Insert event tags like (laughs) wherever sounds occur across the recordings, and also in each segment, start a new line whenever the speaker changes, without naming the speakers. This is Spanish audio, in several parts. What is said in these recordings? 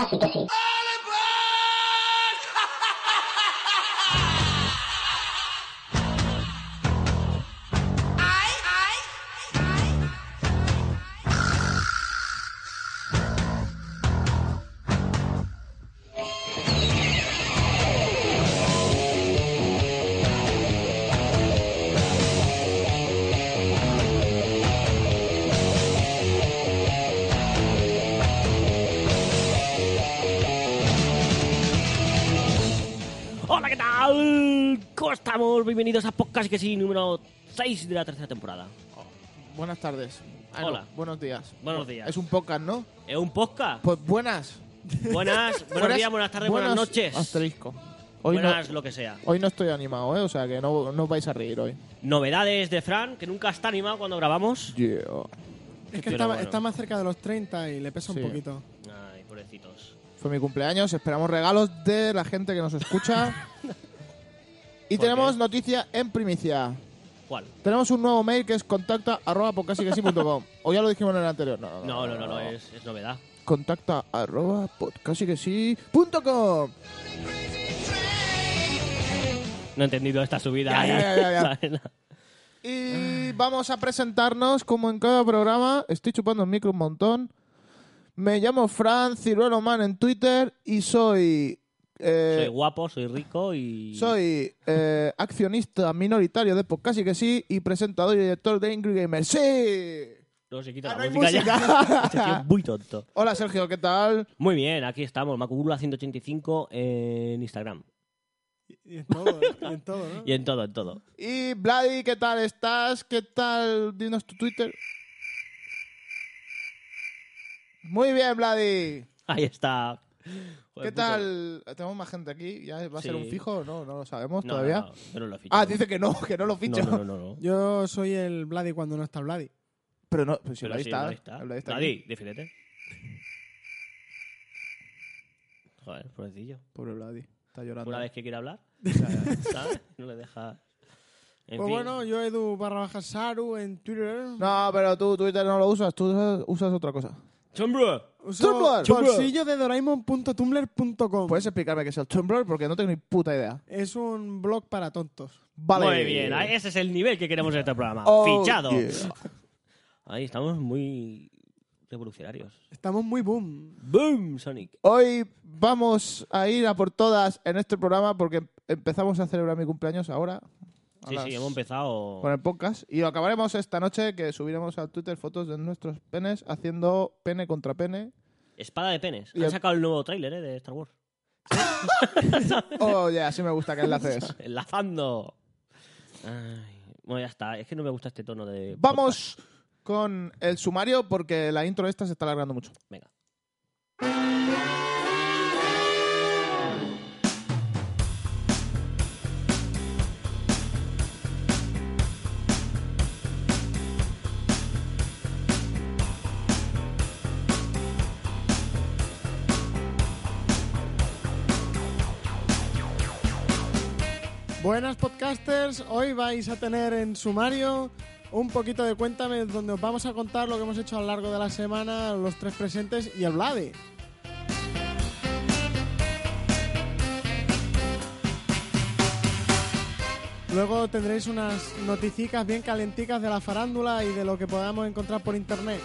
Así que sí.
Hola, ¿qué tal? ¿Cómo estamos? Bienvenidos a Podcast que sí, número 6 de la tercera temporada.
Buenas tardes. Ah,
Hola.
no, buenos días.
Buenos días.
Es un podcast, ¿no?
¿Es un podcast?
Pues buenas. (laughs)
Buenas, buenos días, buenas tardes, buenas,
buenos
noches.
Asterisco. Hoy
Buenas,
no,
lo que sea.
hoy no estoy animado, ¿eh? O sea que no, no os vais a reír hoy.
Novedades de Fran, que nunca está animado cuando grabamos.
Es
Qué
que está,
bueno.
está más cerca de los 30 y le pesa
Sí.
un poquito.
Ay, pobrecitos.
Fue mi cumpleaños. Esperamos regalos de la gente que nos
(laughs)
escucha. y tenemos noticia en primicia.
¿Cuál?
Tenemos un nuevo mail que es contacta arroba podcasticasi.com. o ya lo dijimos en el anterior. No, no,
No, no, no, no, es, es novedad.
Contacta arroba podcasticasi.com.
No he entendido esta subida.
Ya,
ahí.
ya, ya, ya, ya.
(laughs) ¿Sabes?
Y vamos a presentarnos como en cada programa. Estoy chupando el micro un montón. Me llamo Fran Ciruelo Man en Twitter y soy.
soy
eh,
guapo, soy rico y...
soy eh, accionista minoritario de Podcast y que sí, y presentador y director de Ingrid Gamer. ¡Sí!
No, se quita
Ah,
la
no hay
música ya.
música.
(laughs) Este tío es muy tonto.
(laughs) Hola Sergio, ¿qué tal?
Muy bien, aquí estamos, Macugula185 en Instagram.
Y en todo, ¿eh? y en todo, ¿no?
Y en todo, en todo.
Y Vladi, ¿qué tal estás? ¿Qué tal? Dinos tu Twitter. Muy bien, Vladi.
Ahí está. Joder,
¿Qué
puto.
tal? Tenemos más gente aquí. ¿Ya va a ser
Sí.
un fijo? No, no lo sabemos
No,
todavía.
no, no, yo no lo he fichado.
Ah, dice que no, que no lo ficha.
No, no, no,
(laughs)
no.
Yo soy el Vladi cuando no está Vladi.
Pero no, pues si
Pero
Vladi
sí,
está.
Vladi está.
Vladi está
Vladi,
aquí.
defiéndete. Joder, pobrecillo.
Pobre Vladi, está llorando.
Una vez que quiere
(laughs)
hablar, ¿sabes? No le deja... En
pues
fin.
bueno, yo Edu barra baja Saru en Twitter.
No, pero tú Twitter no lo usas, tú usas- usas otra cosa.
¡Chombre!
Uso
Tumblr.
bolsillo de Doraemon.tumblr.com.
¿Puedes explicarme qué es el Tumblr? Porque no tengo ni puta idea.
Es un blog para tontos.
Vale.
Muy bien, ahí- ese es el nivel que queremos en este programa.
Oh,
Fichado.
yeah.
Ahí estamos muy revolucionarios.
Estamos muy boom.
¡Boom, Sonic!
Hoy vamos a ir a por todas en este programa porque empezamos a celebrar mi cumpleaños ahora. a
Sí,
las-
sí, hemos empezado...
Con el podcast. Y lo acabaremos esta noche que subiremos a Twitter fotos de nuestros penes haciendo pene contra (laughs) pene.
Espada de penes.
Y
Han
el-
sacado el nuevo tráiler ¿eh? de Star Wars.
Oh, ya, sí me gusta que enlaces.
(laughs) Enlazando. Ay, bueno, ya está. Es que no me gusta este tono de. podcast.
Vamos con el sumario porque la intro esta se está alargando mucho.
Venga.
Buenas podcasters, hoy vais a tener en sumario un poquito de Cuéntame donde os vamos a contar lo que hemos hecho a lo largo de la semana, los tres presentes y el Vladi. Luego tendréis unas noticicas bien calenticas de la farándula y de lo que podamos encontrar por internet.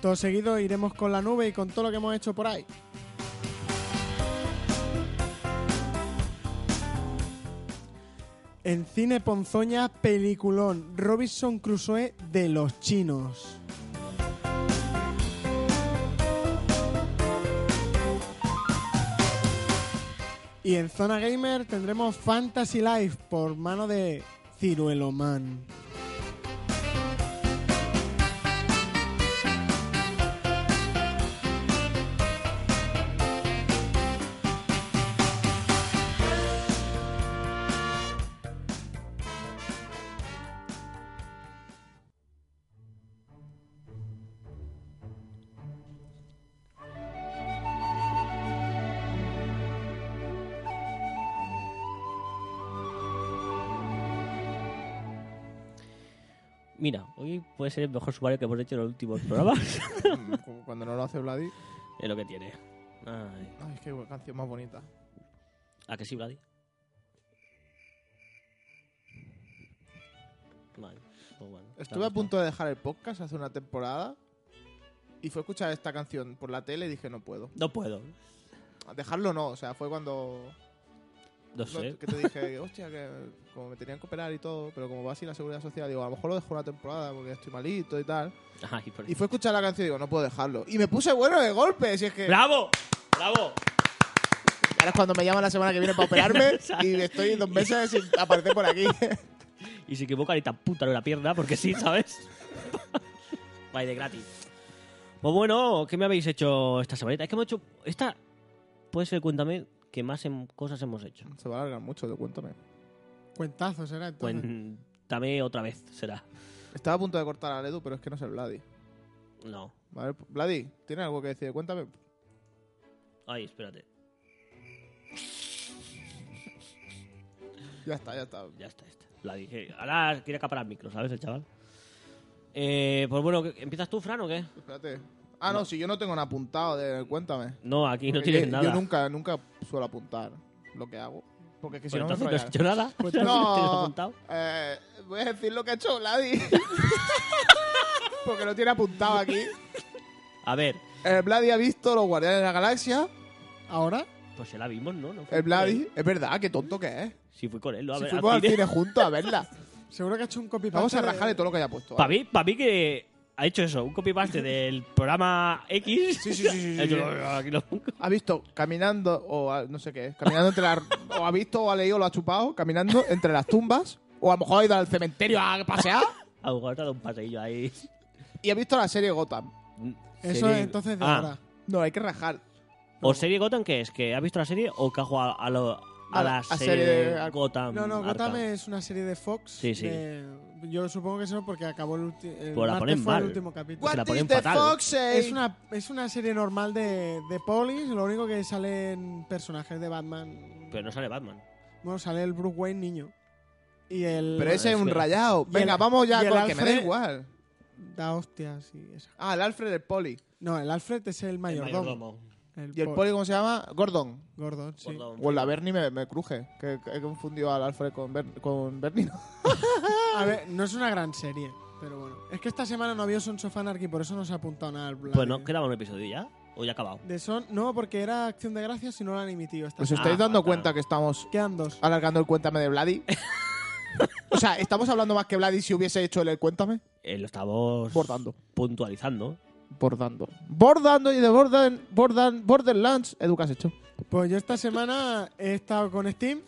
Todo seguido iremos con la nube y con todo lo que hemos hecho por ahí. En cine ponzoña, peliculón, Robinson Crusoe de los chinos. Y en Zona Gamer tendremos Fantasy Life por mano de Ciruelo Man.
Mira, hoy puede ser el mejor sumario que hemos hecho en los últimos (laughs) programas.
Como Cuando no lo hace Vladi.
es lo que tiene. Ay.
Ay, qué canción más bonita.
¿A que sí, Vladi? Vale, pues bueno,
Estuve a punto de dejar el podcast hace una temporada y fue a escuchar esta canción por la tele y dije, no puedo.
No puedo.
Dejarlo no, o sea, fue cuando...
No sé.
no, que te dije, hostia, que como me tenían que operar y todo, pero como va así la seguridad social, digo, a lo mejor lo dejo una temporada porque estoy malito y tal.
Ay, por-
Y fue a escuchar la canción y digo, no puedo dejarlo. Y me puse bueno de golpe, si es que...
¡Bravo! ¡Bravo!
Ahora es cuando me llaman la semana que viene
(laughs)
para operarme y estoy dos meses sin aparecer por aquí. (laughs)
Y se equivoca y te amputan una pierna, porque sí, ¿sabes? (laughs) Vale, de gratis. Pues bueno, ¿qué me habéis hecho esta semanita? Es que hemos hecho... Esta puede ser, cuéntame, que más em- cosas hemos hecho.
Se va a alargar mucho, te cuéntame.
Cuentazo será entonces.
Cuéntame otra vez, será.
Estaba a punto de cortar a Ledu, pero es que no es el Vladi.
No.
Vale, Vladi, ¿tienes algo que decir? Cuéntame.
Ay, espérate.
Ya está, ya está.
Ya está, ya está. La dije. Ahora quiere acaparar el micro, ¿sabes, el chaval? Eh, pues bueno, ¿qué- ¿empiezas tú, Fran, o qué?
Espérate. Ah, no, si yo no tengo nada apuntado, de, cuéntame.
No, aquí no
Porque
tienes
Eh, yo-
nada.
Yo nunca, nunca suelo apuntar lo que hago. Porque es que si
Bueno,
no,
Pues entonces
me
no has hecho nada. (laughs)
Pues
¿Te has
(laughs) no,
apuntado?
eh, voy a decir lo que ha hecho Vladi.
(laughs)
Porque lo tiene apuntado aquí.
A ver,
El Vladi ha visto Los Guardianes de la Galaxia.
Ahora,
pues se la vimos, ¿no? No fui
El
con él.
Vladi. Es verdad, qué tonto que es.
Sí, fui con él. ¿no? A
Si
ver,
fuimos al
cine.
cine juntos
(laughs)
a verla.
seguro que ha hecho un copy
Vamos a rajar de todo lo que haya puesto.
Para mí, pa' mí que ha hecho eso, un copy-paste del programa X.
Sí, sí, sí, sí,
(laughs)
sí,
Ha hecho,
sí.
aquí lo pongo.
ha visto caminando, o ha- no sé qué es, caminando entre las. (laughs) o ha visto, o ha leído, o lo ha chupado, caminando entre las tumbas, o a lo mejor ha ido al cementerio a pasear,
A lo mejor te ha dado un paseillo ahí.
y ha visto la serie Gotham.
Eso
Serie-
es entonces de
Ah,
ahora.
No, hay que rajar.
¿O serie Gotham qué es? ¿Que ha visto la serie o que ha jugado a, lo- a
A-
la
a
serie,
serie de-
de Gotham?
No, no, Gotham
Arkham?
es una serie de Fox.
ah, Sí, sí.
de- yo supongo que eso porque acabó el, ulti- el
Pues la
martes
ponen
fue el
mal.
último capítulo.
What? la ponen
is the
fatal.
Fox say?
Es una, es una serie normal de, de polis, lo único que salen personajes de Batman.
Pero no sale Batman.
Bueno, sale el Bruce Wayne niño. Y el...
Pero ese es un
Espera.
rayado.
Y
Venga,
el-
vamos
y
ya
el
con que me da
Alfred-
igual.
eh, Da hostias y esa.
Ah, el Alfred, el Poli.
No, el Alfred es el
El
mayordomo.
¿Y el
pol-
Poli cómo se llama? Gordon.
Gordon, sí.
Gordon.
O la Bernie me, me cruje. Que que he confundido al Alfred con, Ber- con Bernie. (laughs) ¿no?
A ver, no es una gran serie, pero bueno. Es que esta semana no había Sons of Anarchy, por eso no se ha apuntado nada al plan.
Pues no, quedaba un episodio ya. O ya ha acabado.
De Son... No, porque era Acción de Gracias y no la han emitido esta
¿Os
semana.
Pues estáis
Ah,
dando
fatal.
cuenta que estamos
Quedan dos.
alargando el cuéntame de (laughs) Vladi? o sea, ¿estamos hablando más que Vladi si hubiese hecho el, el cuéntame?
Eh, lo estamos
Bordando.
puntualizando.
Bordando. Bordando y de Bordan, Bordan, Borderlands. Edu, ¿qué has hecho?
Pues yo esta semana he estado con Steam.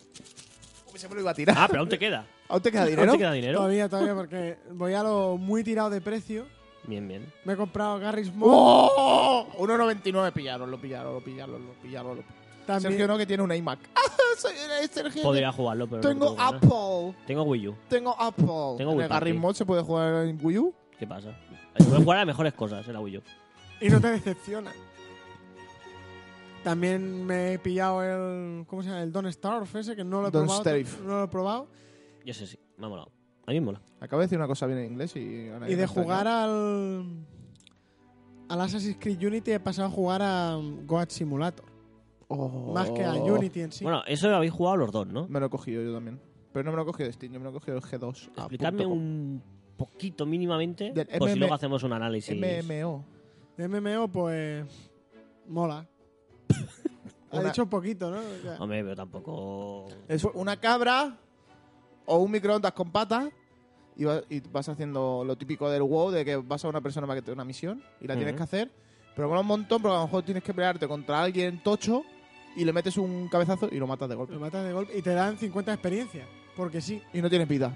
Se me lo iba a tirar.
Ah, pero aún
(laughs)
te queda.
(laughs) ¿Aún te queda
¿Aún
dinero?
te queda dinero?
Todavía, todavía, porque voy a lo muy tirado de precio.
Bien, bien.
Me he comprado Garry's Mod.
¡Oh! 1.99 pillaron, lo pillaron, lo pillaron, lo pillaron. Lo...
También
Sergio no que tiene un iMac. (laughs) ¡Ah, soy el Sergio!
Podría jugarlo, pero no
Tengo
tengo ganas.
Apple.
Tengo Wii U.
Tengo Apple.
Tengo
¿En
Wii
el
Party.
Garry's Mod se puede jugar en Wii U?
¿Qué pasa? Se pueden jugar a mejores cosas en la Wii U.
Y no te decepciona. También me he pillado el. ¿Cómo se llama? El Don Starf ese, que no lo he
Don't
probado.
Starve.
No lo he probado.
Yo sé, sí. Me ha molado. A mí me mola.
Acabo de decir una cosa bien en inglés y... ahora
Y de
ya me extraña.
jugar al. Al Assassin's Creed Unity he pasado a jugar a Goat Simulator.
Oh.
Más que a Unity en sí.
Bueno, eso lo habéis jugado los dos, ¿no?
Me lo he cogido yo también. Pero no me lo he cogido de Steam, yo me lo he cogido del G2. a
Explicadme
punto com.
un poquito mínimamente.
Del
Por si
MM
luego hacemos un análisis.
MMO.
De MMO, pues.
(laughs)
Mola. ha
Una-
dicho poquito, ¿no? O sea,
Hombre, pero tampoco.
Es una cabra o un microondas con patas y, va- y vas haciendo lo típico del WoW de que vas a una persona para que te dé una misión y la tienes
Ujú.
que hacer. Pero mola un montón porque a lo mejor tienes que pelearte contra alguien tocho y le metes un cabezazo y lo matas de golpe.
Lo matas de golpe y te dan 50 experiencias. Porque sí.
Y no tienes vida.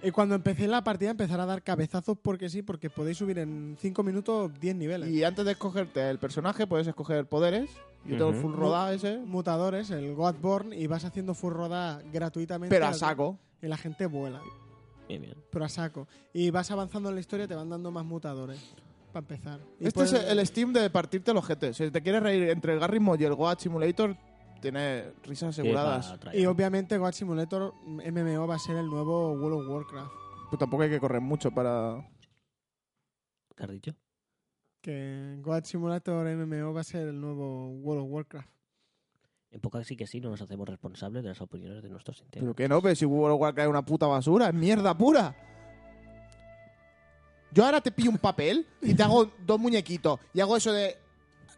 Y Eh, cuando empecé la partida empezar a dar cabezazos porque sí, porque podéis subir en 5 minutos 10 niveles.
Y antes de escogerte el personaje puedes escoger poderes. Yo tengo el
Ujú.
full rodada ese,
mutadores, el Godborn, y vas haciendo full roda gratuitamente.
pero a saco.
Y la gente vuela,
Bien, bien.
pero a saco. Y vas avanzando en la historia, te van dando más mutadores. Para empezar. Y
Este
puedes-
es el Steam de partirte los jetes. Si te quieres reír entre el Garrymo y el Goat Simulator, tienes risas
Que
aseguradas.
pa' traer.
Y obviamente God Simulator mm, MMO va a ser el nuevo World of Warcraft.
Pues tampoco hay que correr mucho para.
¿Qué has dicho?
Que Goat Simulator MMO va a ser el nuevo World of Warcraft.
En poca sí que sí, no nos hacemos responsables de las opiniones de nuestros
Pero
integrantes.
que no, pero si World of Warcraft es una puta basura, es mierda pura. Yo ahora te pillo un papel y te hago dos muñequitos y hago eso de.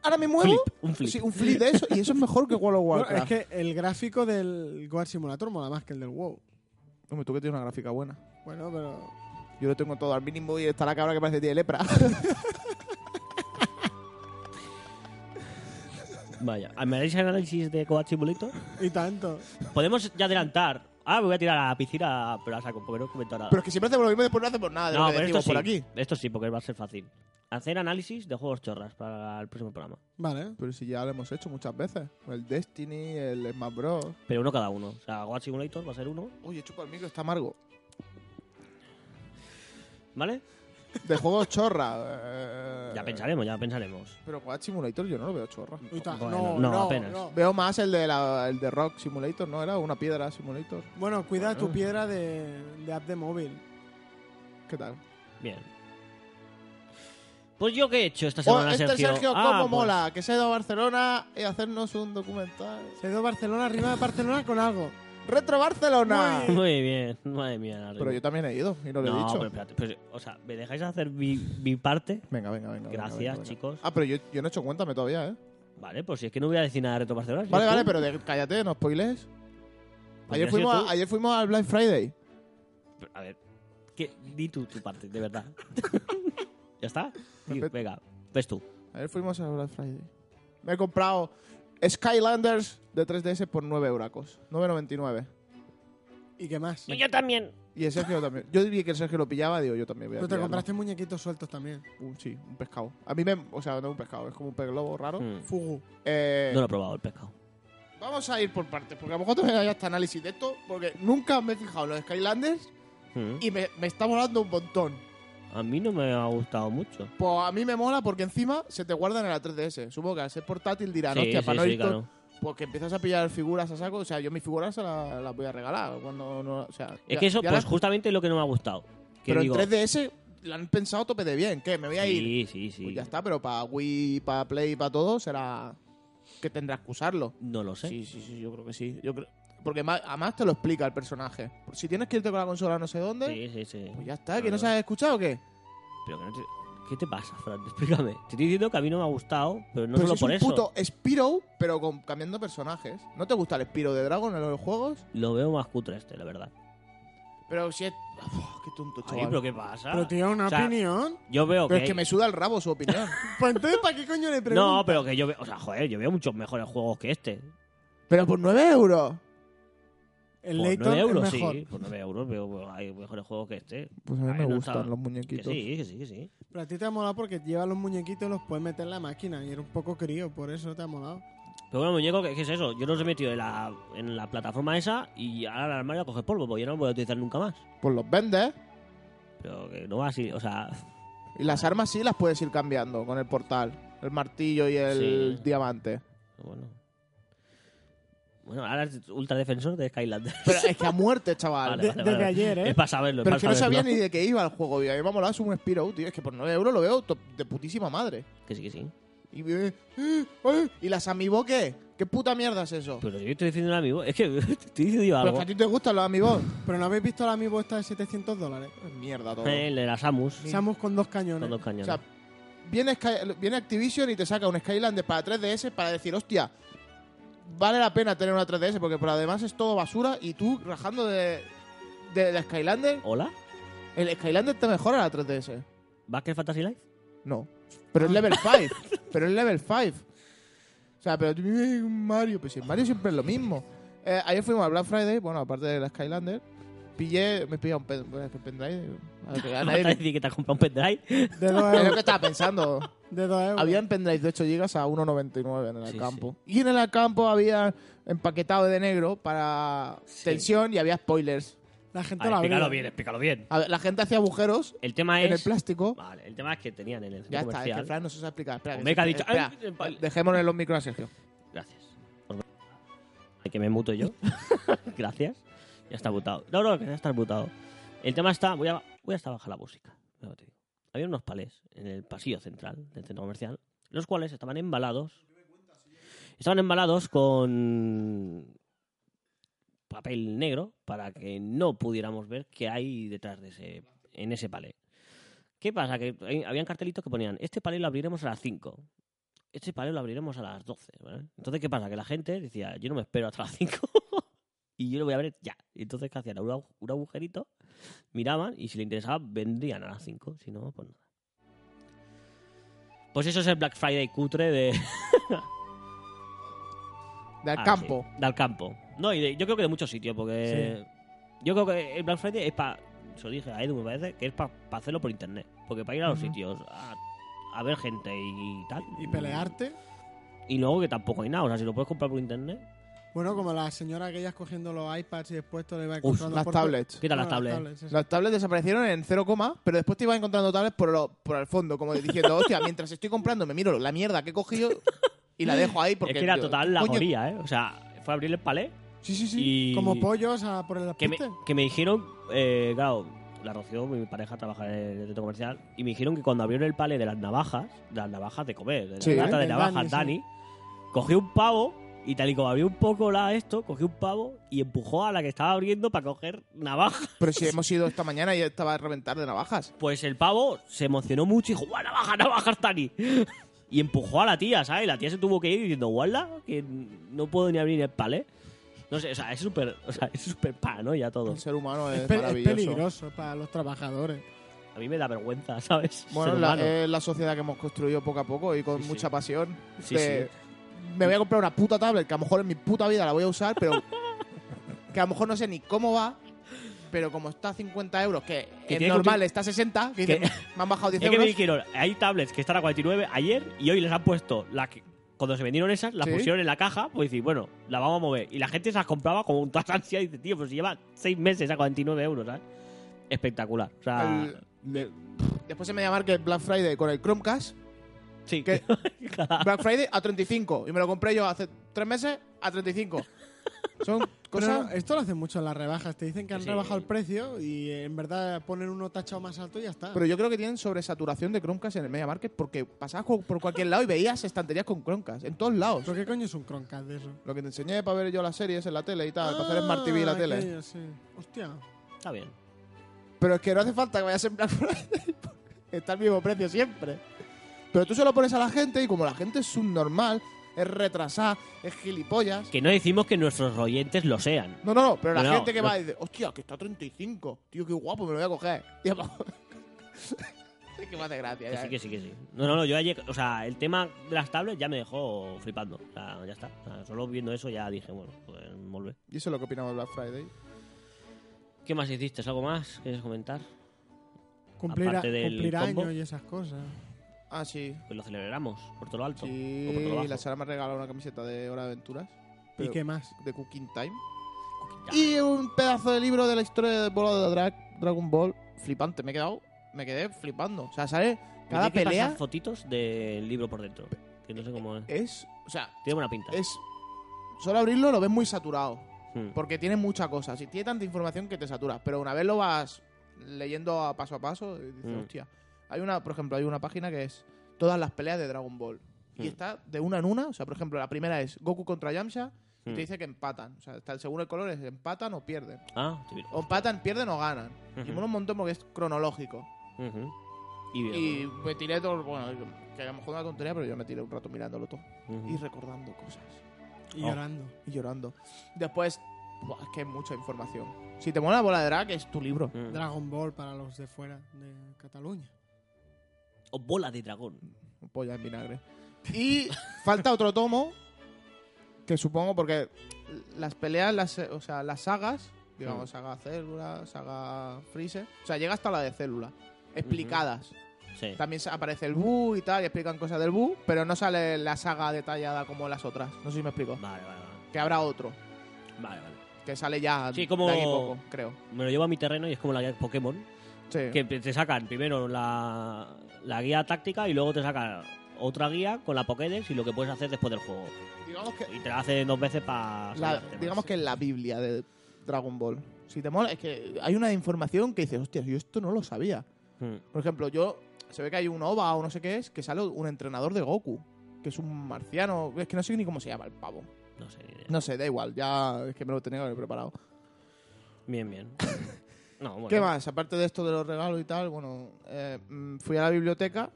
Ahora me muevo.
Flip, ¡Oh! un flip.
Sí, un flip de eso y eso es mejor que World of
Bueno, es
Warcraft.
que el gráfico del Goat Simulator mola más que el del WoW.
Hombre, tú que tienes una gráfica buena.
Bueno, pero
Yo lo tengo todo al mínimo y está la cabra que parece que tiene lepra.
(laughs) Vaya, ¿me haréis análisis de Coach Simulator?
Y tanto.
Podemos ya adelantar. Ah, me voy a tirar a la piscina, pero a saco, porque no he comentado nada.
Pero es que siempre hacemos lo mismo y después no hacemos nada de
no,
lo que
pero esto
decimos
sí.
por aquí.
Esto sí, porque va a ser fácil. Hacer análisis de juegos chorras para el próximo programa.
Vale.
Pero si ya lo hemos hecho muchas veces. El Destiny, el Smash Bros.
Pero uno cada uno. O sea, Goat Simulator va a ser uno,
Oye, chupa el micro, está amargo.
¿vale?
De juegos chorra. eh,
Ya pensaremos, ya pensaremos.
Pero Quad Simulator yo no lo veo chorra.
Y ta-
Bueno,
no,
no,
no,
apenas.
no.
Veo más el de, la, el de Rock Simulator, ¿no? Era una piedra Simulator.
Bueno, cuida
Bueno.
Ah.
tu piedra de, de app de móvil.
¿Qué tal?
Bien. Pues yo qué he hecho esta
Oh,
semana,
este
Sergio.
Sergio,
Ah,
¿cómo
pues,
mola? Que se ha ido a Barcelona y a hacernos un documental.
Se ha ido Barcelona arriba de Barcelona con algo.
¡Retro Barcelona!
Muy
(laughs) Muy bien, madre mía. la
Pero
rima.
yo también he ido y no lo he
no,
dicho.
pero espérate. pero, o sea, ¿me dejáis hacer mi, mi parte?
Venga, venga, venga. venga,
Gracias,
venga, venga.
chicos.
Ah, pero yo, yo no he hecho cuéntame todavía, ¿eh?
Vale, pues si es que no voy a decir nada de Retro Barcelona. si
Vale,
es
vale,
tú.
pero de- cállate, no spoiles.
Pues
Ayer
si has sido
fuimos,
tú.
a- ayer fuimos al Black Friday.
Pero, A ver, que, di tú tu parte, de
(laughs)
verdad. ¿Ya está? Di,
Perfecto.
venga, ves tú.
Ayer fuimos al Black Friday. Me he comprado Skylanders de 3DS por 9 euracos. 9,99.
¿Y qué más?
yo también.
Y el Sergio también. Yo diría que el Sergio lo pillaba, digo, yo también voy a
Pero te
pillarlo.
compraste muñequitos sueltos también.
Un, sí, un pescado. A mí me... O sea, no es un pescado, es como un pez globo raro.
Fugu.
Eh,
Hmm. No lo he probado el pescado.
Vamos a ir por partes, porque a lo mejor todavía hay hasta análisis de esto, porque nunca me he fijado en los Skylanders
Mm.
y me, me está molando un montón.
A mí no me ha gustado mucho.
Pues a mí me mola porque encima se te guardan en la 3DS. Supongo que al ser portátil dirán, hostia, para no ir con-
claro.
Porque empiezas a pillar figuras a saco. O sea, yo mis figuras se la- las voy a regalar. Cuando no, o sea,
Es
ya-
que eso,
ya
pues
las-
justamente es lo que no me ha gustado. Que
Pero
digo,
en 3DS la han pensado a tope de bien. ¿Qué? Me voy a ir.
Sí, sí, sí.
Pues ya está, pero para Wii, para Play, para todo, será que tendrás que usarlo.
No lo sé.
Sí, sí, sí, yo creo que sí. Yo creo... Porque ma- además te lo explica el personaje. Si tienes que irte con la consola no sé dónde,
Sí, sí, sí.
pues ya está. ¿Que no
Claro.
sabes escuchar o qué?
Pero que no te- ¿Qué te pasa, Fran? (laughs) Explícame. Te estoy diciendo que a mí no me ha gustado, pero no
pero
solo
si
por
Pues es
eso.
un puto Spiro, pero con, cambiando personajes. ¿No te gusta el Spiro de Dragon en los juegos?
Lo veo más cutre este, la verdad.
Pero si es... Uf, ¡Qué tonto,
Ay,
chaval!
pero ¿qué pasa?
Pero tío, una
Ah. O sea,
opinión.
Yo veo
Pero
que.
es que
hay-
me suda el rabo
(laughs)
su opinión.
Pues entonces, ¿para qué coño le pregunto?
No, pero que yo veo. O sea, joder, yo veo muchos mejores juegos que este.
pero por 9 euros.
El
por
Layton
9 euros,
es mejor.
sí. Por 9 euros veo, veo- hay mejores juegos que este.
Pues a mí
Ay,
me
no
gustan
estaba.
los
Que
muñequitos.
sí, que sí, que sí.
Pero a ti te ha molado porque llevas los muñequitos y los puedes meter en la máquina. Y era un poco crío, por eso te ha molado.
Pero bueno, muñeco, ¿qué, qué es eso? Yo los he metido en la, en la plataforma esa y ahora el armario coge polvo, porque yo no lo voy a utilizar nunca más.
Pues los vendes
Pero que no va así, o sea. (laughs)
y las armas sí las puedes ir cambiando con el portal. El martillo y el
Sí.
diamante.
Bueno. Bueno, ahora es ultra defensor de
(laughs)
Skylander.
Pero es que a muerte,
(laughs)
chaval.
Vale,
De-
vale,
desde
vale.
ayer, ¿eh?
Es para saberlo. es para
Pero es que no
saberlo.
sabía ni de qué iba el juego. Y a mí me ha molado es un Spiro, tío. Es que por 9 euros lo veo to- de putísima madre.
Que sí, que sí.
Y, me- ¡Eh! ¡Eh! ¿Y las amiibo qué? ¿Qué puta mierda es eso? Pero,
Pero yo estoy diciendo un amigo. Es que (laughs) te estoy diciendo yo
es
algo.
que a ti te gustan los amiibo.
Pero no habéis visto la amiibo esta de 700 dólares.
Es mierda todo.
Eh, El de la Samus.
Samus con dos cañones.
Con dos
O
cañones.
sea, viene, Sky- viene Activision y te saca un Skylander para 3DS para decir, hostia, vale la pena tener una 3DS porque por lo demás es todo basura y tú rajando de, de, de Skylander,
¿Hola?
el Skylander te mejora la 3DS.
¿Backer Fantasy Life?
No.
Ah.
Pero es level
(laughs)
5. pero es level 5. O sea, pero tú, "Eh, Mario, pues si en Mario siempre es lo mismo. Eh, ayer fuimos a Black Friday, bueno, aparte de la Skylander, pillé, me pillé un pen- bueno, es que pendrive. a
(laughs)
ver, que a
¿Me vas a
nadie-
decir que te has comprado un pendrive?
De dos
Es
(laughs)
lo
euros.
que estaba pensando.
De dos euros.
Habían pendrives de 8 GB a 1,99 en el
Sí,
campo. Y en el campo había empaquetado de negro para
Sí.
tensión y había spoilers.
La gente
Ah,
la
explícalo
abría.
bien, explícalo bien.
A ver, la gente hacía agujeros
El tema es.
en el plástico.
Vale, el tema es que tenían en el centro
Ya está, es que
comercial.
Fran no se sabe explicar. Espera,
Hombre, que ha dicho, "Ah,
espera.
"Ay, vale".
Dejémosle los micros a Sergio.
Gracias. Os ve- Ay, que me muto yo. Gracias. Ya está mutado. No, no, que ya está mutado. El tema está, voy a, voy hasta bajar la música. Luego te digo. Había unos palés en el pasillo central del centro comercial, los cuales estaban embalados. Estaban embalados con papel negro para que no pudiéramos ver qué hay detrás de ese, en ese palé. ¿Qué pasa? Que hay- habían cartelitos que ponían, este palé lo abriremos a las 5. Este palé lo abriremos a las 12. ¿vale? Entonces, ¿qué pasa? Que la gente decía, yo no me espero hasta las 5 (laughs) y yo lo voy a ver ya. Y entonces, ¿qué hacían? Un agu- un agujerito, miraban y si le interesaba, vendrían a las 5. Si no, pues nada. Pues eso es el Black Friday cutre de, (laughs)
Del
Ah,
campo.
sí, del campo. No, y de- yo creo que de muchos sitios, porque. Yo creo que el Black Friday es para. Se lo dije a Edu, me parece, que es para hacerlo por internet. Porque para ir a los
Ujú.
sitios a, a ver gente y, tal.
Y pelearte.
Y luego que tampoco hay nada. O sea, si lo puedes comprar por internet.
Bueno, como la señora aquellas cogiendo los iPads y después te le va
Uf,
encontrando
Las
por-
tablets.
Quita las
Bueno,
tablets.
eso.
Las tablets desaparecieron en 0, pero después te iba encontrando tablets por, lo- por el fondo, como
(laughs)
diciendo, hostia, mientras estoy comprando me miro la mierda que he cogido y la dejo ahí porque...
es que era
tío,
total la
coño,
joría, ¿eh? O sea, fue abrir el palé.
Sí, sí, sí.
Y-
Como pollos a por el
Que me,
apite.
que me dijeron, eh, claro, la Rocío, mi pareja, trabaja en el centro comercial, y me dijeron que cuando abrieron el palé de las navajas, de las navajas de comer, de la
Sí,
lata de
del
navajas,
Dani,
Dani,
sí.
cogió un pavo y tal y como abrió un poco la esto, cogió un pavo y empujó a la que estaba abriendo para coger navaja.
Pero si hemos ido esta mañana y estaba a reventar de navajas.
Pues el pavo se emocionó mucho y dijo, ¡guau, navaja, navajas, Dani! Y empujó a la tía, ¿sabes? Y La tía se tuvo que ir diciendo, guarda, que no puedo ni abrir el palé. No sé, o sea, es súper o sea, es súper paranoia todo.
El ser humano es,
Es, pe- es
maravilloso.
peligroso para los trabajadores.
A mí me da vergüenza, ¿sabes?
Bueno,
Ser
la, eh,
humano.
es la sociedad que hemos construido poco a poco y con
Sí, sí.
mucha pasión.
Sí,
de- Me voy a comprar una puta tablet que a lo mejor en mi puta vida la voy a usar, pero (laughs) que a lo mejor no sé ni cómo va, pero como está a 50 euros, que,
Que
es
tiene
normal
que-
está a 60, que
que-
dices, me han bajado
(laughs)
10
Es que
euros.
me dijeron, hay tablets que están a 49 ayer y hoy les han puesto la que. Cuando se vendieron esas, las
Sí.
pusieron en la caja, pues decir, bueno, la vamos a mover. Y la gente se las compraba como un tas ansia y dice, tío, pues si lleva seis meses a 49 euros, ¿sabes? Espectacular. O sea,
El- Después se me llamar que es Black Friday con el Chromecast.
sí.
que-
Claro.
Black Friday a 35. Y me lo compré yo hace tres meses a 35. Son
Pero
cosas.
esto lo hacen mucho en las rebajas. Te dicen que han
Sí.
rebajado el precio y eh, en verdad ponen uno tachado más alto y ya está.
Pero yo creo que tienen sobresaturación de Chromecast en el Media Market porque pasabas cu- por cualquier lado y veías estanterías con Chromecast. En todos lados.
¿Pero qué coño es un croncast de eso?
Lo que te enseñé para ver yo las series en la tele y tal, para hacer
Ah,
Smart TV y la tele.
aquello, sí. Hostia.
(laughs) Está bien.
Pero es que no hace falta que vayas en Black Friday. Está al mismo precio siempre. Pero tú se lo pones a la gente y como la gente es subnormal, es retrasada, es gilipollas.
Que no decimos que nuestros oyentes lo sean.
No, no, no, pero la
No, no,
gente que
no.
va y dice, hostia, que está a 35. Tío, qué guapo, me lo voy a coger. (laughs) Tío, es que me hace gracia.
Que
ya,
sí,
eh.
que sí, que sí. No, no, no, yo ayer, o sea, el tema de las tablets ya me dejó flipando. O sea, ya está. O sea, solo viendo eso ya dije, bueno, pues volver.
Y eso es lo que opinamos de Black Friday.
¿Qué más hiciste? ¿Algo más? ¿Quieres comentar?
Cumplir,
Aparte del
cumplir
combo.
años y esas cosas.
Ah, sí.
Pues lo celebramos por todo lo alto. o por todo lo
Sí,
bajo.
la Sara me ha regalado una camiseta de Hora de Aventuras.
¿Y
Pero-
qué más?
De Cooking Time.
Ya.
Y un pedazo de libro de la historia de Bola de Drag- Dragon Ball. Flipante, me he quedado. Me quedé flipando. O sea, sale cada
Tiene que
pelea.
pasar fotitos del libro por dentro. Que no sé cómo es.
Es. O sea,
Tiene buena pinta.
eh, es. Solo abrirlo lo ves muy saturado.
Mm.
Porque tiene mucha cosa. Si tiene tanta información que te saturas. Pero una vez lo vas leyendo a paso a paso, y dices,
Mm.
hostia. Hay una, por ejemplo, hay una página que es todas las peleas de Dragon Ball. Y
Mm.
está de una en una. O sea, por ejemplo, la primera es Goku contra Yamcha. Y
Mm.
te dice que empatan. O sea, está el segundo de colores, empatan o pierden.
Ah, te miro.
O empatan, pierden o ganan. Y
Ujú.
mola un montón porque es cronológico.
Ujú. Y
Y
bien.
me tiré todo. Bueno, que a lo mejor una tontería, pero yo me tiré un rato mirándolo todo.
Ujú.
Y recordando cosas.
Y
Oh.
llorando.
Y llorando. Después, buah, es que hay mucha información. Si te mola Bola de Drag, es tu libro.
Mm.
Dragon Ball para los de fuera de Cataluña.
O bola de dragón.
Polla en vinagre. Y falta otro tomo. Que supongo porque las peleas, las, o sea, las sagas. Digamos,
Mm.
saga célula, saga freezer. O sea, llega hasta la de célula. Explicadas.
Sí.
También sa- aparece el Bu y tal, y explican cosas del Bu, pero no sale la saga detallada como las otras. No sé si me explico.
Vale, vale, vale.
Que habrá otro,
Vale, vale.
que sale ya
Sí, como-
de aquí poco, creo.
Me lo llevo a mi terreno y es como la guía de Pokémon.
Sí.
Que te sacan primero la, la guía táctica y luego te sacan otra guía con la Pokédex y lo que puedes hacer después del juego.
Digamos que
Y te la hacen dos veces para...
la, digamos que es la Biblia de Dragon Ball. Si te mola, es que hay una información que dices, hostia, yo esto no lo sabía.
Mm.
Por ejemplo, yo. Se ve que hay un OVA o no sé qué es, que sale un entrenador de Goku, que es un marciano. Es que no sé ni cómo se llama el pavo.
No sé. ni idea.
No sé, da igual, ya es que me lo tenía que haber preparado.
Bien, bien.
(laughs)
No, bueno.
¿Qué más? Aparte de esto de los regalos y tal, bueno, eh, mm, fui a la biblioteca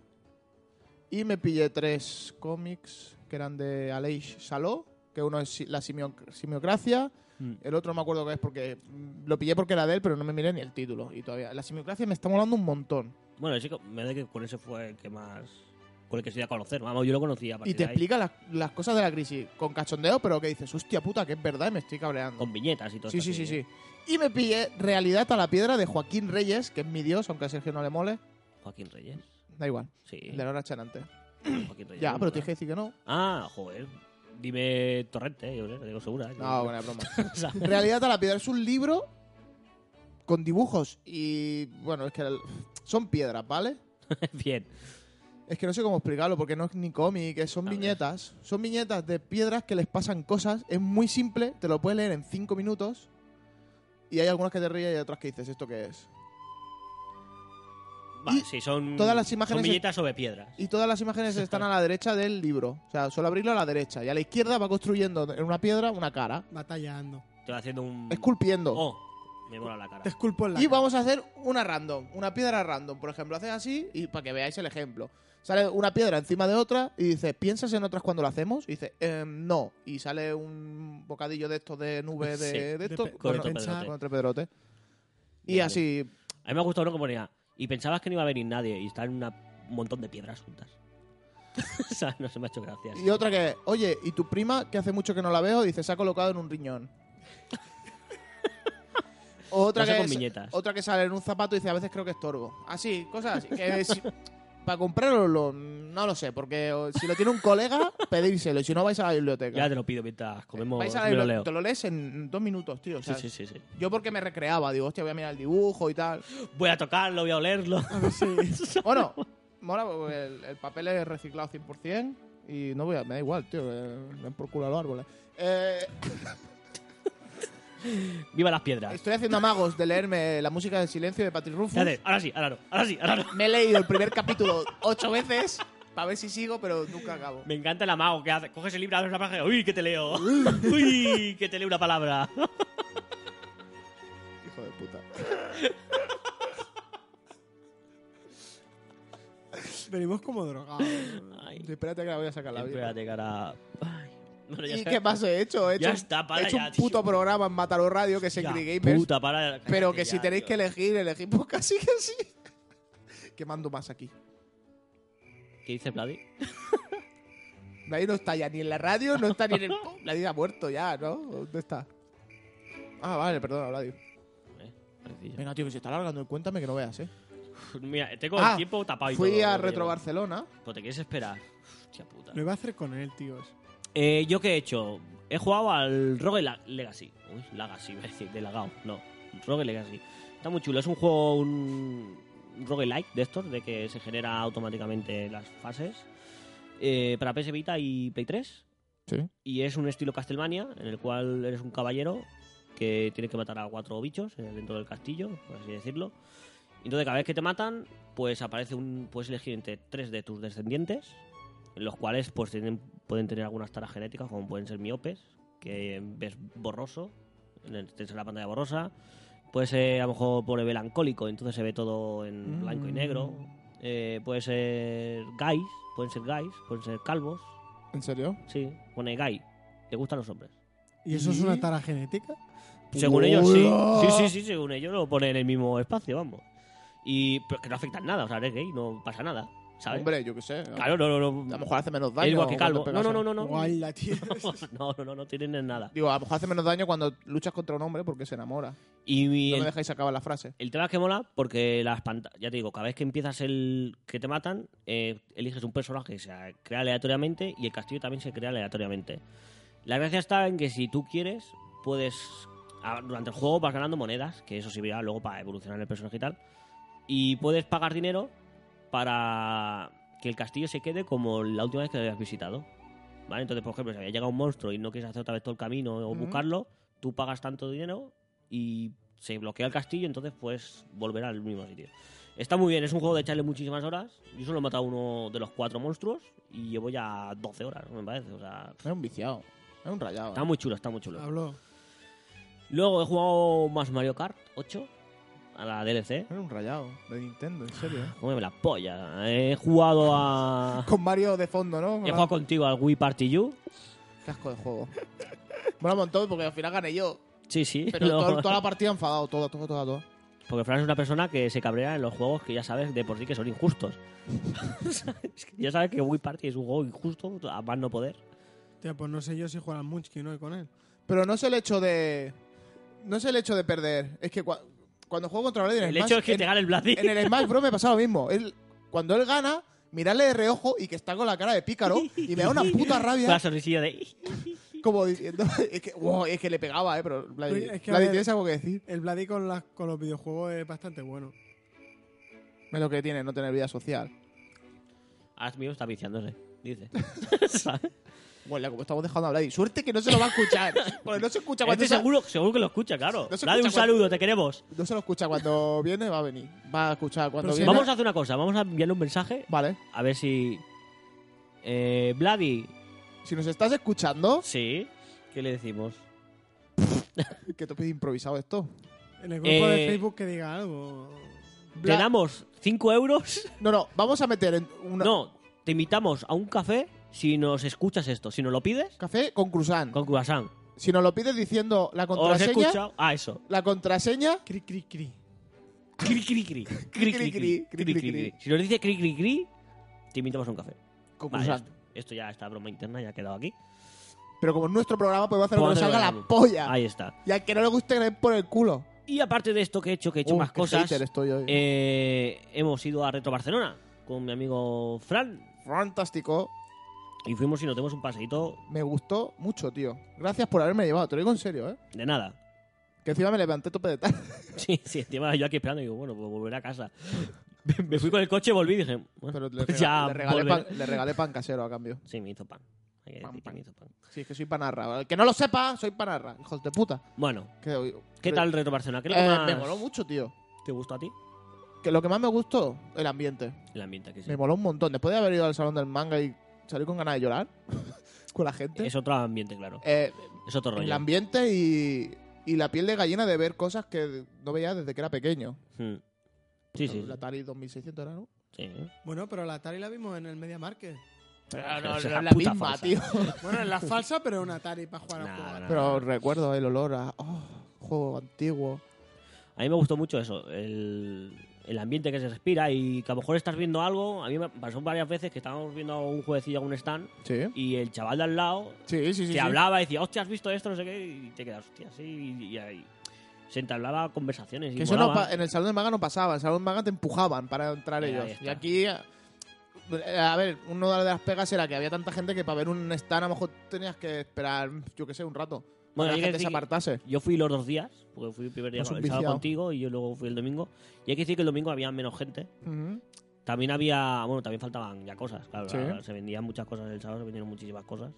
y me pillé tres cómics que eran de Aleix Saló, que uno es si- La simio- Simiocracia,
Mm.
el otro no me acuerdo qué es porque mm, lo pillé porque era de él, pero no me miré ni el título. Y todavía, La Simiocracia me está molando un montón.
Bueno, sí que me da que con ese fue el que más. Con el que se dio a conocer. Vamos, yo lo conocía.
Y te explica las, las cosas de la crisis con cachondeo, pero que dices, hostia puta, que es verdad y me estoy cabreando.
Con viñetas y todo
Sí,
esto
sí, sí,
así, ¿eh?
sí. Y me pillé Realidad a la Piedra de Joaquín Reyes, que es mi dios, aunque a Sergio no le mole.
Joaquín Reyes.
Da igual,
Sí.
el de Nora Chanante.
Joaquín Reyes.
Ya,
no
pero
mola.
tienes que decir que no.
Ah, joder. Dime Torrente, yo sé, te digo segura. yo-
No, buena (laughs) broma.
O sea,
Realidad a la piedra es un libro con dibujos y bueno, es que el- son piedras, ¿vale?
(laughs) bien.
Es que no sé cómo explicarlo porque no es ni cómic, es- son
A ver.
viñetas. Son viñetas de piedras que les pasan cosas. Es muy simple, te lo puedes leer en 5 minutos. Y hay algunas que te ríes y hay otras que dices, ¿esto qué es?
Vale,
Y
sí, son.
todas las
Son
imágenes-
viñetas sobre piedras.
Y todas las imágenes están a la derecha del libro. O sea, solo abrirlo a la derecha. Y a la izquierda va construyendo en una piedra una cara.
Batallando.
Te va haciendo un.
Mm. Esculpiendo.
Oh, me mola la cara.
Te esculpo en la
Y
cara.
vamos a hacer una random, una piedra random. Por ejemplo, haces así y para que veáis el ejemplo. Sale una piedra encima de otra y dices, ¿piensas en otras cuando lo hacemos? Y dices, "Em, no. Y sale un bocadillo de estos de nube de,
Sí,
de
de
esto
pe-
Con
con,
otro
pensar-
pedrote.
con otro pedrote. Y
Vale.
así,
A mí me ha gustado uno que ponía. Y pensabas que no iba a venir nadie y está en una- un montón de piedras juntas. (laughs) o sea, no se me ha hecho gracia.
y otra que, oye, ¿y tu prima, que hace mucho que no la veo? Dice, se ha colocado en
(laughs)
un riñón. O otra,
Pasa
que
con
es-
viñetas.
otra que sale en un zapato y dice, a veces creo que estorbo. Así, cosas así. Que (laughs) si- para comprarlo, no lo sé, porque o, si lo tiene un colega, (laughs) pedírselo. Y si no, vais a la biblioteca.
Ya te lo pido mientras comemos.
vais a la
me lo
biblioteca,
leo.
Te lo lees en dos minutos, tío. o
Sí,
sea,
sí, sí, sí.
Yo porque me recreaba, digo, hostia, voy a mirar el dibujo y tal.
Voy a tocarlo, voy a olerlo. (laughs)
A ver si...
Bueno, mola, porque el, el papel es reciclado 100% y no voy a, me da igual, tío, que me den por culo a los árboles. Eh,
Viva las piedras.
estoy haciendo amagos de leerme la música del silencio de Patrick Rufus.
Ya te- Ahora sí, ahora no. Ahora sí, ahora no.
Me he leído el primer capítulo ocho veces para ver si sigo, pero nunca acabo.
Me encanta el amago que hace. Coges el libro, abres una página. ¡Uy, que te
(laughs)
leo! ¡Uy, que te leo una palabra! (laughs)
Hijo de puta.
Venimos como drogados.
Ay,
Espérate que la voy a sacar la vida.
espérate, cara. Ay. Bueno, ya
¿Y
está.
qué más he hecho? He hecho
Ya
un-
está, para
he hecho
ya,
un
tío.
puto programa en Mataró Radio, que es
Ya,
Angry Gamers.
Puta, para. cállate
Pero que si
ya,
tenéis
tío.
que elegir, elegid pues (laughs) casi que sí. Que mando más aquí.
¿Qué dice Vladi?
Nadie no está ya ni en la radio, no está ni
(laughs)
en el... Nadie ha muerto ya, ¿no? ¿Dónde está? Ah, vale, perdona, radio.
Eh, sencillo.
Venga, tío, que se está alargando. Cuéntame que no veas, ¿eh?
Mira, tengo
Ah,
el tiempo tapado y todo.
Fui a
porque-
Retro Barcelona.
Pues te quieres esperar. Hostia puta.
Lo iba a hacer con él, tíos.
Eh, ¿Yo qué he hecho? He jugado al Rogue La- Legacy. Uy, Legacy, (laughs) iba a decir, de lagao. No, Rogue Legacy. Está muy chulo. Es un juego, un un roguelike de estos, de que se genera automáticamente las fases. eh, para PS Vita y Play 3.
Sí.
Y es un estilo Castlevania, en el cual eres un caballero que tiene que matar a cuatro bichos eh, dentro del castillo, por así decirlo. Entonces, cada vez que te matan, pues aparece un. Puedes elegir entre tres de tus descendientes, los cuales pues tienen, pueden tener algunas taras genéticas, como pueden ser miopes, que ves borroso, en el- tienes la pantalla borrosa. Puede ser, a lo mejor, pone melancólico, entonces se ve todo en blanco y negro. Eh, puede ser gays, pueden ser gays, pueden ser calvos,
¿En serio?
sí, pone gay, le gustan los hombres.
¿Y eso es una tara genética?
Según ellos, sí.
¡Hola!
Sí, sí, sí, según ellos lo ponen en el mismo espacio, vamos. Y pero que no afectan nada, o sea, eres gay, no pasa nada, ¿sabes?
Hombre, yo qué sé.
claro, no, no,
A
no.
lo mejor hace menos daño.
es igual que calvo.
cuando pegas
No, no,
a-
no, no, no.
Guay, la tía.
(laughs) No, no, no, no tienen nada.
Digo, a lo mejor hace menos daño cuando luchas contra un hombre porque se enamora.
Y mi-
No me
el,
dejáis acabar la frase.
el tema es que mola porque las pantallas, ya te digo, cada vez que empiezas el que te matan, eh, eliges un personaje que se crea aleatoriamente y el castillo también se crea aleatoriamente. La gracia está en que si tú quieres, puedes. a- Durante el juego vas ganando monedas, que eso servirá luego para evolucionar el personaje y tal. Y puedes pagar dinero para que el castillo se quede como la última vez que lo habías visitado. ¿Vale? Entonces, por ejemplo, si había llegado un monstruo y no quieres hacer otra vez todo el camino o
Ujú.
buscarlo, tú pagas tanto dinero y se bloquea el castillo, entonces pues volver al mismo sitio. Está muy bien, es un juego de echarle muchísimas horas. Yo solo he matado a uno de los cuatro monstruos y llevo ya 12 horas, me parece. O sea,
Es un viciado. Es un rayado.
está muy chulo, está muy chulo.
Habló.
Luego he jugado más Mario Kart 8 a la DLC.
Es un rayado de Nintendo, en serio. ¿eh?
Cómeme la polla. He jugado a.
Con Mario de fondo, ¿no?
He jugado contigo al Wii Party U.
Casco de juego. Mola un montón porque al final gané yo.
Sí, sí. (laughs)
Pero
lo-
todo- toda la partida enfadado, todo, todo, todo, todo.
Porque Fran es una persona que se cabrea en los juegos que ya sabes de por sí que son injustos. (laughs) ¿Sabes? ya sabes que Wii Party es un juego injusto, a más no poder.
Tío, pues no sé yo si juegan Munchkin hoy con él.
Pero no es el hecho de. No es el hecho de perder. Es que cua- cuando juego contra Brady en el,
El
Smash,
hecho es que
en,
te gana el Bladi.
en el Smash Bros. me pasa lo mismo. Él- cuando él gana, mirarle de reojo y que está con la cara de pícaro y me da una puta
Con (laughs) la
rabia.
sonrisilla de.
como diciendo. (laughs) Es que, wow, es que le pegaba, ¿eh? Pero Vladi,
Oye, es que, a
Vladi,
ver-
¿tienes algo que decir?
El Vladi con, las- con los videojuegos es bastante bueno.
Es lo que tiene no tener vida social.
Ahora mismo está viciándose,
(laughs)
dice. (laughs)
Bueno, como estamos dejando a Vladi. Suerte que no se lo va
(laughs)
a escuchar. Porque no se escucha cuando.
este
sa-
seguro, seguro que lo escucha, claro.
No se
Dale un
escucha
saludo, te queremos.
No se lo escucha cuando viene, va a venir. Va a escuchar cuando
Pero si
viene.
Vamos a hacer una cosa, vamos a enviarle un mensaje
Vale.
a ver si. Eh, Vladi,
Si nos estás escuchando,
sí. ¿Qué le decimos?
que te pides improvisado esto.
En el grupo de
Eh,
Facebook que diga algo.
Te
Bla-
damos 5 euros.
No, no, vamos a meter en una-
No, te invitamos a un café si nos escuchas esto. Si nos lo pides,
café con croissant.
con croissant.
Si nos lo pides diciendo la
¿Os he
contraseña,
escuchado? Ah, eso.
la contraseña,
Cri, cri, cri.
Cri, cri, (laughs) cri. Cri, cri, cri. Cri, cri, cri. Si nos dice cri, cri, cri, te invitamos a un café.
con
Vale,
croissant.
esto, esto Uh, pues ya, esta broma interna ya ha quedado aquí.
Pero como es nuestro programa, podemos hacer lo que nos
Podemos
salga
hacer
la
lo
polla.
Ahí está.
Y al que no le guste, que le den por el culo.
Y aparte de esto que he hecho, que he hecho
Uh,
más
qué
cosas,
hater estoy hoy.
eh, hemos ido a Retro Barcelona con mi amigo Fran
Fantástico.
y fuimos y nos dimos un paseíto
Me gustó mucho, tío. Gracias por haberme llevado. Te lo digo en serio, ¿eh?
de nada. (laughs)
Que encima me levanté tope de tarde.
Sí, sí, encima yo aquí esperando y digo, bueno, pues volveré a
(laughs)
casa. Me- Me fui con el coche, volví y dije, bueno,
Pero
(laughs)
le,
pues
rega-
ya
le regalé
volveré.
pan, le regalé pan casero a cambio.
Sí, me hizo pan. Hay que
Pan,
decir que
pan.
me hizo pan.
Sí, es que soy panarra. Al que no lo sepa, soy panarra. Hijos de puta.
Bueno,
Que- eh,
¿qué
que-
tal Retro Barcelona? ¿Qué es lo que
Eh,
más
Me moló mucho, tío.
te gustó a ti?
Que lo que más me gustó, el ambiente.
El ambiente que sí.
Me moló un montón. Después de haber ido al salón del manga y salir con ganas de llorar (laughs) con la gente.
Es otro ambiente, claro.
eh,
Es otro rollo.
el ambiente y, y la piel de gallina de ver cosas que no veía desde que era pequeño.
Mm. Sí, sí.
El Atari 2600 era, ¿no?
sí.
Bueno, pero la Atari la vimos en el Media Market.
Pero
Ah,
(laughs)
no,
esa
no es la
puta
misma,
falsa.
tío.
Bueno, es
(laughs)
la falsa, pero una Atari para jugar a
Nada,
un juego.
nada.
Pero recuerdo el olor a... oh, juego antiguo.
A mí me gustó mucho eso, el, el ambiente que se respira y que a lo mejor estás viendo algo. A mí me pasó varias veces que estábamos viendo un jueguecillo, un stand,
Sí.
y el chaval de al lado
Sí, sí, sí.
te
sí.
hablaba y decía, hostia, has visto esto, no sé qué, y te quedas, hostia, sí, y, y ahí se entablaba conversaciones.
Que
y
eso no
molaba.
pa- eh, en el salón del manga no pasaba. En el salón del manga te empujaban para entrar
Ya, ahí
ellos.
está.
Y aquí... eh, A ver, una de las pegas era que había tanta gente que para ver un stand a lo mejor tenías que esperar, yo qué sé, un rato.
Bueno,
Para
hay
que
que
la gente se
decir que-
apartase.
Yo fui los dos días, porque fui el primer día
Pues un
el sábado
viciado.
contigo y yo luego fui el domingo. Y hay que decir que el domingo había menos gente. También había, bueno, también faltaban ya cosas, claro.
Sí.
la- Se vendían muchas cosas el sábado, se vendieron muchísimas cosas.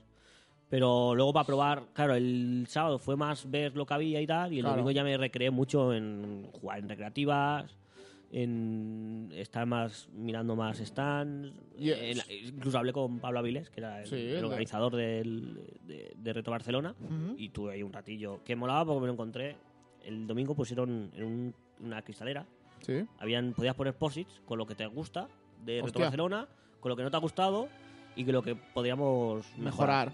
Pero luego para probar, claro, el sábado fue más ver lo que había y tal, y el
Claro.
domingo ya me recreé mucho en jugar en recreativas, en estar más mirando más stands.
Yes.
Eh, la- incluso hablé con Pablo Avilés, que era el,
Sí,
el
el de-
organizador del, de, de Reto Barcelona,
Ujú.
y tuve ahí un ratillo que molaba porque me lo encontré. El domingo pusieron en un- una cristalera
Sí.
habían podías poner posits con lo que te gusta de Reto
Hostia.
Barcelona, con lo que no te ha gustado y con lo que podríamos mejorar.
Mejorar.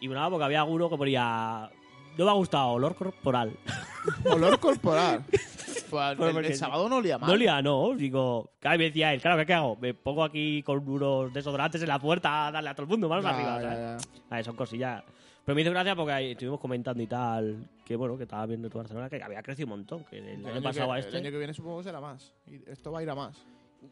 Y nada, porque había alguno que ponía no me ha gustado olor corporal.
Olor
(laughs)
corporal. Pues,
Pero
el, el
porque-
sábado no olía mal.
No olía, no, digo, claro, y me decía él, claro, ¿qué, qué hago? Me pongo aquí con unos desodorantes en la puerta a darle a todo el mundo, manos
Ya,
arriba.
ya,
¿sabes?
ya.
Vale, son cosillas. Pero me hizo gracia porque ahí estuvimos comentando y tal, que bueno, que estaba viendo tu Barcelona, que había crecido un montón, que el año pasado
que,
a
el año
este.
que viene supongo que será más. Y esto va a ir a más.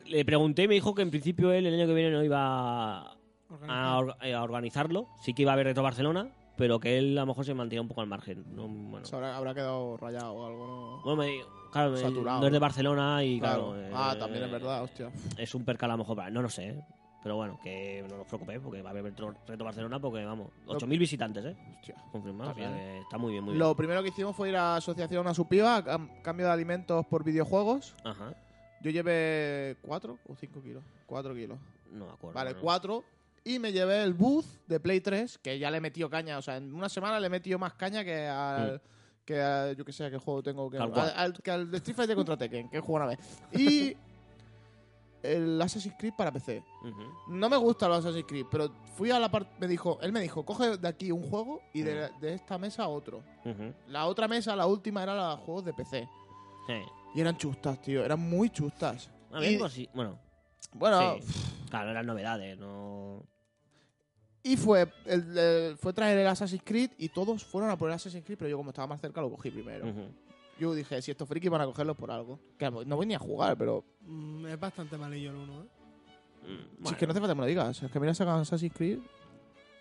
Le pregunté y me dijo que en principio él el año que viene no iba a,
Organizado.
or- eh, a organizarlo. Sí que iba a haber Retro Barcelona, pero que él a lo mejor se mantiene un poco al margen. No, bueno.
Se habrá, habrá quedado rayado o algo, ¿no?
Bueno, me- claro, él
Saturado,
no es de
¿no?
Barcelona y claro. eh,
ah, también es verdad, hostia.
Es un percal a lo mejor para- No lo sé. ¿eh? Pero bueno, que no nos preocupéis porque va a haber otro reto Barcelona porque vamos, 8.000 visitantes, ¿eh?
Hostia.
Confirmado.
Está
o sea
bien.
que está muy bien, muy bien.
Lo primero que hicimos fue ir a Asociación Asupiva, a cam- cambio de alimentos por videojuegos.
Ajá.
Yo llevé 4 o 5 kilos. 4 kilos.
No me acuerdo.
Vale,
no.
4. Y me llevé el booth de Play 3, que ya le he metido caña. O sea, en una semana le he metido más caña que al. Que a- yo que sé, a qué juego tengo que.
Tal cual.
al- al- que al de Street Fighter contra Tekken, que he jugado una vez.
(laughs)
Y. el Assassin's Creed para PC.
Ujú.
No me gusta los Assassin's Creed, pero fui a la parte. Me dijo, él me dijo, coge de aquí un juego y de,
Mm.
de esta mesa otro.
Ujú.
La otra mesa, la última, era la de juegos de PC.
Eh.
Y eran chustas, tío, eran muy chustas.
A mí,
Y-
pues, sí. Bueno,
Bueno,
sí. Claro, eran novedades, no.
Y fue, el- el- fue traer el Assassin's Creed y todos fueron a por el Assassin's Creed, pero yo como estaba más cerca lo cogí primero.
Ujú.
Yo dije, si estos frikis van a cogerlos por algo. Claro, no voy ni a jugar, pero...
Mm, es bastante malillo el uno, ¿eh?
Mm,
Si
bueno.
es que no hace falta que me lo digas. Es que mira, sacan Assassin's Creed.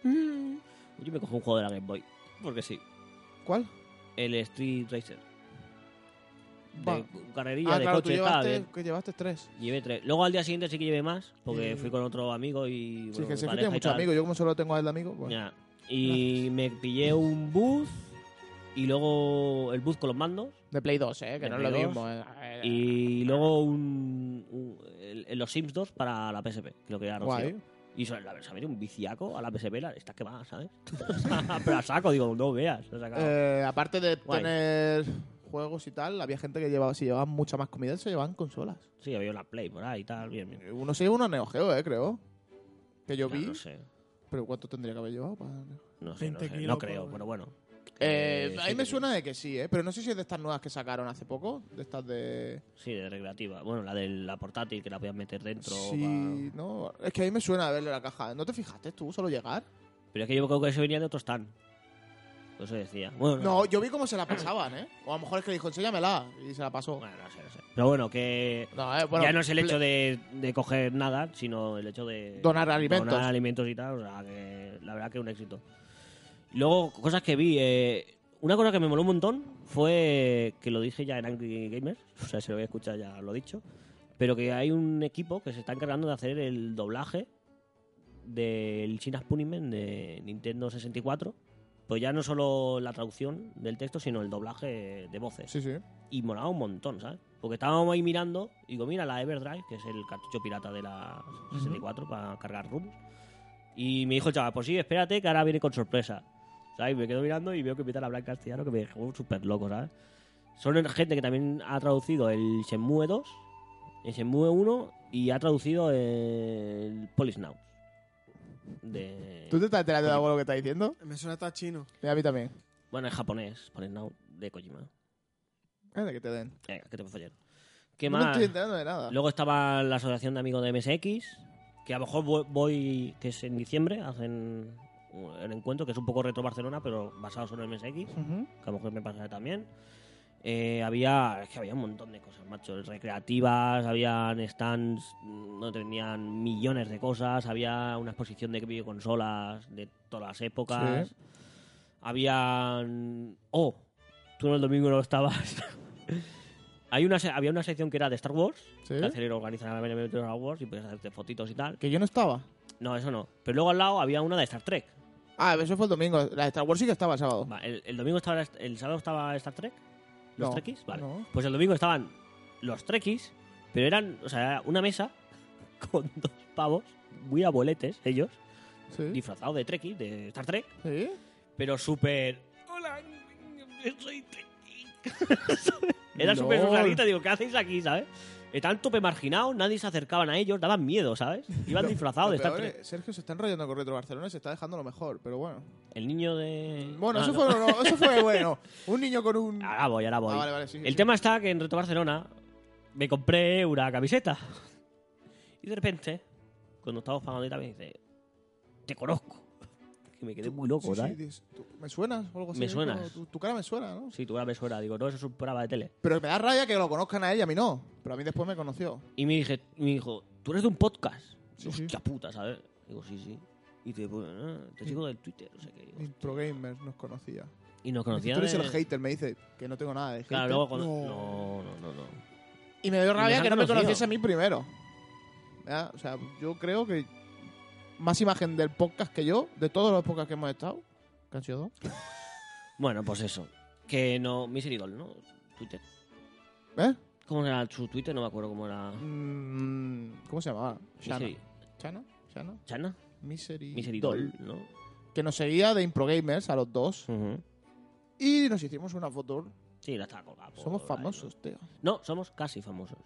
Yo me cojo un juego de la Game Boy. Porque sí.
¿Cuál?
El Street Racer.
Va.
De carrerilla
ah,
de
claro,
coche,
tú
estaba
llevaste,
bien.
que llevaste tres.
Llevé tres. Luego al día siguiente sí que llevé más. Porque
Eh.
fui con otro amigo y.
sí,
Bueno,
que
mi
sé que
pareja
tiene
y
muchos
tal.
amigos. pues. Yo como solo tengo a él de amigo, bueno.
Ya. Y me pillé un bus y luego el bus con los mandos
De Play 2, eh, que
De
no es
Play
lo
2.
mismo. eh. A ver,
y luego un, un- el- el- los Sims 2 para la PSP, creo que era Rocío.
Guay.
Y eso, la verdad, un viciaco a la PSP, la, está que va, ¿sabes? (laughs) O sea, Pero a saco, digo, no veas. o sea, claro.
Eh, aparte de
Guay.
tener juegos y tal, había gente que llevaba, si llevaban mucha más comida, se llevaban consolas.
Sí, había una Play por ahí y tal, bien, bien.
Uno se lleva una Neo Geo, eh, creo. Que yo
Ya,
vi.
No sé,
Pero ¿cuánto tendría que haber llevado para
no sé, no,
20
sé,
kilos
no
por
creo,
ahí.
pero bueno.
Eh,
Eh,
a
sí
mí me
que-
suena de que sí, ¿eh? Pero no sé si es de estas nuevas que sacaron hace poco. De estas de...
Sí, de recreativa. Bueno, la de la portátil que la podías meter dentro.
Sí, no. Es que a mí me suena de verle la caja. ¿No te fijaste tú solo llegar?
pa- Pero es que yo creo que eso venía de otro stand. Por Eso decía. Bueno,
No, yo vi cómo se la pasaban, ¿eh? O a lo mejor es que dijo, enséñamela. Y se la pasó.
Bueno, no sé, no sé. Pero bueno, que
No, eh, bueno,
ya no es el
ple-
hecho de, de coger nada, sino el hecho de
Donar alimentos.
donar alimentos y tal. O sea, que la verdad que un éxito. Luego, cosas que vi. eh, una cosa que me moló un montón fue que lo dije ya en Angry Gamers. O sea, se lo voy a escuchar, ya lo he dicho. Pero que hay un equipo que se está encargando de hacer el doblaje del China's Punishment de Nintendo 64. Pues ya no solo la traducción del texto, sino el doblaje de voces
Sí, sí.
y molaba un montón, ¿sabes? Porque estábamos ahí mirando y digo, mira la Everdrive, que es el cartucho pirata de la 64 para cargar ROM. Y me dijo el chaval, pues sí, espérate que ahora viene con sorpresa. ¿Sabes? Y me quedo mirando y veo que empiezan a hablar en castellano que me dejó súper loco, ¿sabes? Son gente que también ha traducido el Shenmue 2, el Shenmue 1 y ha traducido el Police Now. De...
¿Tú te estás enterando de algo de lo que estás diciendo?
Me suena hasta chino.
Y a mí también.
Bueno, en japonés, Police Now de Kojima.
Es de que te den.
Venga, que te puedo hacer. ¿Qué
no me
más?
estoy enterando de nada.
Luego estaba la Asociación de Amigos de MSX, que a lo mejor vo- voy, que es en diciembre, hacen el encuentro, que es un poco retro Barcelona, pero basado solo en MSX, que
Ujú.
a lo mejor me pasará también. Eh, había, es que había un montón de cosas, macho, recreativas, habían stands, mm, no tenían millones de cosas, había una exposición de videoconsolas de todas las épocas, habían... Oh, tú no el domingo no estabas. (laughs) Hay una, se- había una sección que era de Star Wars,
¿Sí?
que hacer organizan la BMW Star Wars y puedes hacerte fotitos y tal.
Que yo no estaba.
No, eso no. Pero luego al lado había una de Star Trek.
Ah, eso fue el domingo. La de Star Wars sí que estaba el sábado.
Va, El, el domingo estaba el sábado estaba Star Trek, los
No,
Trekkies, vale.
no.
Pues el domingo estaban los Trekkies, pero eran, o sea, era una mesa (laughs) con dos pavos muy abueletes ellos,
Sí.
disfrazados de Trekkies, de Star Trek,
¿Sí?
pero súper hola, soy Trekkie. (laughs) ¿Sabes? Era súper
Lol.
surrealista, digo, ¿qué hacéis aquí, sabes? Estaban tope marginados, nadie se acercaban a ellos, daban miedo, ¿sabes? Iban
(laughs) Lo-
disfrazados
lo
de Star
peor
Trek.
es- Sergio se está enrollando con Retro Barcelona y se está dejando lo mejor, pero bueno.
El niño de.
Bueno,
Ah,
eso,
no.
Fue, lo-
(laughs)
eso fue bueno. Un niño con un.
Ahora voy, ahora voy.
Ah, vale, vale, sí, sí,
el
sí.
tema está que en Reto Barcelona me compré una camiseta. Y de repente, cuando estábamos pagando y tal, me dice: Te conozco. Que me quedé muy
Sí,
loco,
sí,
¿sabes? Sí,
dices, "Tú- ¿Me suenas o algo así?
Me
¿no?
suenas.
Como Tu, tu cara me suena, ¿no?
tú ahora me suena. Digo, no, eso es un programa de tele.
Pero me da rabia que lo conozcan a ella, a mí no. Pero a mí después me conoció.
Y me, dije, me dijo: Tú eres de un podcast.
Sí,
Hostia
sí.
puta, ¿sabes? Digo, sí, sí. Y te, pues, ah, te sigo del Twitter, no sé qué. Digo,
Ni Progamers nos conocía.
y nos
Dice,
conocía.
Tú eres
de-
el hater, me dice que no tengo nada de hater.
Claro, luego cuando-
No.
No, no, no. no.
Y me dio
nos
rabia
han
que no me
conocido.
conociese a mí primero. ¿Verdad? O sea, yo creo que más imagen del podcast que yo, de todos los podcasts que hemos estado, que han sido dos.
Bueno, pues eso. Que no. Misery Doll, ¿no? Twitter.
¿Eh?
¿Cómo era su Twitter? No me acuerdo cómo era.
Mm, ¿Cómo se llamaba? Shana.
Misery.
Shana. Shana.
¿Chana?
Misery.
Misery
Doll.
Doll, ¿no?
Que nos seguía de Improgamers a los dos.
Ujú.
Y nos hicimos una foto.
Sí, la estaba colgada. por
Somos
ahí,
famosos, tío.
¿no? No, somos casi famosos.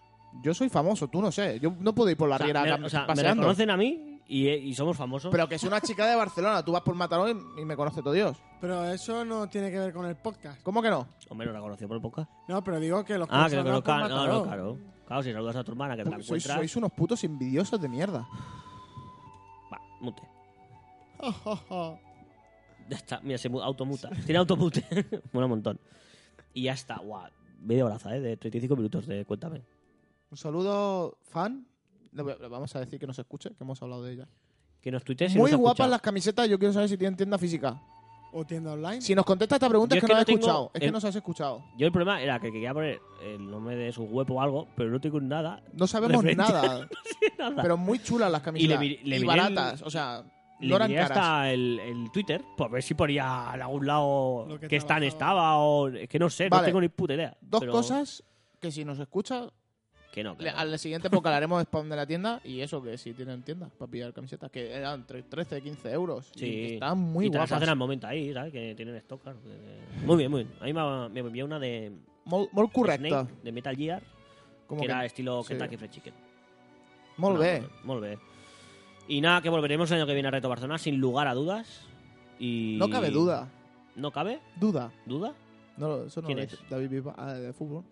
Yo soy famoso, tú no sé. Yo no puedo ir por la
O sea,
riera
me,
cam-
o sea, me
paseando.
reconocen a mí y, eh, y somos famosos.
Pero que es una chica de Barcelona. Tú vas por Matarón y, y me conoce todo Dios.
Pero eso no tiene que ver con el podcast.
¿Cómo que no?
Hombre, no la conoció por poca.
No, pero digo que los
Ah,
que
que no
nos
conozca.
han
No, no,
matado.
claro. Claro, si saludas a tu hermana que te la
Sois,
encuentras.
sois unos putos envidiosos de mierda.
Va, mute.
Ojojo.
Ya está, mira, se mu- automuta. Tiene automute. (laughs) Mola un montón. Y ya está, guau. Media horaza, ¿eh? De 35 minutos de Cuéntame.
(laughs) Un saludo, fan. Le voy- le vamos a decir que nos escuche, que hemos hablado de ella.
Que nos tuitees si
Muy
nos ha
guapas
escuchado.
las camisetas. Yo quiero saber si tienen tienda física.
O tienda online.
Si nos contesta esta pregunta
Yo
es que,
es que
no has
no tengo
escuchado. Es que
el-
no se has escuchado.
Yo el problema era que quería poner el nombre de su web o algo, pero no tengo nada.
No sabemos
Referencia. (laughs)
nada.
nada.
Pero muy chulas las camisetas.
le
Y,
vi- le miré
baratas.
el-
O sea,
Le
no eran
miré
caras.
hasta el, el Twitter por ver si ponía en algún lado
Lo que
que, Stan
trabajaba.
estaba o... Es que no sé,
Vale.
no tengo ni puta idea.
Dos
pero
cosas que si nos escucha,
Que no, que
le-
no.
al siguiente porque haremos spam de la tienda. Y eso que si tienen tienda para pillar camisetas, que eran tre- 13, 15 euros. y
Sí.
están muy
y te las
guapas.
hacen al momento ahí, ¿sabes? Que tienen stock, claro. que- Muy bien, muy bien. A mí me- me envió una de
Mol, mol correcta.
Snake, de Metal Gear,
Como
que era
que,
estilo
sí.
Kentucky Fried Chicken.
mol
No,
bé.
Molt bé. Y nada, que volveremos el año que viene a Reto Barcelona, sin lugar a dudas. Y...
No cabe duda.
¿No cabe
Duda.
duda?
No, eso no
¿Quién
lo
es?
dice David Bisbal, ah, de fútbol.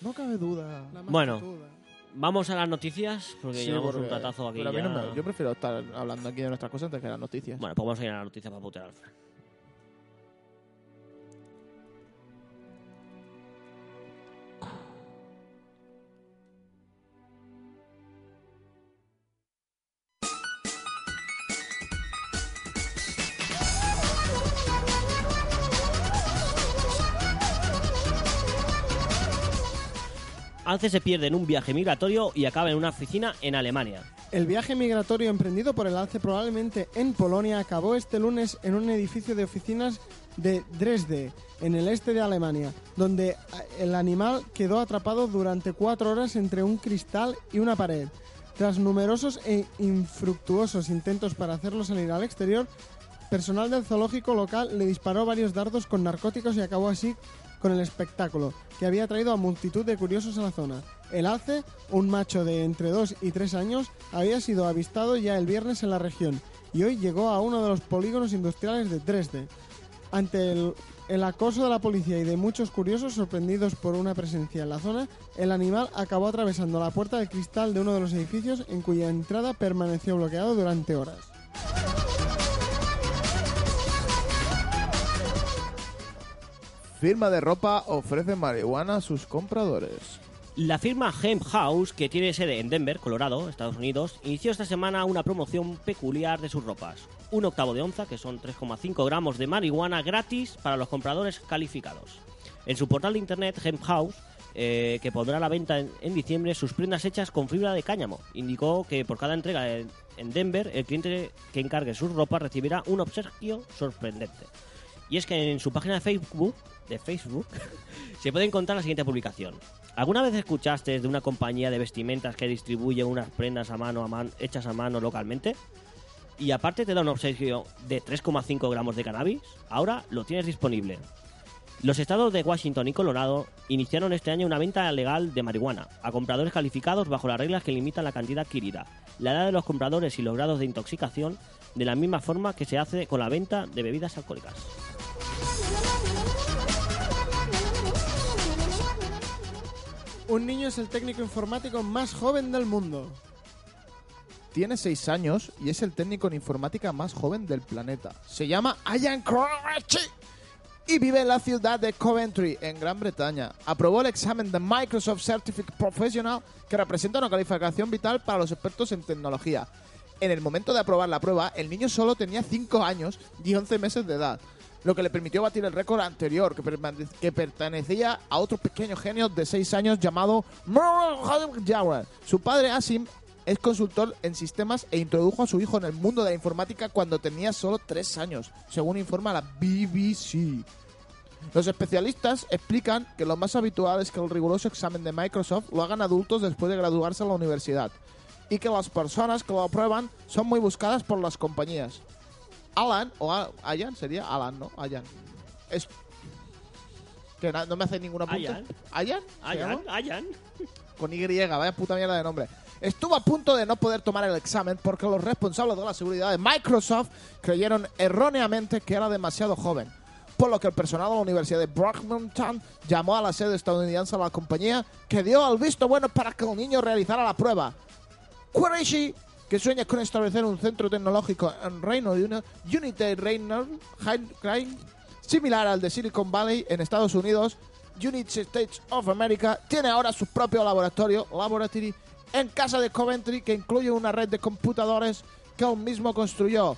No cabe duda.
La
Bueno.
magnituda.
Vamos a las noticias, porque
Sí,
llevamos
porque-
un ratazo aquí.
pero a mí
ya.
no me- yo prefiero estar hablando aquí de nuestras cosas antes que de las noticias.
Bueno, pues vamos a ir a las noticias para putear al Fran. Alce se pierde en un viaje migratorio y acaba en una oficina en Alemania.
El viaje migratorio emprendido por el alce probablemente en Polonia acabó este lunes en un edificio de oficinas de Dresde, en el este de Alemania, donde a- el animal quedó atrapado durante cuatro horas entre un cristal y una pared. Tras numerosos e infructuosos intentos para hacerlo salir al exterior, personal del zoológico local le disparó varios dardos con narcóticos y acabó así con el espectáculo, que había traído a multitud de curiosos a la zona. El alce, un macho de entre 2 y 3 años, había sido avistado ya el viernes en la región y hoy llegó a uno de los polígonos industriales de Dresde. Ante el, el acoso de la policía y de muchos curiosos sorprendidos por una presencia en la zona, el animal acabó atravesando la puerta de cristal de uno de los edificios en cuya entrada permaneció bloqueado durante horas.
Firma de ropa ofrece marihuana a sus compradores.
La firma Hemp House, que tiene sede en Denver, Colorado, Estados Unidos, inició esta semana una promoción peculiar de sus ropas. Un octavo de onza, que son 3,5 gramos de marihuana gratis para los compradores calificados. En su portal de internet, Hemp House, eh, que pondrá a la venta en, en diciembre sus prendas hechas con fibra de cáñamo, indicó que por cada entrega en, en Denver, el cliente que encargue sus ropas recibirá un obsequio sorprendente. Y es que en su página de Facebook, de Facebook se puede encontrar la siguiente publicación. ¿Alguna vez escuchaste de una compañía de vestimentas que distribuye unas prendas a mano, a man- hechas a mano localmente? Y aparte te da un obsequio de 3,5 gramos de cannabis. Ahora lo tienes disponible. Los estados de Washington y Colorado iniciaron este año una venta legal de marihuana a compradores calificados bajo las reglas que limitan la cantidad adquirida, la edad de los compradores y los grados de intoxicación, de la misma forma que se hace con la venta de bebidas alcohólicas.
Un niño es el técnico informático más joven del mundo.
Tiene 6 años y es el técnico en informática más joven del planeta. Se llama Ian Crouch y vive en la ciudad de Coventry, en Gran Bretaña. Aprobó el examen de Microsoft Certificate Professional que representa una calificación vital para los expertos en tecnología. En el momento de aprobar la prueba, el niño solo tenía 5 años y 11 meses de edad, lo que le permitió batir el récord anterior que, permane- que pertenecía a otro pequeño genio de 6 años llamado Murray Howard. Su padre, Asim, es consultor en sistemas e introdujo a su hijo en el mundo de la informática cuando tenía solo tres años, según informa la BBC. Los especialistas explican que lo más habitual es que el riguroso examen de Microsoft lo hagan adultos después de graduarse en la universidad y que las personas que lo aprueban son muy buscadas por las compañías. Alan, o A- Ayan, sería Alan, ¿no? Ayan. Es... Que na- no me hace ninguna apunte.
Ayan.
¿Ayan? ¿Se llama?
Ayan, Ayan.
con Y, vaya puta mierda de nombre. Estuvo a punto de no poder tomar el examen porque los responsables de la seguridad de Microsoft creyeron erróneamente que era demasiado joven. Por lo que el personal de la Universidad de Brockhampton llamó a la sede estadounidense de la compañía que dio el visto bueno para que el niño realizara la prueba. Quirishi, que sueña con establecer un centro tecnológico en Reino Unido, United Reino Crime, similar al de Silicon Valley en Estados Unidos, United States of America, tiene ahora su propio laboratorio, Laboratory, en casa de Coventry, que incluye una red de computadores que él mismo construyó.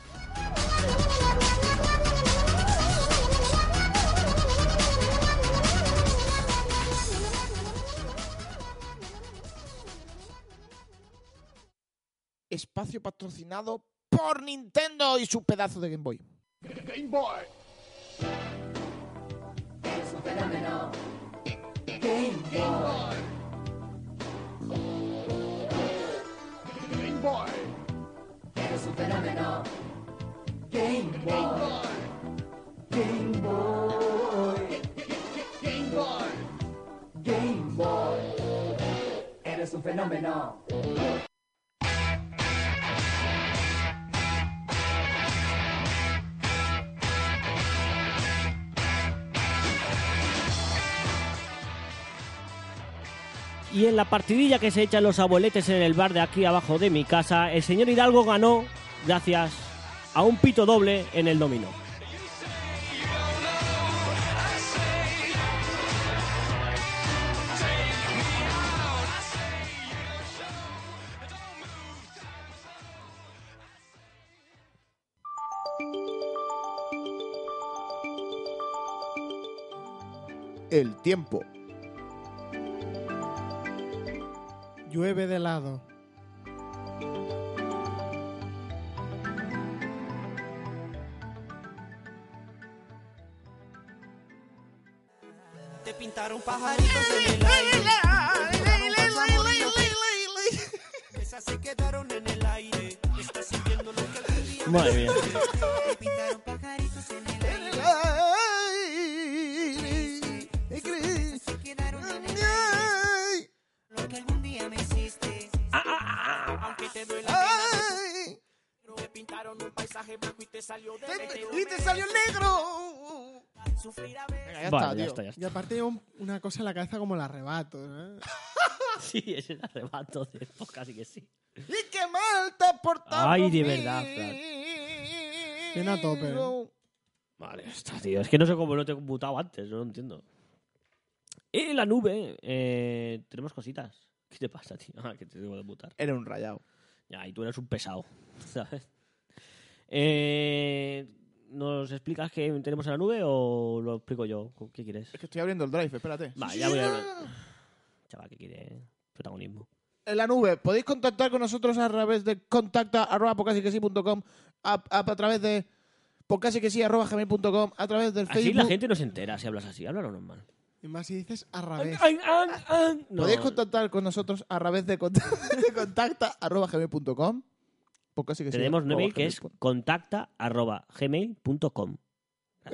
Espacio patrocinado por Nintendo y su pedazo de Game Boy.
Game Boy.
Es un fenómeno. Game Boy.
Game Boy.
Es un fenómeno. Game Boy. Game Boy.
Game Boy.
Game Boy. Eres un fenómeno.
Y en la partidilla que se echan los abueletes en el bar de aquí abajo de mi casa, el señor Hidalgo ganó gracias a un pito doble en el dominó.
El tiempo.
Llueve de lado.
Te pintaron pajaritos en el aire. Esas se quedaron en el aire. Estás sintiendo lo que algún día
Madre (laughs) mía.
te pintaron pajaritos en el aire. Se quedaron en el aire. Lo que algún día me hiciste. Aunque te duele. Te pintaron un paisaje blanco y te salió de
Y te salió negro.
Sufrir a veces.
Ya
Vale,
está,
ya
tío.
está, ya está.
Y aparte lleva un- una cosa en la cabeza como el arrebato. ¿eh?
(laughs) Sí, es el arrebato de época, así que sí.
Y qué mal te portaste.
Ay, de verdad, Fran.
Viene a tope.
Vale, está, tío. Es que no sé cómo no te he computado antes, no lo entiendo. En la nube eh, tenemos cositas. ¿Qué te pasa, tío? (laughs) Ah, que te debo de mutar.
Era un rayado.
Ya, y tú eres un pesado, (laughs) ¿sabes? Eh, ¿Nos explicas qué tenemos en la nube o lo explico yo? ¿Qué quieres?
Es que estoy abriendo el drive, espérate.
Va, ya voy a... Chaval, ¿qué quiere? Protagonismo.
En la nube, podéis contactar con nosotros a través de contacta arroba podcastquesi.com, a, a, a través de podcastquesi arroba gmail.com, a través del
Así
Facebook.
la gente no se entera si hablas así. Háblalo normal.
Y más si dices arrabés.
Ay, ay, ay, no.
Podéis contactar con nosotros a través de, cont- (laughs) de contacta arroba gmail.com. podcastquesi
Tenemos un
arroba
email que es
gmail punto
contacta arroba gmail punto com.
com.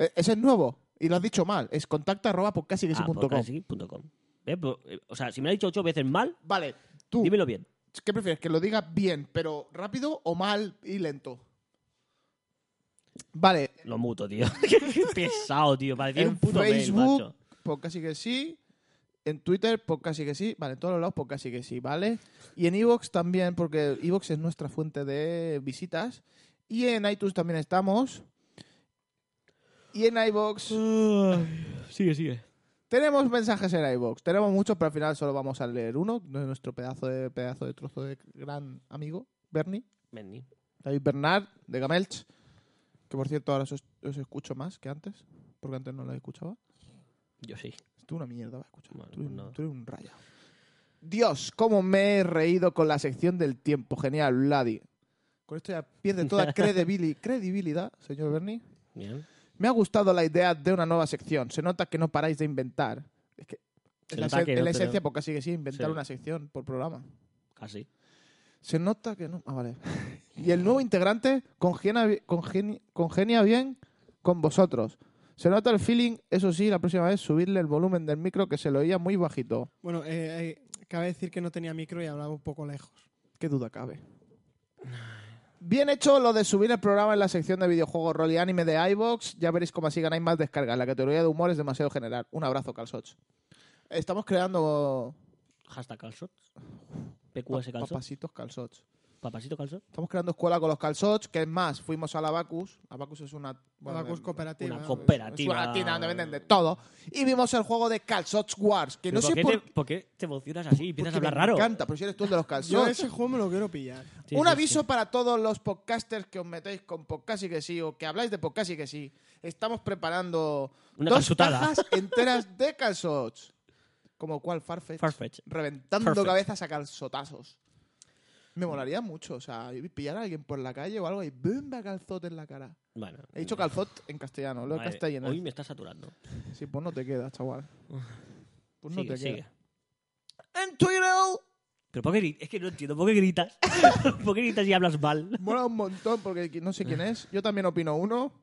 Eh, ese es nuevo. Y lo has dicho mal. Es contacta arroba
Ah,
podcastquesi.com.
podcastgeek.com. ¿Ves? Pero, eh, O sea, si me lo has dicho ocho veces mal,
Vale, tú,
dímelo bien.
¿qué prefieres? ¿Que lo digas bien, pero rápido o mal y lento? Vale,
Lo muto, tío. (laughs) Qué pesado, tío. Parecía
en
un puto mail,
Facebook,
macho.
pues casi que sí. En Twitter, pues casi que sí. Vale, en todos los lados, pues casi que sí, ¿vale? Y en Evox también, porque Evox es nuestra fuente de visitas. Y en iTunes también estamos. Y en iVoox
Sigue, sigue.
tenemos mensajes en iVoox. Tenemos muchos, pero al final solo vamos a leer uno. de Nuestro pedazo de, pedazo de trozo de gran amigo, Bernie.
Vení.
David Bernard, de Gamelch, que por cierto ahora os, os escucho más que antes, porque antes no lo escuchaba.
Yo sí.
Tú una mierda, va a escuchar.
Bueno,
tú, eres-
pues nada.
tú eres un rayado. Dios, cómo me he reído con la sección del tiempo. Genial, Vladi. Con esto ya
(laughs)
pierde toda credibili- credibilidad, señor Bernie.
Bien.
Me ha gustado la idea de una nueva sección. Se nota que no paráis de inventar. Es que
Se
es la,
nota
es-
que
es
no,
la
pero-
esencia, porque sigue sí, inventar
Sí.
una sección por programa.
Casi.
Se nota que no. Ah, vale. Y el nuevo integrante congenia, bi- congeni- congenia bien con vosotros. Se nota el feeling, eso sí, la próxima vez subirle el volumen del micro que se lo oía muy bajito.
Bueno, eh, eh, cabe decir que no tenía micro y hablaba un poco lejos.
Qué duda cabe. Bien hecho lo de subir el programa en la sección de videojuegos, rol y anime de iBox. Ya veréis cómo así ganáis más descargas. La categoría de humor es demasiado general. Un abrazo, Calzots. Estamos creando
Hashtag calzot. PQS
pa-
calzot.
papacitos Calzots.
Papasito calzot.
Estamos creando escuela con los calzots, que es más, fuimos a la Bacus. La Bacus es una... bueno,
Bueno, Abacus
de-
cooperativa.
una
¿no?
copa.
Es
Cooperativa.
una tienda donde venden de todo. Y vimos el juego de Calzots Wars, que no
¿Pero
sé
qué
por
te, por qué te emocionas así y empiezas a
porque
hablar
me
raro?
encanta, pero si eres tú el de los
Yo
calzots.
ese juego me lo quiero pillar.
Sí,
Un
sí,
aviso
sí.
para todos los podcasters que os metéis con podcast y que sí, o que habláis de podcast y que sí. Estamos preparando
Una
dos
calzotada. (laughs)
cajas enteras de calzots. Como cual Farfetch.
Farfetch.
Reventando
Farfetch.
cabezas a calzotazos. Me molaría mucho, o sea, pillar a alguien por la calle o algo y ¡bumba! calzot en la cara.
Bueno.
He dicho calzot en castellano, lo he
Madre,
castellano.
Hoy me está saturando.
Sí, pues no te queda, chaval. Pues no
sigue,
te queda.
sigue.
En Twitter
Pero ¿por qué gri- Es que no entiendo. ¿Por qué gritas? (laughs) ¿Por qué gritas y hablas mal?
mola un montón porque qui- no sé quién es. Yo también opino uno.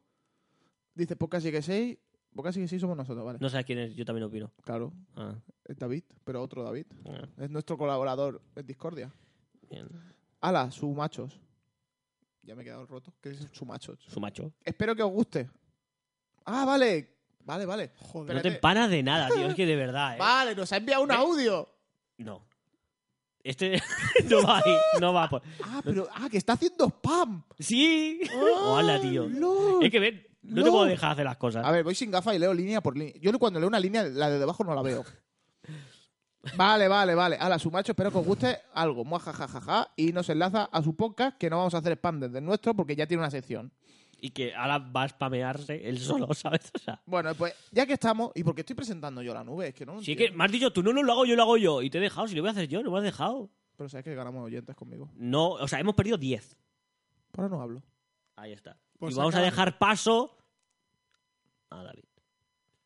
Dice, pues casi que seis. Pues casi que seis somos nosotros, vale.
No sabes quién es. Yo también opino.
Claro,
Ah,
es David, pero otro David.
ah,
Es nuestro colaborador en Discordia.
bien.
Ala, su machos. Ya me he quedado roto. ¿Qué es su machos?
Su macho.
Espero que os guste. Ah, vale. Vale, vale.
No
Joder.
te
Espérate.
empanas de nada, tío. Es que de verdad, ¿eh?
Vale, nos ha enviado un audio.
No. Este (laughs) no va ahí. No va por...
Ah, pero. Ah, que está haciendo spam.
¡Sí! (laughs) ¡Hola, tío!
Lord.
Es que ven, no, te
No.
puedo dejar hacer las cosas.
A ver, voy sin gafas y leo línea por línea. Yo cuando leo una línea, la de debajo no la veo. Vale, vale, vale. Ala, su macho, espero que os guste algo. Muajajajaja. Y nos enlaza a su podcast, que no vamos a hacer spam desde el nuestro porque ya tiene una sección.
Y que ahora va a spamearse
(laughs)
él solo, ¿sabes? O sea,
Bueno, pues ya que estamos, y porque estoy presentando yo la nube, es que no lo
si es que
entiendo.
me has dicho tú, no, no lo hago yo, lo hago yo. Y te he dejado, si lo voy a hacer yo, no me has dejado.
Pero sabes que ganamos oyentes conmigo.
No, o sea, hemos perdido 10.
Por ahora no hablo.
Ahí está.
Pues
y vamos
acaba-
a dejar paso a David.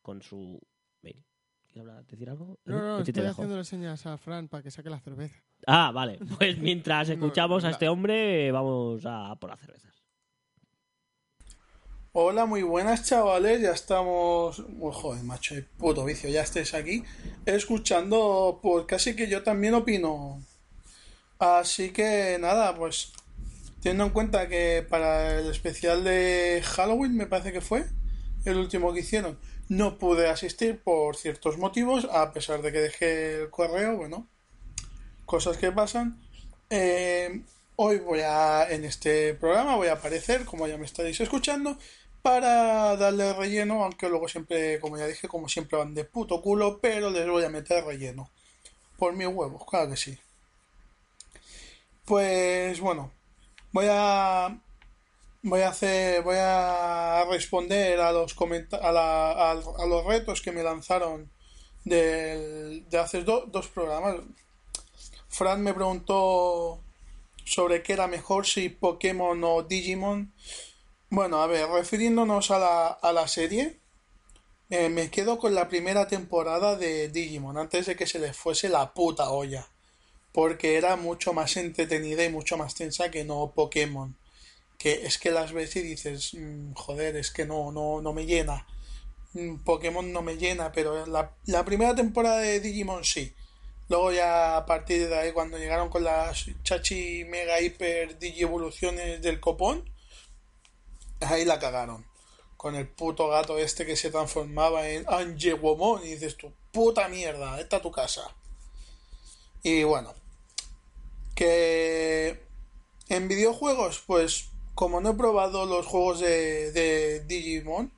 Con su mail. ¿Quieres hablar- decir algo?
No, no,
A ti te
estoy
dejo.
haciéndole señas a Fran para que saque la cerveza.
Ah, vale.
(laughs)
Pues mientras escuchamos a
la-
este hombre, vamos a por las cervezas.
Hola, muy buenas chavales, ya estamos... Oh, joder, macho, el puto vicio, ya estés aquí escuchando por casi que yo también opino. Así que nada, pues teniendo en cuenta que para el especial de Halloween, me parece que fue, el último que hicieron, no pude asistir por ciertos motivos, a pesar de que dejé el correo, bueno, cosas que pasan. Eh, hoy voy a, en este programa, voy a aparecer, como ya me estaréis escuchando, para darle relleno, aunque luego siempre, como ya dije, como siempre van de puto culo, pero les voy a meter relleno. Por mis huevos, claro que sí. Pues bueno, voy a voy a hacer voy a responder a los comenta- a, la- a- a los retos que me lanzaron del- de hace do- dos programas Fran me preguntó sobre qué era mejor, si Pokémon o Digimon. Bueno, a ver, refiriéndonos a la, a la serie, eh, me quedo con la primera temporada de Digimon, antes de que se les fuese la puta olla, porque era mucho más entretenida y mucho más tensa que no Pokémon. Que es que las ves y dices, "Mm, joder, es que no, no, no me llena. Mm, Pokémon no me llena, pero la, la primera temporada de Digimon sí. Luego ya a partir de ahí, cuando llegaron con las chachi mega hiper digievoluciones del copón, ahí la cagaron. Con el puto gato este que se transformaba en Angewomon y dices tú, puta mierda, esta tu casa. Y bueno, que en videojuegos, pues como no he probado los juegos de, de Digimon,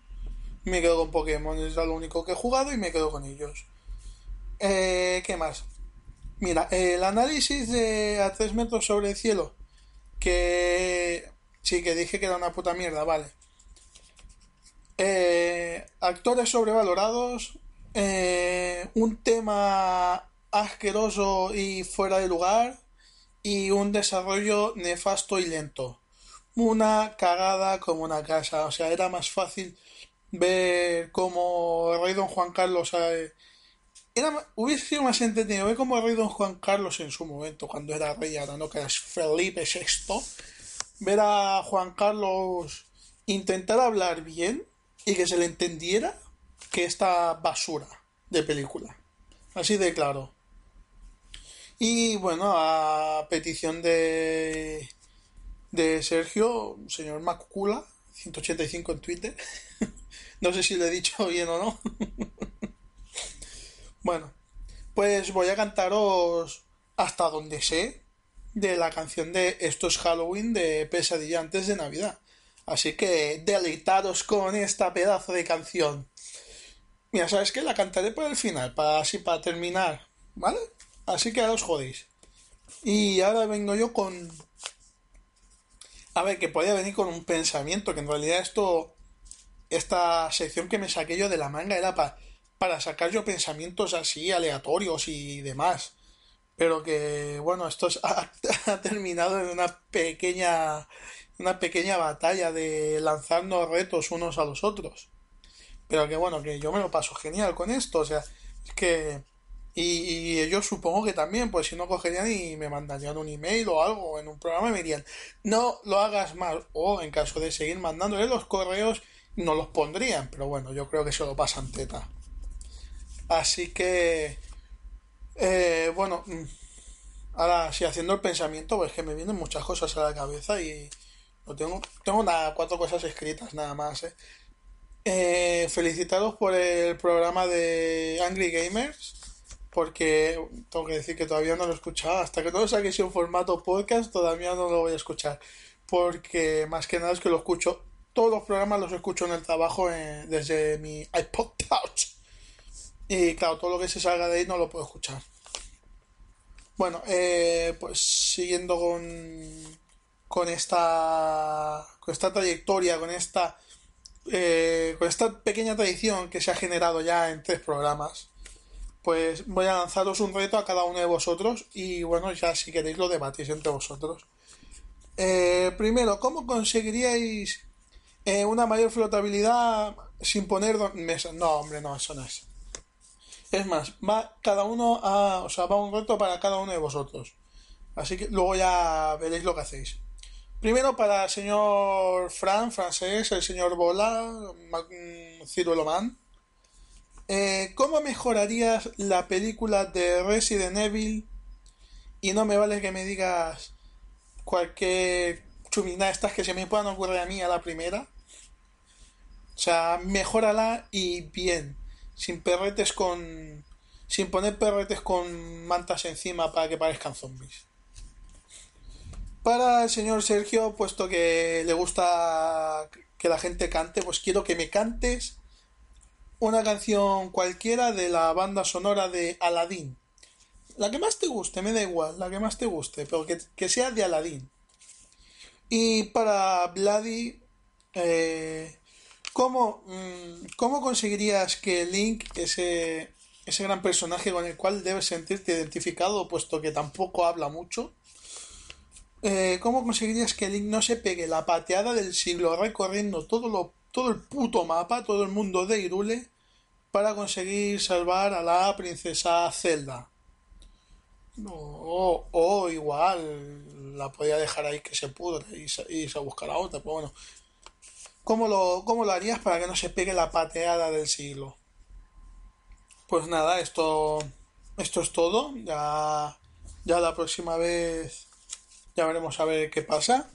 me quedo con Pokémon, es lo único que he jugado y me quedo con ellos. Eh, ¿Qué más? Mira, el análisis de a 3 metros sobre el cielo, que sí que dije que era una puta mierda, vale. Eh, actores sobrevalorados, eh, un tema asqueroso y fuera de lugar y un desarrollo nefasto y lento. Una cagada como una casa. O sea, era más fácil ver como rey don Juan Carlos... eh, era, ma- hubiese sido más entretenido ver como rey don Juan Carlos en su momento, cuando era rey, ahora no que era Felipe VI, ver a Juan Carlos intentar hablar bien y que se le entendiera que esta basura de película. Así de claro. Y bueno, a petición de, de Sergio, señor Macula, 185 en Twitter. (laughs) no sé si lo he dicho bien o no. bueno, pues voy a cantaros hasta donde sé de la canción de Esto es Halloween de Pesadilla antes de Navidad. Así que deleitaros con esta pedazo de canción. Mira, ¿sabes qué? La cantaré por el final, para así para terminar, ¿vale? Así que ahora os jodéis. Y ahora vengo yo con... A ver, que podía venir con un pensamiento, que en realidad esto... Esta sección que me saqué yo de la manga era pa- para sacar yo pensamientos así aleatorios y demás. Pero que, bueno, esto es- (laughs) ha, ha terminado en una pequeña... Una pequeña batalla de lanzarnos retos unos a los otros. Pero que bueno, que yo me lo paso genial con esto, o sea, es que... Y, y ellos supongo que también, pues si no cogerían y me mandarían un email o algo en un programa y me dirían, no lo hagas más, o en caso de seguir mandándole los correos, no los pondrían, pero bueno, yo creo que se lo pasan teta. Así que... eh, bueno, mm, ahora sí, haciendo el pensamiento, pues que me vienen muchas cosas a la cabeza y... Lo tengo, tengo nada, cuatro cosas escritas nada más, ¿eh? Eh, felicitaros por el programa de Angry Gamers, porque tengo que decir que todavía no lo he escuchado. Hasta que no lo saquéis en formato podcast, todavía no lo voy a escuchar. Porque más que nada es que lo escucho, todos los programas los escucho en el trabajo eh, desde mi iPod Touch. Y claro, todo lo que se salga de ahí no lo puedo escuchar. Bueno, eh, pues siguiendo con, con esta, con esta trayectoria, con esta eh, con esta pequeña tradición que se ha generado ya en tres programas, pues voy a lanzaros un reto a cada uno de vosotros y bueno, ya si queréis lo debatís entre vosotros. Eh, primero, ¿cómo conseguiríais eh, una mayor flotabilidad sin poner... do- mesa? No, hombre, no, eso no es. Es más, va cada uno a... O sea, va un reto para cada uno de vosotros. Así que luego ya veréis lo que hacéis. Primero para el señor Fran, francés, el señor Bola, Ma- mm, Ciruelo Man. Eh, ¿Cómo mejorarías la película de Resident Evil? Y no me vale que me digas cualquier chuminada estas que se me puedan ocurrir a mí a la primera. O sea, mejórala y bien. Sin perretes con. Sin poner perretes con mantas encima para que parezcan zombies. Para el señor Sergio, puesto que le gusta que la gente cante, pues quiero que me cantes una canción cualquiera de la banda sonora de Aladdin. La que más te guste, me da igual, la que más te guste, pero que, que sea de Aladdin. Y para Vladi, eh, ¿cómo, mm, ¿cómo conseguirías que Link, ese, ese gran personaje con el cual debes sentirte identificado, puesto que tampoco habla mucho, eh, ¿cómo conseguirías que Link no se pegue la pateada del siglo recorriendo todo, lo, todo el puto mapa, todo el mundo de Irule, para conseguir salvar a la princesa Zelda? No, o, o igual la podía dejar ahí que se pudre y se, y se buscará otra, pero bueno. ¿Cómo lo, ¿Cómo lo harías para que no se pegue la pateada del siglo? Pues nada, esto, esto es todo. Ya, ya la próxima vez ya veremos a ver qué pasa.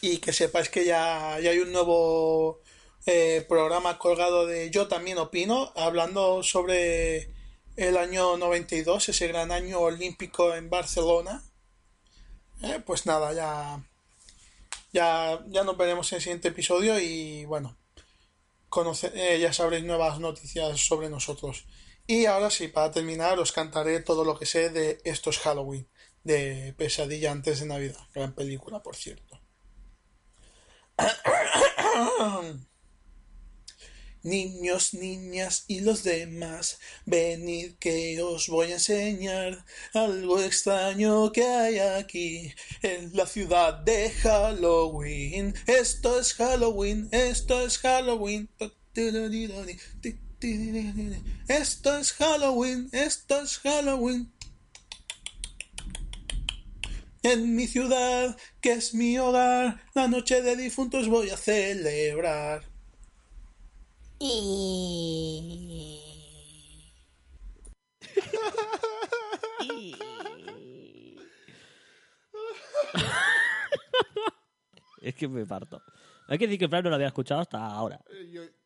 Y que sepáis que ya, ya hay un nuevo eh, programa colgado de Yo también opino, hablando sobre el año 92, ese gran año olímpico en Barcelona. Eh, pues nada, ya, ya, ya nos veremos en el siguiente episodio y bueno, conoce- eh, ya sabréis nuevas noticias sobre nosotros. Y ahora sí, para terminar, os cantaré todo lo que sé de estos Halloween, de Pesadilla antes de Navidad, gran película, por cierto. Niños, niñas y los demás, venid que os voy a enseñar algo extraño que hay aquí en la ciudad de Halloween. Esto es Halloween, esto es Halloween. Esto es Halloween, esto es Halloween. En mi ciudad, que es mi hogar, la noche de difuntos voy a celebrar.
Es que me parto. Hay que decir que Fran no lo había escuchado hasta ahora.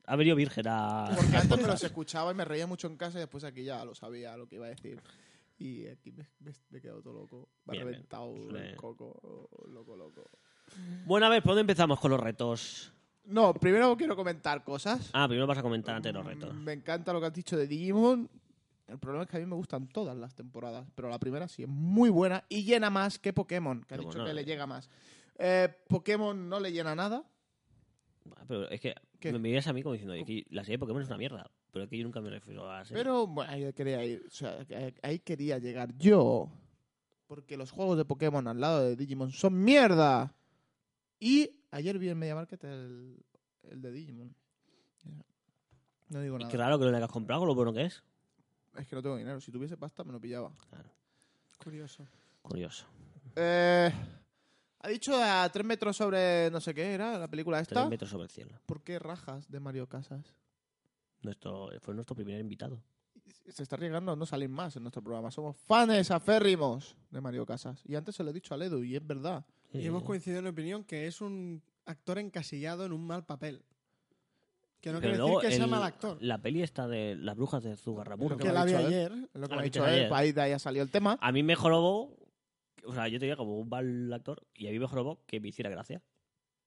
Ha venido virgen a...
Porque antes me los escuchaba y me reía mucho en casa y después aquí ya lo sabía lo que iba a decir. Y aquí me, me- me he quedado todo loco. Me ha
Bien, bien.
reventado
Suele-
el coco. Loco, loco.
Bueno, a ver, ¿por dónde empezamos con los retos?
No, primero quiero comentar cosas.
Ah, primero vas a comentar antes los retos.
Mm, Me encanta lo que has dicho de Digimon. El problema es que a mí me gustan todas las temporadas, pero la primera sí es muy buena y llena más que Pokémon, que ha
Pero
dicho
bueno,
que le
eh.
llega más. Eh, Pokémon no le llena nada.
Ah, Pero es que
¿Qué?
me miras a mí como diciendo, "Oye, que la serie de Pokémon es una mierda. Pero es que yo nunca me refiero a... serie.
Pero bueno, ahí quería ir. O sea, eh, ahí quería llegar yo. Porque los juegos de Pokémon al lado de Digimon son mierda. Y ayer vi en Media Market el, el de Digimon. No digo
Y
nada.
qué raro que lo hayas comprado con lo bueno que es.
Es que no tengo dinero. Si tuviese pasta me lo pillaba.
Curioso.
Curioso.
Eh, ha dicho a 3 metros sobre no sé qué era la película
Tres
esta.
metros sobre el cielo.
¿Por qué rajas de Mario Casas?
Nuestro, fue nuestro primer invitado.
Se está arriesgando a no salir más en nuestro programa. Somos fans aférrimos de Mario Casas. Y antes se lo he dicho a Ledu y es verdad.
Y hemos
Eh,
coincidido en opinión que es un actor encasillado en un mal papel. Que no
pero
quiere decir
luego
que sea
el-
mal actor.
La peli esta de las brujas de Zugarramurro.
que
Que la vi
dicho él.
ayer.
Es lo que
Ah,
me ha
lo
dicho
viste
él,
ayer.
pues ahí de ahí ha salido el tema.
A mí me jorobó. O sea, yo tenía como un mal actor y a mí me jorobó que me hiciera gracia.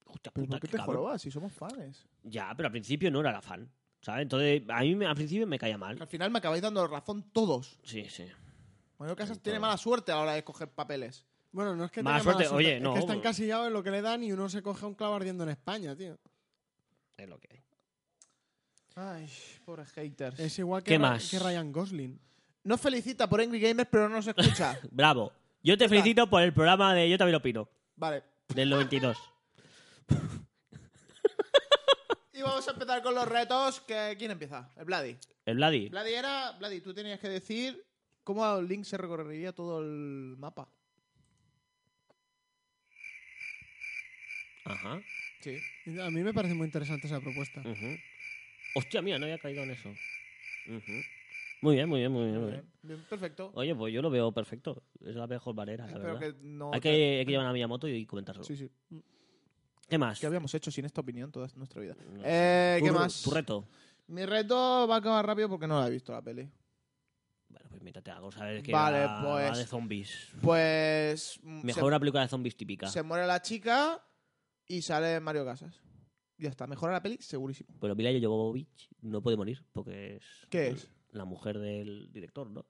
Hostia
¿Pero
puta,
por qué
qué
te
cabrón.
jorobas si somos fans?
Ya, pero al principio no era la fan. ¿Sabes? Entonces, a mí me- al principio me caía
Al
mal.
final me acabáis dando razón todos.
Sí, sí.
Mario Casas
Todo.
tiene mala suerte a la hora de escoger papeles.
Bueno, no es que
Mala
tenga
suerte,
mala suerte,
oye,
es
no.
que está encasillado en lo que le dan y uno se coge un clavo ardiendo en España, tío.
Es lo que hay.
Ay, pobres haters.
Es igual que,
¿Qué
Ra-
más?
que Ryan Gosling.
No felicita por Angry Gamers, pero no nos (laughs) escucha.
Bravo. Yo te felicito por el programa de Yo también opino,
vale.
del 92.
Y vamos a empezar con los retos. Que... ¿Quién empieza? El Vladi.
(laughs) El Vladi.
Vladi era... Vladi, tú tenías que decir cómo Link se recorrería todo el mapa.
Ajá.
Sí.
A mí me parece muy interesante esa propuesta.
ujú. Hostia, mira, no había caído en eso. Ujú. Muy bien, muy bien, muy bien, muy bien.
Bien, bien, perfecto.
Oye, pues yo lo veo perfecto. Es la mejor manera, la
Espero
verdad.
que no...
Hay que, hay que llamar a Miyamoto y comentárselo.
Sí, sí.
¿Qué más?
¿Qué habíamos hecho sin esta opinión toda nuestra vida?
No.
Eh, ¿Qué
Tu-
más?
Tu reto.
Mi reto va a acabar rápido porque no la he visto la peli.
Bueno, pues mientras te hago saber que
Vale,
va-
pues-
va de zombies.
Pues mm,
Mejor
se,
una película de zombies típica.
se muere la chica y sale Mario Casas. Ya está, mejora la peli, segurísimo.
Pero Mila Jovovich no puede morir porque es... pues,
¿Qué es?
La mujer del director, ¿no?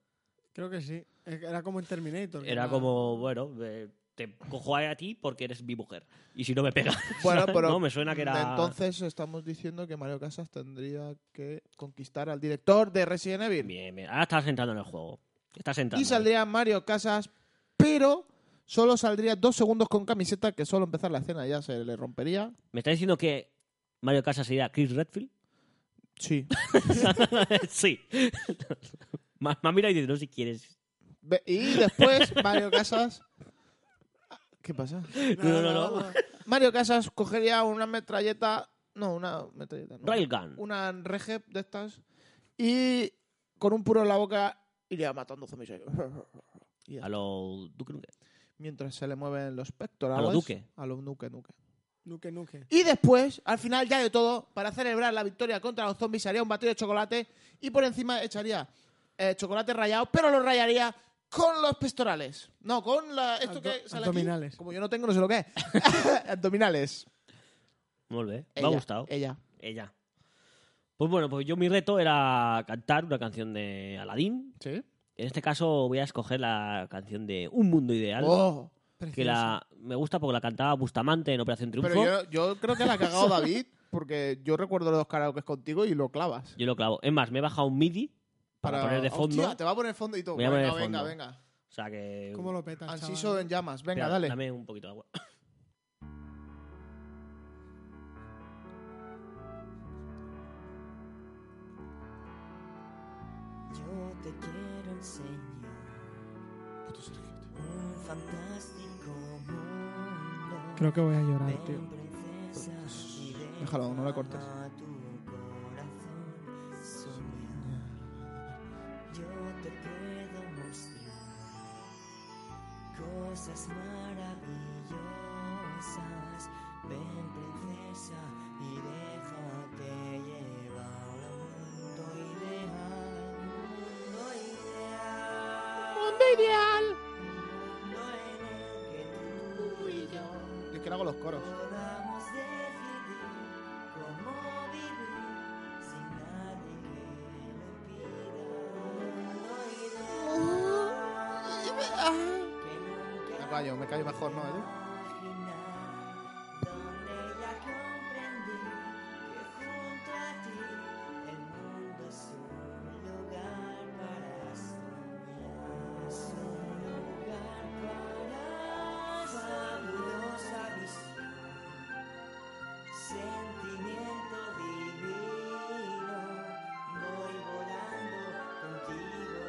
Creo que sí. Era como en
Ah.
Terminator. que
Era como, bueno, eh, te cojo a ti porque eres mi mujer. Y si no me pega.
(laughs)
(laughs)
Bueno, pero
no, me suena que era...
entonces estamos diciendo que Mario Casas tendría que conquistar al director de Resident Evil.
Bien, bien. Ahora estás entrando en el juego. Estás entrando.
Y saldría Mario Casas, pero solo saldría dos segundos con camiseta, que solo empezar la escena ya se le rompería.
¿Me estás diciendo que Mario Casas sería Chris Redfield? (laughs)
Sí.
sí. (laughs) Más mira y dice, no si quieres...
Ve- y después Mario Casas... ¿Qué pasa?
(laughs) No, no, no.
Mario Casas cogería una metralleta. No, una metralleta. no.
Railgun.
Una rejep de estas. Y con un puro en la boca iría matando zombies. ahí. Y ya.
A lo Duke Nukem.
Mientras se le mueven los pectorales.
A lo Duque.
A los nuque, nuque.
Nuke, nuke.
Y después, al final ya de todo, para celebrar la victoria contra los zombies, haría un batido de chocolate y por encima echaría eh, chocolate rallado, pero lo rayaría con los pectorales. No, con la,
Abdo-
esto que sale aquí.
abdominales.
Como yo no tengo, no sé lo que es. (laughs) abdominales.
Muy bien. Me
Ella,
ha gustado.
Ella.
Ella. Pues bueno, pues yo mi reto era cantar una canción de Aladdin.
¿Sí?
En este caso voy a escoger la canción de Un Mundo Ideal.
Oh,
que la me gusta porque la cantaba Bustamante en Operación Triunfo.
pero yo, yo creo que la ha cagado David porque yo recuerdo los dos karaokes contigo y lo clavas.
Yo lo clavo. Es más, me he bajado un MIDI para, poner de fondo.
Hostia, te va a poner fondo y todo.
Voy a poner
Venga,
de
venga,
fondo.
venga.
O sea que.
¿Cómo lo petas,
Ansiso
chaval?
en llamas. Venga,
Espera,
dale.
Dame un poquito de agua. (coughs)
Yo te quiero enseñar un fantástico mundo.
Creo que voy a llorar,
Ven,
tío.
princesa, y ven
Déjalo, no la cortes.
a tu corazón soñar. Yo te puedo mostrar cosas maravillosas. Ven, princesa, y déjate llevar al mundo ideal. Mundo ideal. Mundo ideal. que tú y yo
Yo es que no hago los coros.
Podamos decidir cómo vivir sin nadie que lo pida. Que nunca
Me callo, me callo mejor, ¿no? eh?
imaginar, donde ya comprendí que junto a ti el mundo es un lugar para soñar, es un lugar para fabulosa visión, sentimiento divino, voy volando contigo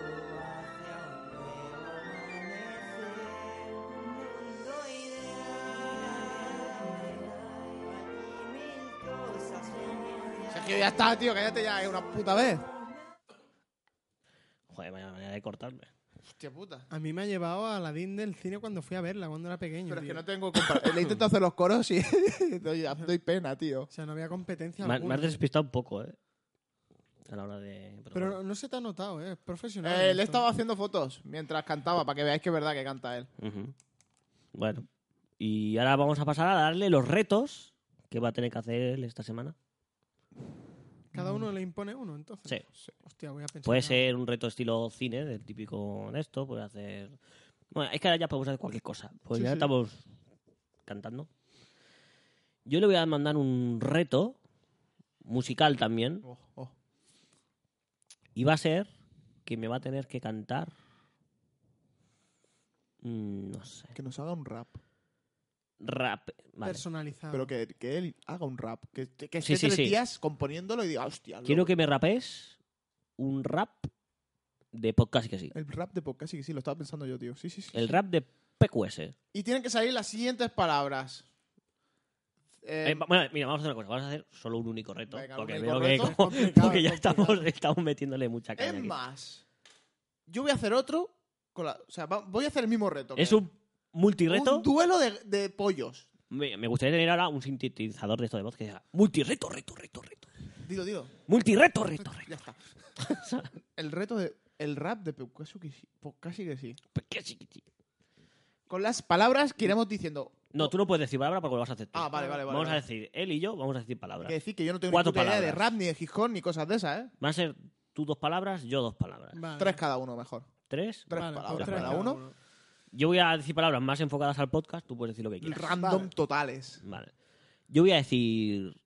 hacia un nuevo amanecer, un mundo ideal, allí mil cosas geniales.
Sergio, ya está, tío, cállate ya, es una puta vez.
Joder, vaya manera de cortarme.
Hostia puta.
A mí me ha llevado a Aladín del cine cuando fui a verla, cuando era pequeño.
Pero es
tío.
que no tengo comparación. Le intento hacer los coros y (laughs) doy, doy pena, tío.
O sea, no había competencia
Me, me
alguna.
has despistado un poco, ¿eh? A la hora de. pero
Pero
bueno.
no se te ha notado, ¿eh? Es profesional.
Eh, le
esto.
estaba haciendo fotos mientras cantaba, para que veáis que es verdad que canta él.
Ujú. Bueno. Y ahora vamos a pasar a darle los retos que va a tener que hacer él esta semana.
Cada uno le impone uno, entonces.
Mm. Sí.
Hostia, voy a pensar.
Puede ser un reto estilo cine, del típico de esto, puede hacer... Bueno, es que ahora ya podemos hacer cualquier cosa. Pues
Sí,
ya
sí.
estamos cantando. Yo le voy a mandar un reto musical también.
Oh, oh.
Y va a ser que me va a tener que cantar... mm, No sé.
Que nos haga un rap.
Rap. Vale.
Personalizado.
Pero que, que él haga un rap. Que, que esté
Sí, sí,
tres
sí.
días componiéndolo y diga, hostia. loco".
Quiero que me rapes un rap de podcast que sí.
El rap de podcast, sí, sí, lo estaba pensando yo, tío. Sí, sí, sí.
El rap de PQS.
Y tienen que salir las siguientes palabras. Eh,
Eh, va- bueno, mira, vamos a hacer una cosa. Vamos a hacer solo un único reto.
Venga, un
porque
único
veo que (laughs)
reto.
como-
Complicado,
porque ya
complicado.
estamos, (laughs) estamos metiéndole mucha caña.
es
aquí.
más, yo voy a hacer otro. con la- o sea, va- voy a hacer el mismo reto.
Es
que-
un multireto.
Un duelo de, de pollos.
me, me gustaría tener ahora un sintetizador de esto de voz que diga multireto, reto, reto, reto.
Dilo, dilo.
Multireto, reto, reto.
Ya está. el reto de. El rap de Peucasu que sí. Peucasu que sí.
Porque Pues sí, sí.
Con las palabras que iremos diciendo.
No, tú no puedes decir palabra porque lo vas a hacer tú.
Ah, vale, vale, vale,
Vamos a
vale.
decir, él y yo vamos a decir palabras.
Que decir que yo no tengo
Cuatro
ni puta idea de
palabras.
rap, ni de Gijón, ni cosas de esas, ¿eh?
Van a ser tú dos palabras, yo dos palabras.
Vale.
Tres cada uno, mejor.
Tres.
Tres
Vale,
palabras
pues
tres
cada
cada
uno.
uno.
Yo voy a decir palabras más enfocadas al podcast, tú puedes decir lo que quieras.
Random totales.
Vale. Yo voy a decir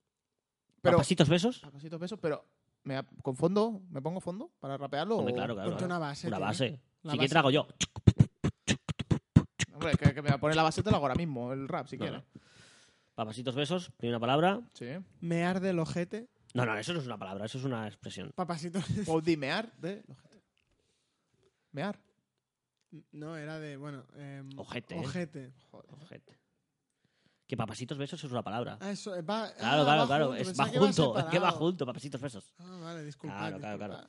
Pero-
pasitos besos.
Pasitos besos, pero. ¿me, ap- ¿Con fondo? ¿Me pongo fondo para rapearlo?
Hombre,
o-
claro, claro.
Ponte
claro.
una base,
Una
tío.
base.
La
Sí que
base.
trago yo.
(laughs) Hombre, que, que me va a poner la base, te lo hago ahora mismo, el rap, si
No,
quieres.
Papasitos besos, primera palabra.
Sí.
Me arde el ojete.
No, no, eso no es una palabra, eso es una expresión.
Papasito.
O di mear de. Mear.
(laughs) No, era de, bueno. em,
Ojete, ¿eh?
Ojete.
Ojete. Que papasitos besos es una palabra.
Ah, eso eh, va.
Claro,
ah,
claro,
va
claro.
junto,
Es,
pensaba
va
que iba
junto, es que va
separado.
junto, papasitos besos.
Ah, vale, disculpa.
Claro, claro, claro.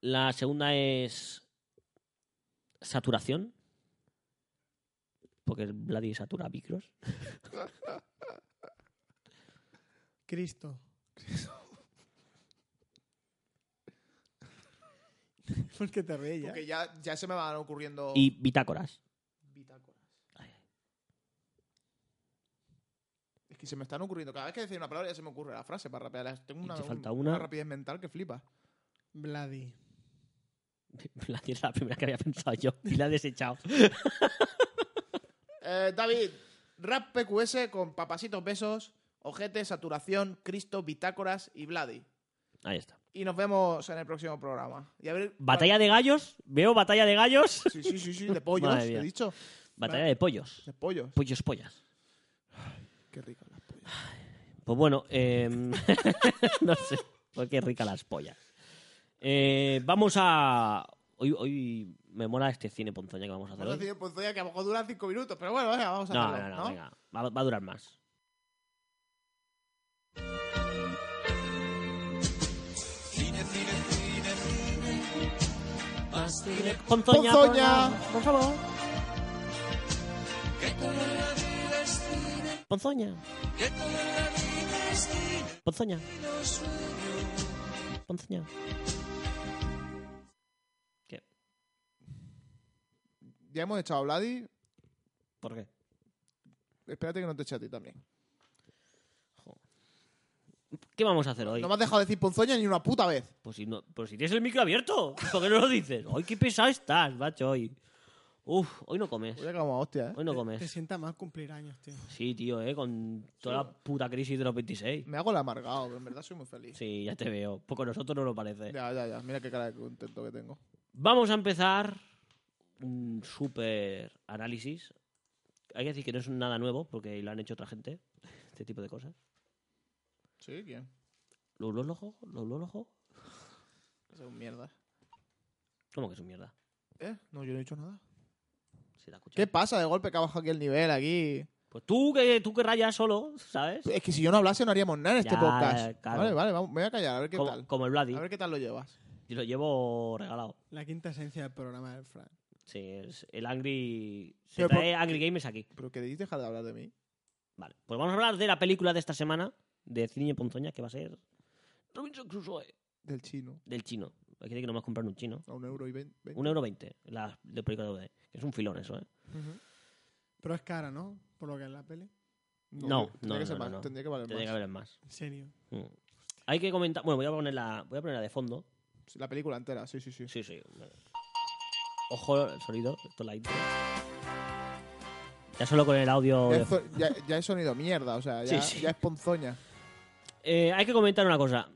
La segunda es saturación. Porque el Vladi satura micros.
Cristo. ¿Por qué te ríes ya?
Porque ya, ya se me van
Oh.
ocurriendo.
Y bitácoras. (laughs)
bitácoras.
Ay, ay.
Es que se me están ocurriendo. Cada vez que decir una palabra ya se me ocurre la frase para rapear. Tengo
Y
una,
te falta
un-
una.
rapidez mental que flipa.
Vladi.
Vladi es la primera que había pensado yo y la he desechado.
(laughs)
Eh, David, rap PQS con papacitos besos, Ojete, Saturación, Cristo, Bitácoras y Vladi.
Ahí está.
Y nos vemos en el próximo programa. Y a ver,
Batalla de gallos. Veo batalla de gallos.
Sí, sí, sí, sí, de pollos,
Madre
he
mía.
dicho.
Batalla de pollos.
De pollos.
Pollos pollas.
Qué rico las pollas.
Pues bueno, eh, (laughs) no sé, porque rica las pollas. Eh, vamos a... Hoy, hoy me mola este cine ponzoña que vamos a hacer
Vamos a
hoy.
decir, pues, oye, que a lo mejor duran cinco minutos, pero bueno, venga, vamos a
No,
hacerlo,
no, no, venga, va, va a durar más. Ponzoña,
Ponzoña.
Por favor.
Ponzoña. Ponzoña. Ponzoña. ¿Qué?
Ya hemos echado a Vladi.
¿Por qué?
Espérate que no te eche a ti también.
¿Qué vamos a hacer hoy?
No me has dejado decir ponzoña ni una puta vez.
Pues si, no, pues si tienes el micro abierto, ¿por qué no lo dices? ¡Ay, qué pesado estás, macho! Hoy. Uf, hoy no comes.
Voy a como a hostia, ¿eh?
Hoy no
Te
comes.
sienta mal cumplir años, tío.
Sí, tío, ¿eh? Con toda la puta crisis de los 26.
Me hago el amargado, pero en verdad soy muy feliz.
Sí, ya te veo. Poco a nosotros no lo parece.
Ya, ya, ya. Mira qué cara de contento que tengo.
Vamos a empezar un super análisis. Hay que decir que no es nada nuevo, porque lo han hecho otra gente, este tipo de cosas.
¿Sí? ¿Quién?
¿Los urologos? ¿Los urologos?
Ese Es un mierda.
¿Cómo que es un mierda?
¿Eh? No, yo no he dicho nada.
Se la escucha.
¿Qué pasa de golpe que ha bajado aquí el nivel, aquí?
Pues tú que, tú que rayas solo, ¿sabes?
Es que si yo no hablase no haríamos nada en este
Ya,
podcast.
claro.
Vale, vale, vamos, me voy a callar, a ver qué
Como,
tal.
como el Vladi.
A ver qué tal lo llevas.
Yo lo llevo regalado.
La quinta esencia del programa del Fran.
Sí, es el Angry. Se
Pero por-
trae Angry Gamers aquí.
¿Pero queréis dejar de hablar de mí?
Vale. Pues vamos a hablar de la película de esta semana, de Cine Ponzoña, que va a ser. Robinson Crusoe.
Del chino.
Del chino. Hay que decir que no me has comprado un chino.
A un euro y veinte. veinte.
Un euro veinte, la de película de Es un filón eso, ¿eh?
Ujú.
Pero es cara, ¿no? Por lo que es la peli.
No,
tendría
no,
que ser
no,
más-
no, no.
Tendría que valer
Tendría que
más.
haber más.
En serio.
Mm. Hay que comentar. Bueno, voy a ponerla, voy a ponerla de fondo.
Sí, La película entera, sí, sí, sí.
Sí, sí. vale. Ojo el sonido. Esto es la intro. Ya solo con el audio.
Ya,
de-
es, zo- ya, ya es sonido mierda, o sea,
(laughs)
ya,
Sí, sí.
ya es
(laughs)
ponzoña.
Eh, hay que comentar una cosa.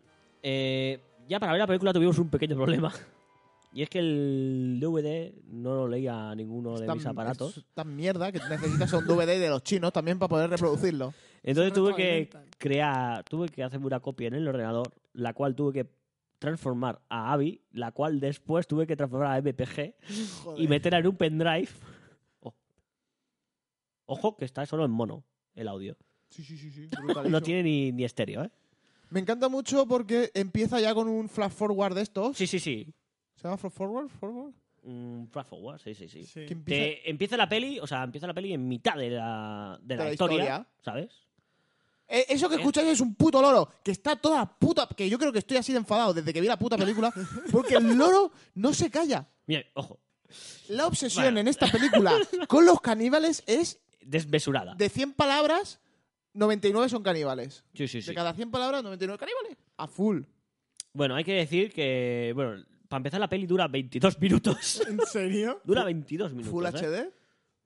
Eh, ya para ver la película tuvimos un pequeño problema. Y es que el DVD no lo leía a ninguno de
Tan-
mis aparatos.
es tan mierda que necesitas un DVD de los chinos también para poder
(laughs)
reproducirlo.
Entonces
Se
tuve que
retroalimentan.
crear, tuve que hacerme una copia en el ordenador, la cual tuve que transformar a AVI, la cual después tuve que transformar a MPG y meterla en un pendrive. Oh. Ojo que está solo en mono el audio.
Sí, sí, sí, sí.
No tiene ni, ni estéreo, ¿eh?
Me encanta mucho porque empieza ya con un flash forward de estos.
Sí, sí, sí.
¿Se llama flash forward? forward?
Mm, flash forward, sí, sí, sí.
Sí.
Que empieza-
Te Eh, empieza la peli, o sea, empieza la peli en mitad de la, de la
la
historia,
historia.
¿sabes?
Eh, eso que escucháis es un puto loro, que está toda puta... Que yo creo que estoy así de enfadado desde que vi la puta película, porque el loro no se calla.
Mira, ojo,
La obsesión
Bueno.
en esta
(laughs)
película con los caníbales es
desmesurada.
de 100 palabras, 99 son caníbales.
Sí, sí, sí.
De cada 100 palabras, 99 caníbales. A full.
Bueno, hay que decir que, bueno, para empezar la peli dura 22
(laughs)
minutos.
¿En serio?
dura 22 minutos.
Full
¿eh?
HD.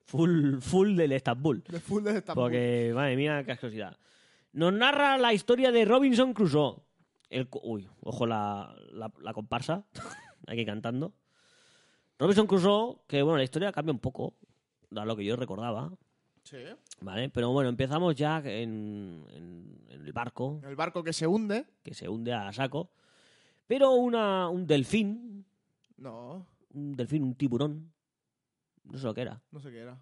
Full, full del Estambul.
De full de esta
Porque, madre mía, qué asquerosidad. Nos narra la historia de Robinson Crusoe. El, cu- uy, ojo la, la, la comparsa. (laughs) Aquí cantando. Robinson Crusoe, que bueno, la historia cambia un poco. A lo que yo recordaba.
Sí.
¿Vale? Pero bueno, empezamos ya en, en- en el barco
El barco que se hunde.
que se hunde a saco. Pero una, un delfín,
No,
un delfín, un tiburón, no sé lo que era,
no sé qué era.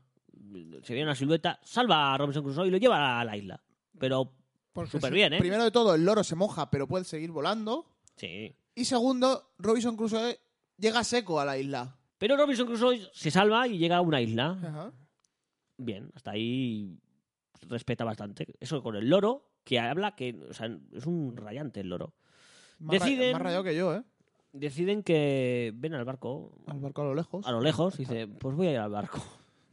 se ve una silueta, salva a Robinson Crusoe y lo lleva a la isla. Pero
Porque
súper
sí.
bien, ¿eh?
Primero de todo, el loro se moja, pero puede seguir volando.
Sí.
Y segundo, Robinson Crusoe llega seco a la isla.
Pero Robinson Crusoe se salva y llega a una isla.
Ajá.
Bien, hasta ahí respeta bastante. Eso con el loro, que habla que o sea, es un rayante el loro.
Más, ra-
Deciden-
más rayado que yo, ¿eh?
Deciden que ven al barco
Al barco a lo lejos.
a lo lejos y dice, pues voy a ir al barco.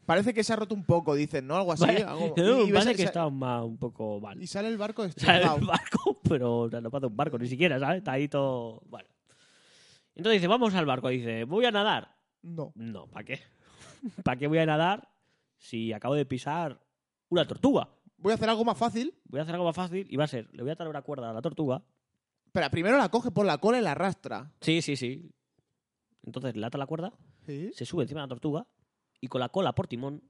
Parece que se ha roto un poco, dicen, ¿no? Algo así.
(laughs) Vale.
algo-
No,
y, y ves-
parece que
sa-
está ma- un poco mal.
y sale
(laughs)
el barco
O sea,
destrozado.
el barco, pero o sea, no pasa un barco ni siquiera, ¿sabes? Está ahí todo. Bueno. Entonces dice, vamos al barco. Dice, voy a nadar.
No.
No, (laughs) ¿para qué? ¿Para qué voy a nadar si acabo de pisar una tortuga?
Voy a hacer algo más fácil.
Voy a hacer algo más fácil y va a ser, le voy a atar una cuerda a la tortuga.
Espera, primero la coge por la cola y la arrastra.
Sí, sí, sí. Entonces le ata la cuerda,
¿Sí?
se sube encima de la tortuga y con la cola por timón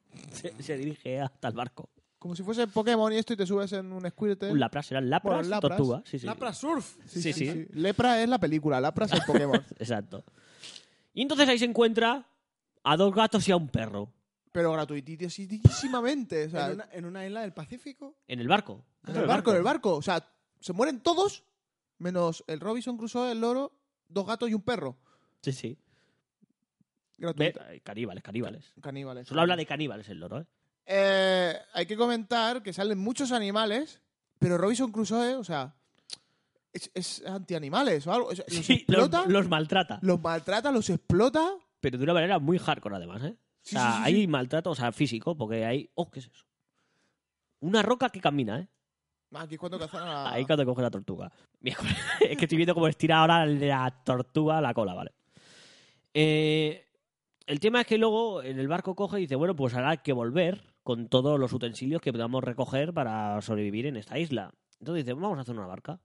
(laughs) se, se dirige hasta el barco.
Como si fuese Pokémon y esto y te subes en un squirtle.
Un lapras, será lapras,
Bueno, lapras.
tortuga. Sí, sí.
surf.
Sí, sí.
Lepra es la película, Lapra es el
(laughs)
Pokémon.
Exacto. Y entonces ahí se encuentra a dos gatos y a un perro
Pero gratuitísimamente. O sea,
¿En, una, en una isla del Pacífico?
en el barco.
en el barco, en el barco. O sea, se mueren todos menos el Robinson Crusoe, el loro, dos gatos y un perro.
Sí, sí. Ve-
Gratuito.
ay, caníbales, caníbales.
Caníbales.
Solo habla de caníbales el loro, ¿eh?
Eh, hay que comentar que salen muchos animales, pero Robinson Crusoe, o sea, es, es antianimales o algo. O sea, los
Sí, los,
explota, los,
los maltrata.
maltrata, los explota.
Pero de una manera muy hardcore, además, ¿eh? O
Sí,
sea,
sí, sí,
hay maltrato, o sea, físico, porque hay. ¡Oh, qué es eso! Una roca que camina, ¿eh?
Ah, Aquí es cuando cazan a la...
Ahí cuando coge la tortuga. (laughs) Miércoles. es que estoy viendo cómo estira ahora la tortuga la cola, ¿vale? Eh, el tema es que luego en el barco coge y dice, bueno, pues ahora hay que volver con todos los utensilios que podamos recoger para sobrevivir en esta isla. Entonces dice, vamos a hacer una barca.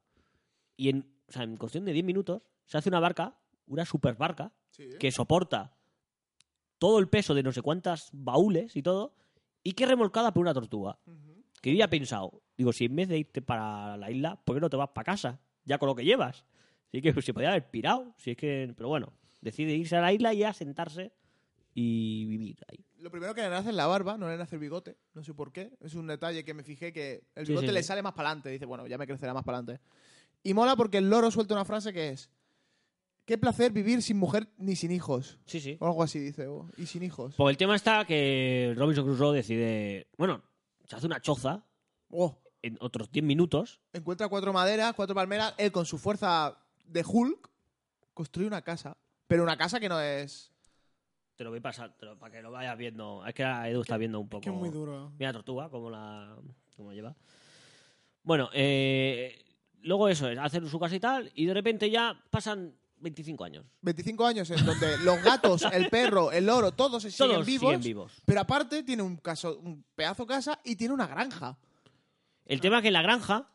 Y en, o sea, en cuestión de 10 minutos se hace una barca, una super barca,
Sí.
que soporta todo el peso de no sé cuántas baúles y todo, y que es remolcada por una tortuga. Que yo ya he pensado, digo, si en vez de irte para la isla, ¿por qué no te vas para casa? Ya con lo que llevas. Así que pues, se podía haber pirado, si es que... Pero bueno, decide irse a la isla y asentarse y vivir ahí.
Lo primero que le nace es la barba, no le nace el bigote, no sé por qué. Es un detalle que me fijé que el
Sí,
bigote
sí,
le
sí.
sale más para adelante. Dice, bueno, ya me crecerá más para adelante. Y mola porque el loro suelta una frase que es: Qué placer vivir sin mujer ni sin hijos.
Sí, sí.
O algo así dice, o, y sin hijos.
Pues el tema está que Robinson Crusoe decide... Bueno, se hace una choza
Oh,
en otros 10 minutos.
encuentra cuatro maderas, cuatro palmeras. Él, con su fuerza de Hulk, construye una casa. Pero una casa que no es.
Te lo voy a pasar, te lo- para que lo vayas viendo. Es que ahora Edu está viendo un poco...
Que es muy duro.
Mira tortuga, como la como lleva. Bueno, eh, luego eso, es hacer su casa y tal, y de repente ya pasan 25 años.
25 años
(laughs)
en donde los gatos, el perro, el loro, todos, se siguen,
Todos
vivos,
siguen vivos.
Pero aparte tiene un, caso, un pedazo casa y tiene una granja.
Ah.
El tema es que en la granja,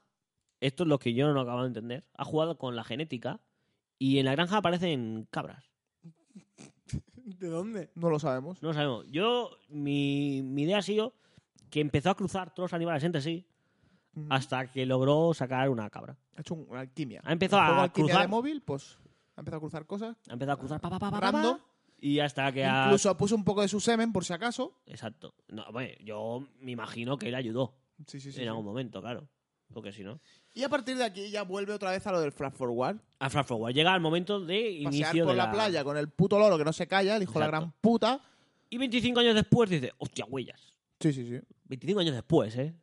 esto es lo que yo no acabo de entender, ha jugado con la genética y en la granja aparecen cabras.
¿De dónde?
No lo sabemos.
No lo sabemos. Yo, mi, mi idea ha sido que empezó a cruzar todos los animales entre sí hasta que logró sacar una cabra.
Ha hecho un- una alquimia.
Ha empezado
El juego
a
alquimia
cruzar.
de móvil, pues ha empezado a cruzar cosas.
Ha empezado a cruzar pa, pa, pa, pa, pa,
Random.
pa, y hasta que ha-
Incluso puso un poco de su semen, por si acaso.
Exacto. No, hombre, yo me imagino que él ayudó.
Sí, sí, sí.
en
sí.
algún momento, claro. Porque si no.
Y a partir de aquí ya vuelve otra vez a lo del Fast Forward.
A Fast Forward llega el momento de inicio
Pasear por
de
la... playa con el puto loro que no se calla, dijo la
Ah. Exacto.
gran puta.
Y 25 años después dice, hostia, huellas.
Sí, sí, sí.
25 años después, ¿eh?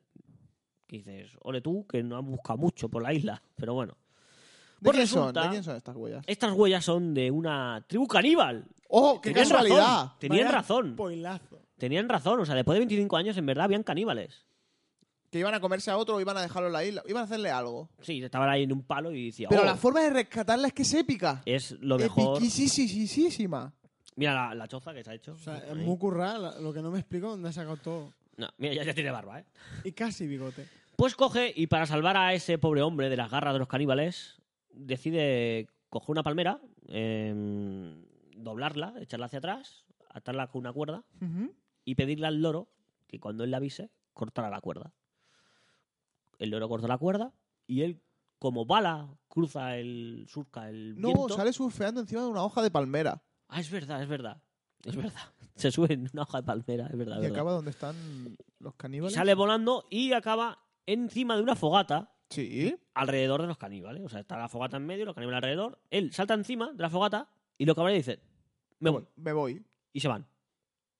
Que dices, ole tú, que no has buscado mucho por la isla. Pero bueno.
¿De
Pues
quién, son?
resulta-
¿De quién son estas huellas?
Estas huellas son de una tribu caníbal.
¡Oh, qué
Tenían
casualidad!
razón, Tenían
Vaya
razón.
Poilazo.
Tenían razón. O sea, después de 25 años, en verdad, habían caníbales.
Que iban a comerse a otro o iban a dejarlo en la isla. Iban a hacerle algo.
Sí, estaban ahí en un palo y decía,
Pero
"Oh,
la forma de rescatarla es que es épica.
es lo mejor.
Epiquisísísima.
Mira la, la choza que se ha hecho.
O sea, es
Ahí.
muy currada, la- lo que no me explico dónde ha sacado todo.
No, mira, ya, ya tiene barba, ¿eh?
Y casi bigote.
Pues coge y para salvar a ese pobre hombre de las garras de los caníbales, decide coger una palmera, eh, doblarla, echarla hacia atrás, atarla con una cuerda y pedirle al loro que cuando él le avise, cortara la cuerda. El loro corta la cuerda y él, como bala, cruza el. surca el.
No,
viento.
sale surfeando encima de una hoja de palmera.
Ah, es verdad, es verdad. Es verdad. (laughs) Se sube en una hoja de palmera, es verdad. es
Y
verdad.
acaba donde están los
Y
caníbales.
sale volando y acaba encima de una fogata
Sí.
alrededor de los caníbales. O sea, está la fogata en medio, los caníbales alrededor. Él salta encima de la fogata y los caníbales dicen, me voy.
Me voy.
Y se van.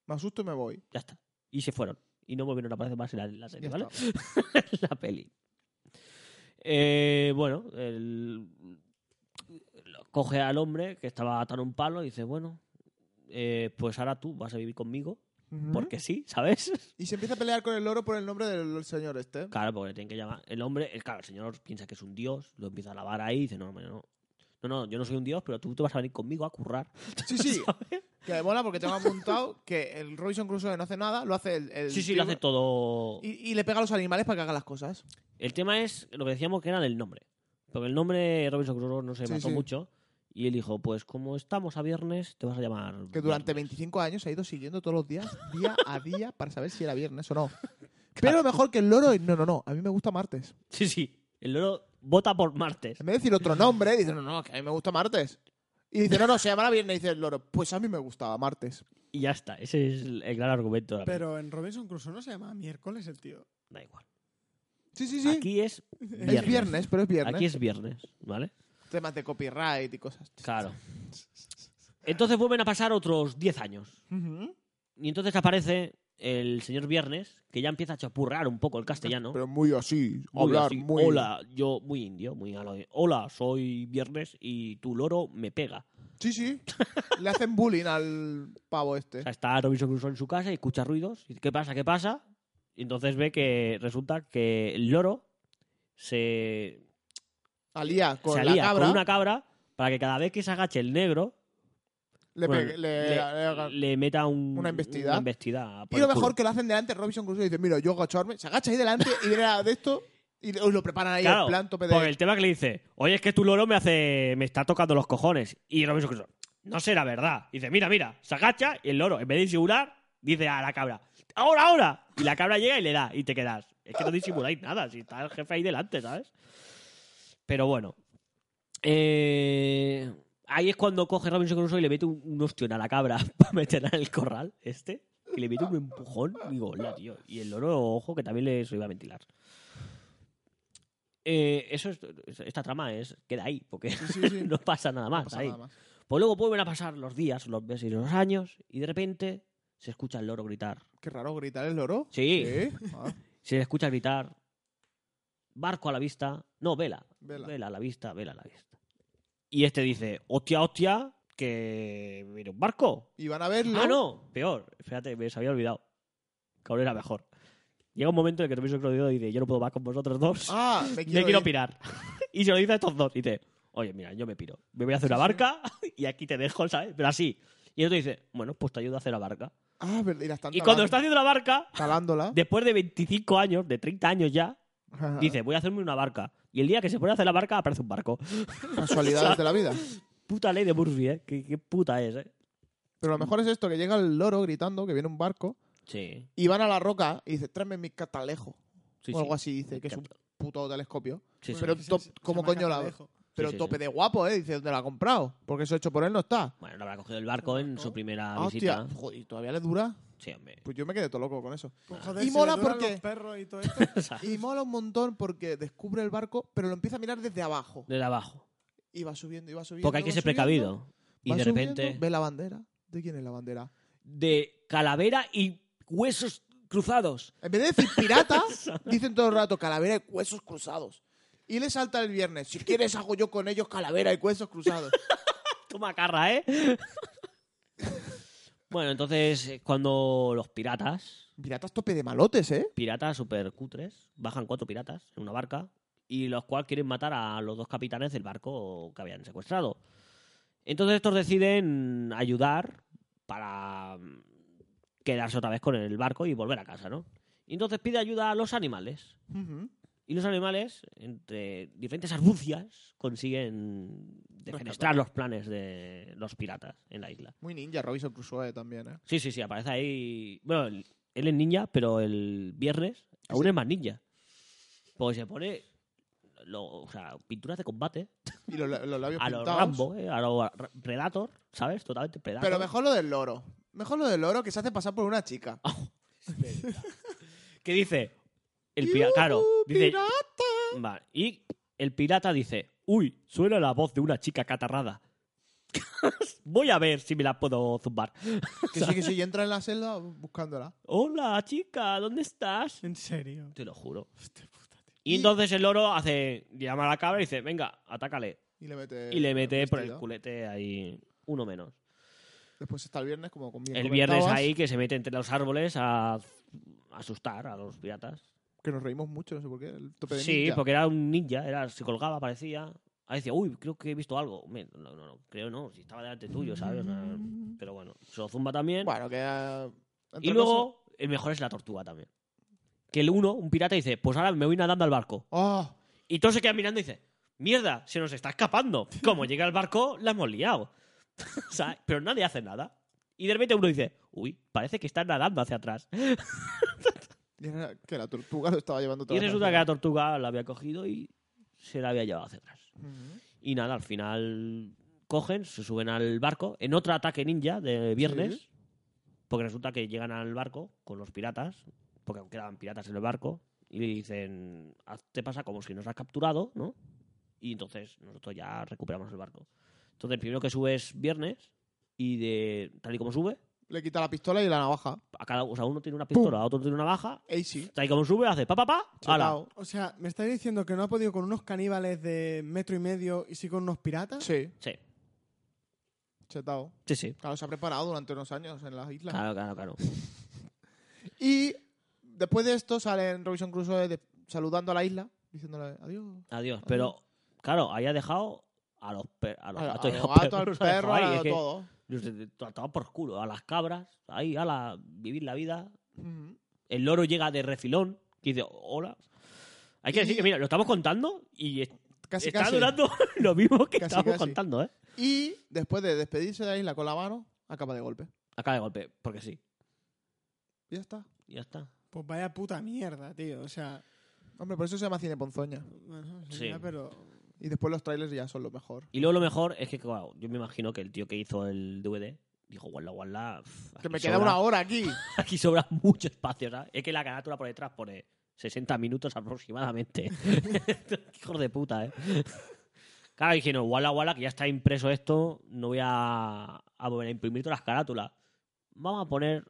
Me asusto y me voy.
Ya está. Y se fueron. Y no volvieron a aparecer más en la, en la serie,
Ya
¿vale? (laughs) la peli. Eh, bueno, el- lo- coge al hombre que estaba atado a un palo y dice, bueno, eh, pues ahora tú vas a vivir conmigo.
Ujú.
Porque sí, ¿sabes? (laughs)
Y se empieza a pelear con el loro por el nombre del señor este.
Claro, porque le tienen que llamar. El hombre, el, claro, el señor piensa que es un dios, lo empieza a alabar ahí y dice, no, hombre, no. No, no, yo no soy un dios, pero tú te vas a venir conmigo a currar. (laughs)
Sí, sí. Que me mola porque tengo apuntado que el Robinson Crusoe no hace nada, lo hace el. el
Sí, sí,
tío-
lo hace todo.
Y, y le pega a los animales para que hagan las cosas.
El tema es lo que decíamos que era del nombre. Porque el nombre Robinson Crusoe no se
Sí,
mató
sí.
mucho. Y él dijo, pues como estamos a viernes, te vas a llamar...
Que durante 25 años se ha ido siguiendo todos los días, día a día, para saber si era viernes o no. Pero mejor que el loro. No, no, no. A mí me gusta martes.
Sí, sí. El loro vota por martes.
En vez de decir otro nombre, dice, no, no, que a mí me gusta martes. Y dice, no, no, se llamará viernes. Y dice el loro, pues a mí me gustaba martes.
Y ya está. Ese es el el gran argumento. de la
Pero en Robinson Crusoe no se llama miércoles el tío.
película. Da igual.
Sí, sí, sí.
Aquí es viernes.
es viernes, pero es viernes.
Aquí es viernes, ¿vale?
Temas de copyright y cosas.
Claro. Entonces vuelven a pasar otros 10 años.
Ujú.
Y entonces aparece el señor Viernes, que ya empieza a chapurrar un poco el castellano.
Pero muy así,
Muy
hablar
así,
muy...
Hola, yo muy indio, muy a lo de, Hola, soy Viernes y tu loro me pega.
Sí, sí. Le hacen bullying al pavo
O
este.
sea, está Robinson Crusoe en su casa y escucha ruidos. Y, ¿Qué pasa? ¿Qué pasa? Y entonces ve que resulta que el loro se,
Alía con
se
la
alía
cabra.
con una cabra para que cada vez que se agache el negro
Le,
bueno,
pegue- le- le haga-
le meta un-
una embestida.
una embestida por
Y lo
el culo.
mejor que lo hacen delante, Robinson Crusoe dice, mira, yo agacharme, se agacha ahí delante y viene a de esto y os lo preparan ahí
Claro,
el plan tope de...
porque el tema que le dice, oye, es que tu loro me hace, me está tocando los cojones. Y Robinson Crusoe, no será verdad. Y dice, mira, mira, se agacha y el loro, en vez de disimular, dice a la cabra, ahora, ahora. Y la cabra llega y le da y te quedas. Es que no disimuláis nada, si está el jefe ahí delante, ¿sabes? Pero bueno. Eh, ahí es cuando coge Robinson Crusoe y le mete un, un ostión a la cabra (laughs) para meterla en el corral, este. Y le mete un empujón. Y digo, "Hola, tío. Y el loro, ojo, que también le se lo iba a ventilar. Eh, eso es- esta trama es queda ahí, porque (laughs)
sí, sí.
no pasa nada más.
No pasa
ahí.
nada más.
Pues luego vuelven a pasar los días, los meses y los años, y de repente se escucha el loro gritar.
Qué raro gritar el loro.
Sí. (laughs)
¿Eh? Ah,
Se le escucha gritar. Barco a la vista. No, vela.
Vela.
Vela. a la vista, vela a la vista. Y este dice, hostia, hostia, que viene un barco.
y van a verlo.
Ah, no, peor. Espérate, me se había olvidado. Que aún era mejor. Llega un momento en el que Robinson Crusoe dice, yo no puedo más con vosotros dos. (laughs)
Ah, me
me
quiero,
quiero,
ir.
pirar. (laughs) y se lo dice a estos dos. Y dice, oye, mira, yo me piro. Me voy a hacer una barca (laughs) y aquí te dejo, ¿sabes? Pero así. Y el otro dice, bueno, pues te ayudo a hacer la barca.
Ah, verdad, y la están
Y cuando está
talando-
haciendo la barca,
talándola.
después de 25 años, de 30 años ya,
Ajá.
Dice, voy a hacerme una barca. Y el día que se pone a hacer la barca, aparece un barco.
Casualidades de la vida.
Puta ley de Murphy, ¿eh? ¿Qué, qué puta es, eh?
Pero lo mejor es esto, que llega el loro gritando, que viene un barco,
Sí.
y van a la roca y dice, tráeme mi catalejo.
sí,
o algo
sí.
así, dice, que es un puto telescopio.
Sí, sí.
Pero
Se-
top-
se
¿cómo
llama
coño la
Catalejo.
Pero
sí, sí.
tope de guapo, ¿eh? Dice, ¿dónde lo ha comprado? Porque eso hecho por él no está.
Bueno, lo habrá cogido el barco en su primera
Ah, hostia,
visita.
joder, ¿y todavía le dura?
Sí, hombre. (laughs)
Pues yo me quedé todo loco con eso.
Pues, joder,
Ah. Y
si
mola
le duran
porque-
los perros y todo esto.
Y mola un montón porque descubre el barco, pero lo empieza a mirar desde abajo.
Desde abajo.
Y va subiendo, y va subiendo.
Porque hay que
va
ser
subiendo,
precavido. Y
va
de
subiendo,
repente,
Ve la bandera. ¿De quién es la bandera?
de calavera y huesos cruzados.
En vez de decir
(laughs)
pirata, dicen todo el rato calavera y huesos cruzados. Y le salta el viernes. Si quieres, hago yo con ellos calavera y huesos
(laughs)
cruzados.
Toma carra, ¿eh? (laughs) bueno, entonces, eh, cuando los piratas
Piratas tope de malotes, ¿eh?
piratas super cutres. Bajan cuatro piratas en una barca y los cuales quieren matar a los dos capitanes del barco que habían secuestrado. Entonces estos deciden ayudar para mm, quedarse otra vez con el barco y volver a casa, ¿no? Y entonces pide ayuda a los animales.
Ujú.
Y los animales, entre diferentes argucias, consiguen defenestrar los planes de los piratas en la isla.
Muy ninja, Robinson Crusoe también, ¿eh?
Sí, sí, sí, aparece ahí. Bueno, el- él es ninja, pero el viernes aún es más ninja. Porque se pone. lo- o sea, pinturas de combate
Y los, los labios
a los
pintados.
Rambo, ¿eh? a los Ra- Predator, ¿sabes? Totalmente Predator.
Pero mejor lo del loro. Mejor lo del loro que se hace pasar por
(laughs)
una chica.
¿Qué dice? El pirata. Claro.
¡Uh,
Dice,
pirata!
Vale, y el pirata dice: Uy, suena la voz de una chica catarrada. (laughs) Voy a ver si me la puedo zumbar.
Que sí, que sí, y entra en la celda buscándola.
Hola, chica, ¿dónde estás?
En serio.
Te lo juro.
Hostia puta, tío.
Y entonces el loro hace. Llama a la cabra y dice: Venga, atácale.
Y le mete,
y le mete por el
vestido.
culete ahí uno menos.
Después está el viernes, como con bien
el viernes
comentabas,
ahí que se mete entre los árboles a a asustar a los piratas.
Que nos reímos mucho, no sé por qué. El tope de
Sí,
ninja.
porque era un ninja, era, se colgaba, parecía. Ahí decía, uy, creo que he visto algo. Hombre, No, no, no, creo no, si estaba delante tuyo, ¿sabes? O sea, pero bueno, se lo zumba también.
Bueno, que. eh,
y
entre cosas-
luego, el mejor es la tortuga también. Que el uno, un pirata, dice, pues ahora me voy nadando al barco.
¡Oh!
Y todos se quedan mirando y dice, mierda, se nos está escapando. Como llega el barco, la hemos liado. (laughs) O sea, pero nadie hace nada. Y de repente uno dice, uy, parece que están nadando hacia atrás.
Y era Que la tortuga lo estaba llevando todo.
Y resulta que la tortuga la había cogido y se la había llevado hacia atrás. Y nada, al final cogen, se suben al barco en otro ataque ninja de viernes.
Sí.
Porque resulta que llegan al barco con los piratas, porque aún quedaban piratas en el barco, y le dicen, "Haz- te pasa como si nos has capturado, ¿no? Y entonces nosotros ya recuperamos el barco. Entonces, el primero que sube es viernes, y de tal y como sube,
Le quita la pistola y la navaja.
a cada o sea, uno tiene una pistola, otro tiene una baja,
AC.
tal y como sube, hace pa, pa, pa, ala.
Chocao.
O sea, me estáis diciendo que no ha podido con unos caníbales de metro y medio y sí con unos piratas.
Sí,
Sí,
chetao.
sí, sí.
Claro, se ha preparado durante unos años en las islas.
Claro, claro, claro.
Y después de esto salen Robinson Crusoe de- saludando a la isla, diciéndole adiós.
Adiós. Pero, claro, ahí ha dejado a los, per- a los
A-
gatos
a
y
los
a los
gatos, al
perros, los ha dejado
perro,
ahí,
a
es que-
todo.
Los de- de- a tomar por culo, a las cabras, ahí, a la, vivir la vida.
Ujú.
El loro llega de refilón, que dice, hola. Hay que decir que, mira, lo estamos contando y es-
Casi,
está
casi.
durando (laughs) lo mismo que
Casi,
estamos
casi.
contando, ¿eh?
Y después de despedirse de la isla con la mano, acaba de golpe.
Acá de golpe, porque sí.
Y ya está.
Ya está.
Pues vaya puta mierda, tío. O sea,
Hombre, por eso se llama cine ponzoña.
bueno,
Sí.
ya, pero.
Y después los trailers ya son lo mejor.
Y luego lo mejor es que, claro, yo me imagino que el tío que hizo el DVD dijo, guala, guala. pf,
Que
aquí
me queda
sobra-
una hora aquí.
(laughs) Aquí sobra mucho espacio, ¿sabes? Es que la carátula por detrás pone 60 minutos aproximadamente. (laughs) Hijos de puta, ¿eh? Claro, dije, no, wala wala, que ya está impreso esto, no voy a, a volver a imprimir todas las carátulas. Vamos a poner,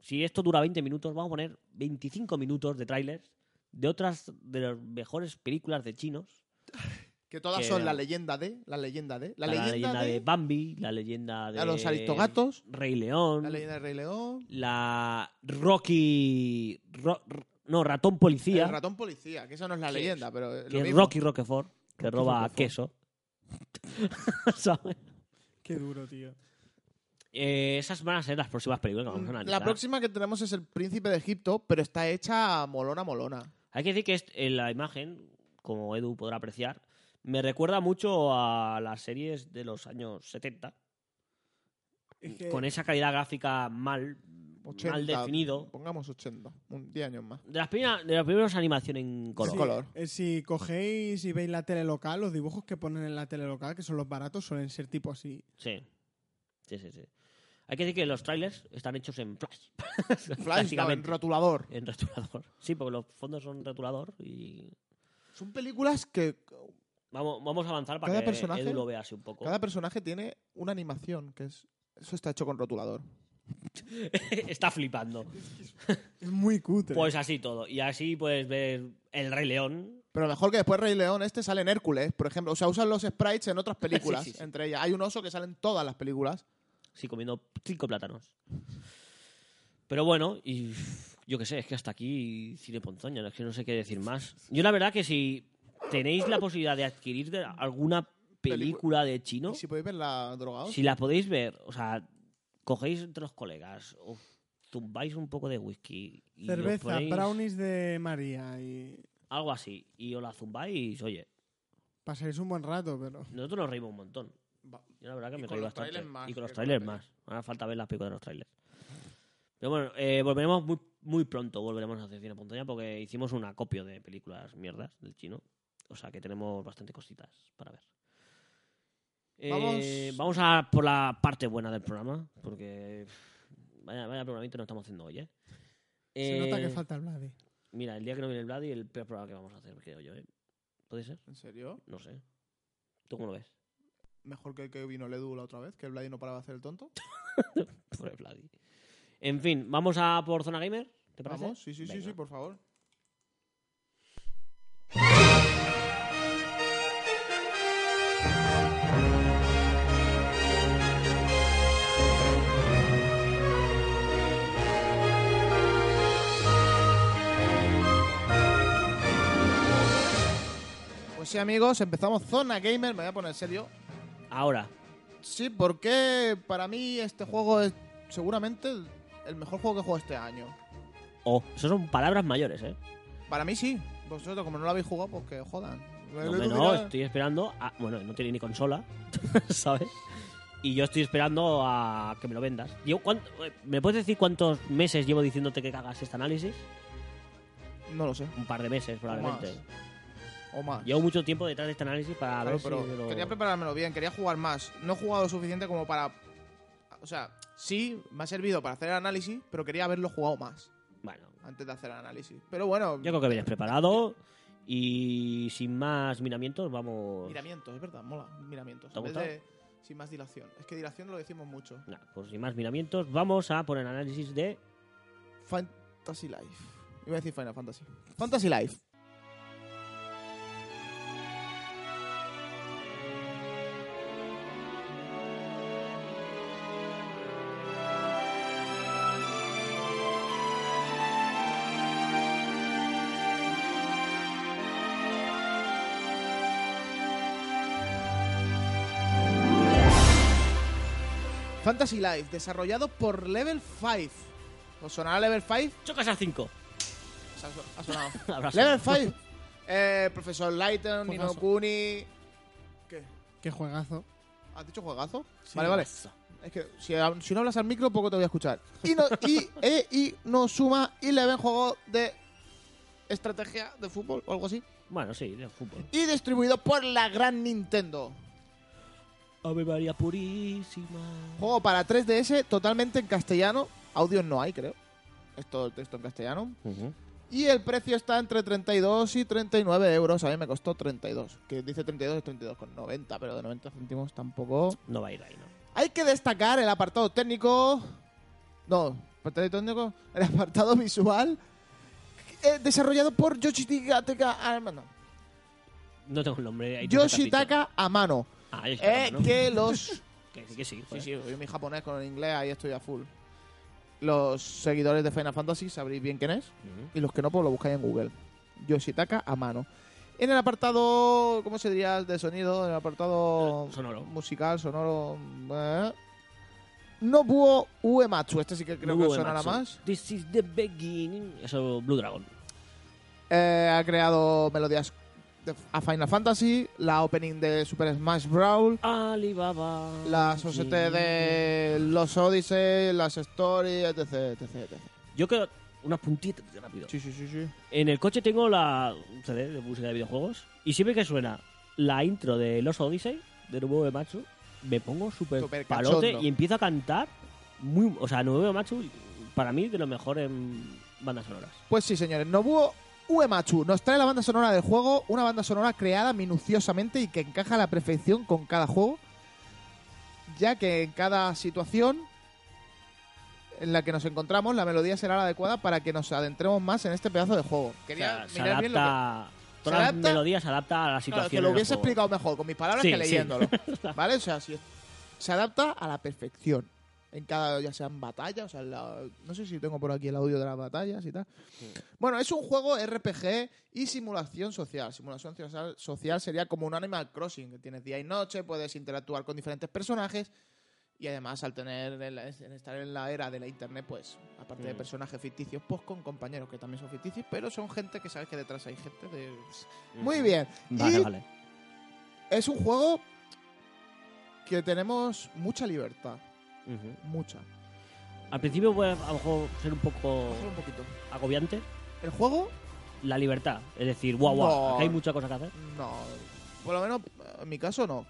si esto dura 20 minutos, vamos a poner 25 minutos de trailers de otras de las mejores películas de chinos.
Que todas
Que-
son la leyenda de, la leyenda de, la, leyenda, de,
de... Bambi, la leyenda de...
a los aristogatos,
Rey León.
la leyenda de Rey León,
la Rocky. Ro- r- no, ratón policía.
el ratón policía, que esa no es la
Que-
leyenda, pero es
que
lo
es
mismo.
Rocky Roquefort, que roba
Roquefort.
queso. (laughs) ¿Sabes?
Qué duro, tío.
Eh, esas van a ser las próximas películas que vamos a
Mm, La
analizar.
próxima que tenemos es el príncipe de Egipto, pero está hecha molona molona.
Hay que decir que est- eh, la imagen, como Edu podrá apreciar, me recuerda mucho a las series de los años 70.
Es que-
Con esa calidad gráfica mal,
80,
mal definido.
Pongamos 80, un 10 años más.
De las primeras, de las primeras animaciones en color.
Sí. color.
eh, si cogéis y veis la tele local, los dibujos que ponen en la tele local, que son los baratos, suelen ser tipo así.
Sí. Sí, sí, sí. Hay que decir que los trailers están hechos en flash. (laughs)
Flash, no, en
Prácticamente.
rotulador.
En returador. Sí, porque los fondos son returador y.
Son películas que
Oh. Vamos, vamos a avanzar para
Cada
que
personaje-
Edu lo vea así un poco.
cada personaje tiene una animación, que es eso está hecho con rotulador.
(laughs) Está flipando.
Es muy cutre.
Pues así todo. Y así puedes ver El Rey León.
Pero mejor que después Rey León este sale en Hércules, por ejemplo. O sea, usan los sprites en otras películas,
(laughs) Sí, sí, sí.
entre ellas. Hay un oso que sale en todas las películas.
Sí, comiendo cinco plátanos. Pero bueno, y yo qué sé, es que hasta aquí cine ponzoña, es que no sé qué decir más. Yo la verdad que si tenéis la posibilidad de adquirir de alguna película de chino,
Y si podéis verla drogados.
Si la podéis ver, o sea, cogéis entre los colegas, os tumbáis un poco de whisky. Y os
Cerveza,
ponéis
brownies de María y
Algo así. Y os la zumbáis, oye,
pasáis un buen rato, pero
nosotros nos reímos un montón.
Va-
Yo la verdad que
y
me
con
reí
los
bastante.
trailers más
Y con los
que con
trailers
la peli.
más. Ahora falta ver las películas de los trailers. Pero bueno, eh, volveremos muy, muy pronto, volveremos a hacer Cine Pontoña porque hicimos un acopio de películas mierdas del chino. O sea que tenemos bastante cositas para ver. Eh,
Vamos-
vamos a por la parte buena del programa, porque pff, vaya, vaya programito nos estamos haciendo hoy, ¿eh?
se nota que
Eh,
falta el Vladi.
Mira, el día que no viene el Vladi, el peor programa que vamos a hacer, creo yo, ¿eh? ¿Puede ser?
¿En serio?
No sé. ¿Tú cómo lo ves?
Mejor que el que vino Ledu la otra vez, que el Vladi no paraba de hacer el tonto.
Pobre Vladi. En fin, vamos a por Zona Gamer. ¿Te parece?
Vamos, sí, sí, sí,
Venga.
sí, por favor. Pues Pues sí, amigos, empezamos Zona Gamer. Me voy a poner serio.
Ahora,
Sí, porque para mí este juego es seguramente el- el mejor juego que he jugado este año.
oh, eso son palabras mayores, ¿eh?
Para mí sí. Vosotros, como no lo habéis jugado, pues que jodan.
No, hombre, no, estoy esperando. a- bueno, no tiene ni consola, (laughs) ¿sabes? Y yo estoy esperando a que me lo vendas. Llevo- ¿cuán- eh, ¿Me puedes decir cuántos meses llevo diciéndote que hagas este análisis?
No lo sé.
Un par de meses, probablemente.
O más.
Llevo mucho tiempo detrás de este análisis para
Claro,
ver
pero
si me lo-
quería preparármelo bien, quería jugar más. No he jugado lo suficiente como para. O sea, sí, me ha servido para hacer el análisis, pero quería haberlo jugado más
Bueno,
antes de hacer el análisis. Pero bueno,
yo creo que vienes preparado y sin más miramientos vamos...
miramientos, es verdad, mola. Miramientos.
¿Te ha
En vez de- sin más dilación. Es que dilación lo decimos mucho.
Nah, pues sin más miramientos vamos a poner análisis de...
Fantasy Life. Iba a decir Final Fantasy. Fantasy Life. Fantasy Life, desarrollado por Level 5. ¿Os sonará Level 5?
Chocas a (laughs) 5.
Se ha su- (laughs) ha sonado. Level 5. Eh, profesor Lighton, Nino
Juegazo.
Kuni. ¿Qué?
Qué juegazo.
¿Has dicho juegazo? vale, vale. Es que si, si no hablas al micro, poco te voy a escuchar. Y, (laughs) no, y, e, y no suma y le ven juego de estrategia de fútbol o algo así.
Bueno, sí, de fútbol.
Y distribuido por la gran Nintendo.
Ave María Purísima.
Juego para 3DS totalmente en castellano. Audio no hay, creo. Es todo el texto en castellano.
Ujú.
Y el precio está entre 32 y 39 euros. A mí me costó 32. Que dice 32 es 32 con 90, pero de 90 céntimos tampoco.
No va a ir ahí, ¿no?
Hay que destacar el apartado técnico. No, apartado técnico. El apartado (laughs) visual. eh, desarrollado por Yoshitaka Amano.
No tengo el nombre. ahí no sé qué has dicho.
Yoshitaka Amano.
Ah, Yoshitaka,
Eh,
¿no?
que los
Que sí, que sí.
Sí,
joder.
sí, yo mi japonés con el inglés, ahí estoy a full. Los seguidores de Final Fantasy sabréis bien quién es.
Ujú.
Y los que no, pues lo buscáis en Google. Yoshitaka a mano. En el apartado, ¿cómo se diría? De sonido, en el apartado
Eh, sonoro.
musical, sonoro. eh, Nobuo Uematsu, este sí que creo que
Nubu
os sonará
Ematsu.
más.
This is the beginning. Eso, Blue Dragon.
Eh, ha creado melodías de- a Final Fantasy, la opening de Super Smash Brawl,
Alibaba.
las OST de Los Odyssey, las Stories, etc, etc, etc.
Yo creo. Unas puntitas rápido.
Sí, sí, sí, sí.
En el coche tengo la un CD de música de videojuegos. Y siempre que suena la intro de Los Odyssey, de Nuevo Machu, me pongo súper
Súper
palote
cachondo.
y empiezo a cantar. Muy, o sea, Nuevo Machu, para mí, de lo mejor en bandas sonoras.
Pues sí, señores, Nobuo Uematsu nos trae la banda sonora del juego, una banda sonora creada minuciosamente y que encaja a la perfección con cada juego, ya que en cada situación en la que nos encontramos la melodía será la adecuada para que nos adentremos más en este pedazo de juego.
O
Quería
sea, se
mirar bien lo que...
adapta.
¿Se
Todas las
adapta?
melodías se adapta a la
Claro,
situación.
que lo
en el
hubiese
juego.
explicado mejor con mis palabras
Sí,
que
sí. (laughs)
leyéndolo. ¿Vale? O sea, si es- se adapta a la perfección. En cada, ya sean batallas, o sea, en la- no sé si tengo por aquí el audio de las batallas y tal. Bueno, es un juego RPG y simulación social. Simulación social, social sería como un Animal Crossing, que tienes día y noche, puedes interactuar con diferentes personajes y además al tener el- en estar en la era de la internet, pues aparte de
Mm.
personajes ficticios, pues con compañeros que también son ficticios, pero son gente que sabes que detrás hay gente de...
Ujú.
Muy bien.
Mm. Vale,
Y
vale.
es un juego que tenemos mucha libertad.
Ujú.
Mucha.
Al principio puede a lo mejor ser un poco
Solo un poquito.
agobiante.
El juego,
La libertad. Es decir, guau, guau,
No.
aquí hay mucha cosa que hacer.
no. Por lo menos en mi caso, no.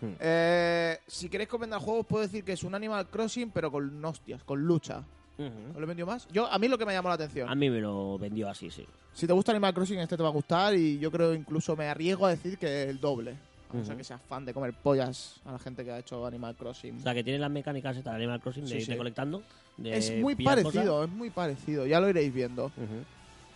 Hmm.
Eh, si queréis comentar juegos, puedo decir que es un Animal Crossing, pero con hostias, con lucha.
Ujú.
¿Os lo he vendido más? Yo, a mí es lo que me llamó la atención.
A mí me lo vendió así, sí.
Si te gusta Animal Crossing, este te va a gustar y yo creo incluso me arriesgo a decir que el doble. A no ser
Ujú.
que seas fan de comer pollas a la gente que ha hecho Animal Crossing.
O sea, que tiene las mecánicas estas de Animal Crossing de
Sí,
irte
sí.
colectando. de
es muy
pillar
parecido,
eh, cosas.
es muy parecido. Ya lo iréis viendo.
Ujú.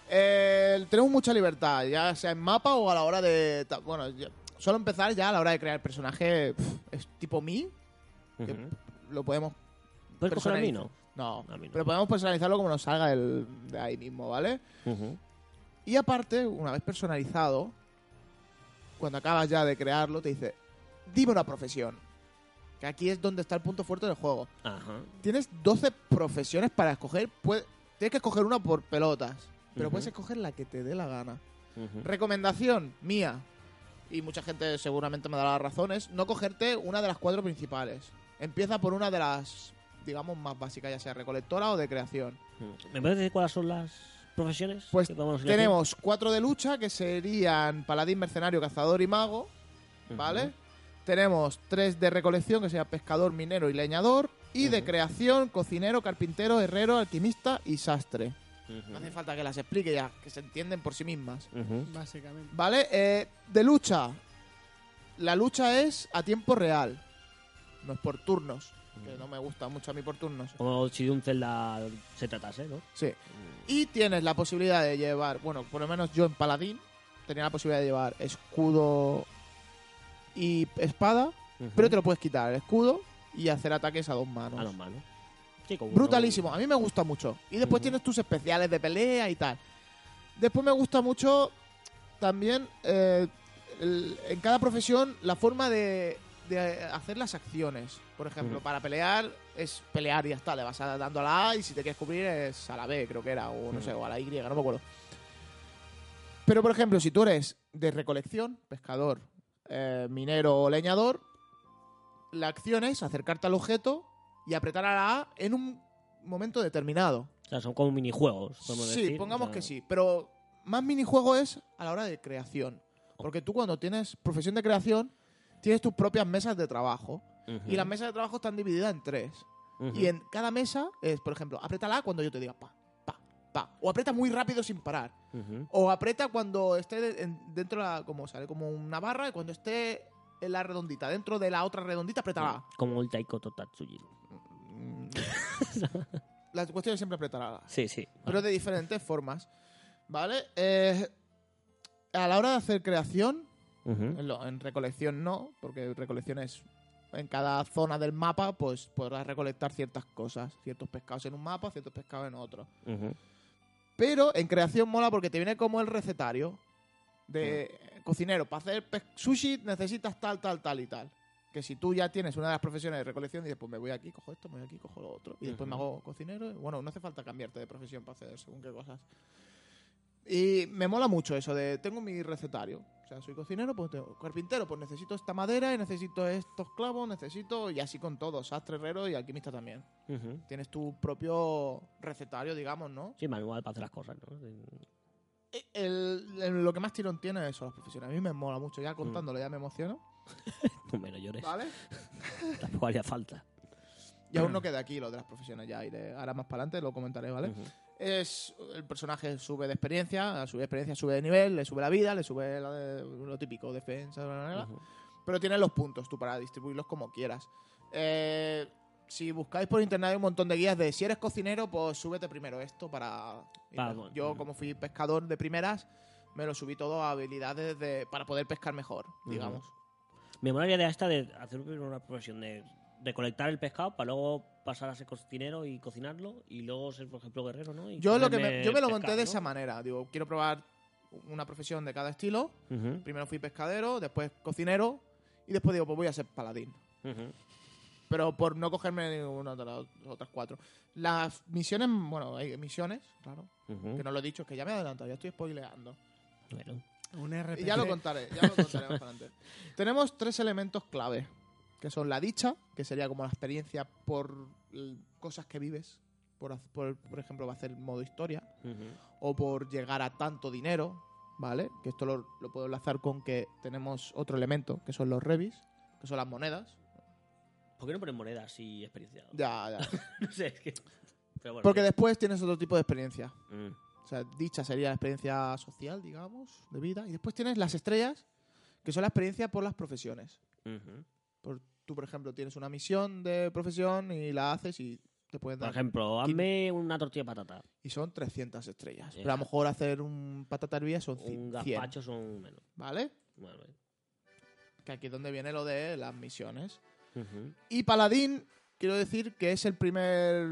Eh, tenemos mucha libertad, ya sea en mapa o a la hora de. ta- Bueno, yo- solo empezar ya a la hora de crear el personaje pf, es tipo mí,
Ujú.
que lo podemos.
¿Puedes coger a mí,
personaliza-
no?
No,
A mí no.
pero podemos personalizarlo como nos salga el, de ahí mismo, ¿vale?
Ujú.
Y aparte, una vez personalizado, cuando acabas ya de crearlo, te dice, dime una profesión. Que aquí es donde está el punto fuerte del juego.
Ajá.
Tienes 12 profesiones para escoger. Puede- tienes que escoger una por pelotas. Pero
Ujú.
puedes escoger la que te dé la gana.
Ujú.
Recomendación mía. Y mucha gente seguramente me dará las razones. No cogerte una de las cuatro principales. Empieza por una de las, digamos, más básicas, ya sea recolectora o de creación.
¿Me puedes decir cuáles son las profesiones?
Pues
que podemos elegir?
Tenemos cuatro de lucha, que serían paladín, mercenario, cazador y mago.
Ujú.
¿Vale? Tenemos tres de recolección, que serían pescador, minero y leñador. Y de
Ujú.
creación, cocinero, carpintero, herrero, alquimista y sastre.
Ujú.
No hace falta que las explique ya, que se entienden por sí mismas.
Ujú.
Básicamente.
¿Vale? Eh, de lucha. La lucha es a tiempo real. No es por turnos. Que no me gusta mucho a mí por turnos.
Como si de un Zelda se tratase, ¿no?
Sí. Y tienes la posibilidad de llevar, bueno, por lo menos yo en paladín tenía la posibilidad de llevar escudo y espada,
Ujú.
pero te lo puedes quitar el escudo y hacer ataques a dos manos.
A los manos. Sí, como
Brutalísimo, a mí me gusta mucho. Y después
Ujú.
tienes tus especiales de pelea y tal. Después me gusta mucho también eh, el- en cada profesión la forma de, de hacer las acciones. Por ejemplo,
Ujú.
para pelear es pelear y ya está. Le vas a- dando a la A y si te quieres cubrir es a la B, creo que era, o no sé, o a la Y, no me acuerdo. Pero, por ejemplo, si tú eres de recolección, pescador, eh, minero o leñador, la acción es acercarte al objeto y apretar a la A en un momento determinado.
O sea, son como minijuegos, podemos
Sí,
decir.
pongamos
O sea,
que sí. Pero más minijuego es a la hora de creación. Porque tú cuando tienes profesión de creación, tienes tus propias mesas de trabajo.
ujú,
Y las mesas de trabajo están divididas en tres.
ujú.
Y en cada mesa es, por ejemplo, aprieta la A cuando yo te diga pa, pa, pa. O aprieta muy rápido sin parar.
Ujú.
O aprieta cuando esté de- en- dentro de la, como sale como una barra, y cuando esté en la redondita, dentro de la otra redondita, apretará.
Como el Taiko Totatsuji.
La cuestión es siempre apretar A.
Sí, sí.
pero de diferentes formas. ¿Vale? Eh, a la hora de hacer creación,
Ujú.
en, lo- en recolección no, porque recolección es. En cada zona del mapa, pues podrás recolectar ciertas cosas. Ciertos pescados en un mapa, ciertos pescados en otro.
Ujú.
Pero en creación mola porque te viene como el recetario de eh, cocinero. Para hacer pes- sushi necesitas tal, tal, tal y tal. Que si tú ya tienes una de las profesiones de recolección, dices, pues me voy aquí, cojo esto, me voy aquí, cojo lo otro. Y después me
Ujú.
hago cocinero. Bueno, no hace falta cambiarte de profesión para hacer según qué cosas. Y me mola mucho eso de, tengo mi recetario. O sea, soy cocinero, pues tengo carpintero, pues necesito esta madera y necesito estos clavos, necesito... Y así con todo, sastre, herrero y alquimista también.
Ujú.
Tienes tu propio recetario, digamos, ¿no?
Sí, manual para hacer las cosas, ¿no? (laughs)
el- el- lo que más tirón tiene son las profesiones. A mí me mola mucho. Ya contándolo, ya me emociono.
No me lo llores.
¿Vale?
Tampoco haría falta.
Y aún no queda aquí lo de las profesiones. Ya iré. Ahora más para adelante lo comentaré, ¿vale?
Ujú.
Es, el personaje sube de experiencia, a subir experiencia sube de nivel, le sube la vida, le sube la de- lo típico, defensa, bla, bla, bla.
Ujú.
Pero tienes los puntos tú para distribuirlos como quieras. Eh, si buscáis por internet hay un montón de guías de si eres cocinero, pues súbete primero esto para... y
Para-
no. Yo como fui pescador de primeras, me lo subí todo a habilidades de, para poder pescar mejor, digamos.
Me mola la idea esta de hacer una profesión de recolectar el pescado para luego pasar a ser cocinero y cocinarlo y luego ser, por ejemplo, guerrero, ¿no? Y
Yo, lo que me,
comerme
yo me lo
pescado,
monté de
¿no?
esa manera. Digo, quiero probar una profesión de cada estilo.
Ujú,
Primero fui pescadero, después cocinero y después digo, pues voy a ser paladín.
ujú.
Pero por no cogerme ninguna de las otras cuatro. Las misiones, bueno, hay misiones, claro.
Ujú.
Que no lo he dicho, es que ya me he adelantado, ya estoy spoileando.
Bueno.
Un RPG.
Y ya lo contaré, ya lo contaré más para adelante. Tenemos tres elementos clave, que son la dicha, que sería como la experiencia por eh, cosas que vives. Por, haz- por, por ejemplo, va a hacer modo historia.
Ujú.
o por llegar a tanto dinero, ¿vale? Que esto lo, lo puedo enlazar con que tenemos otro elemento, que son los revis, que son las monedas.
¿Por qué no ponen monedas y experiencia? (laughs)
Ya, ya.
No sé, es que... Pero bueno,
Porque
sí.
después tienes otro tipo de experiencia.
Mm.
O sea, dicha sería la experiencia social, digamos, de vida. Y después tienes las estrellas, que son la experiencia por las profesiones.
Ujú.
Por, tú, por ejemplo, tienes una misión de profesión y la haces y te pueden
Por
dar...
ejemplo, hazme una tortilla de patata.
Y son 300 estrellas.
Ya.
Pero a lo mejor hacer un patata hervida son
Un
100,
gazpacho son menos.
¿vale?
Bueno, eh.
Que aquí es donde viene lo de las misiones.
Ujú.
Y Paladín, quiero decir que es el primer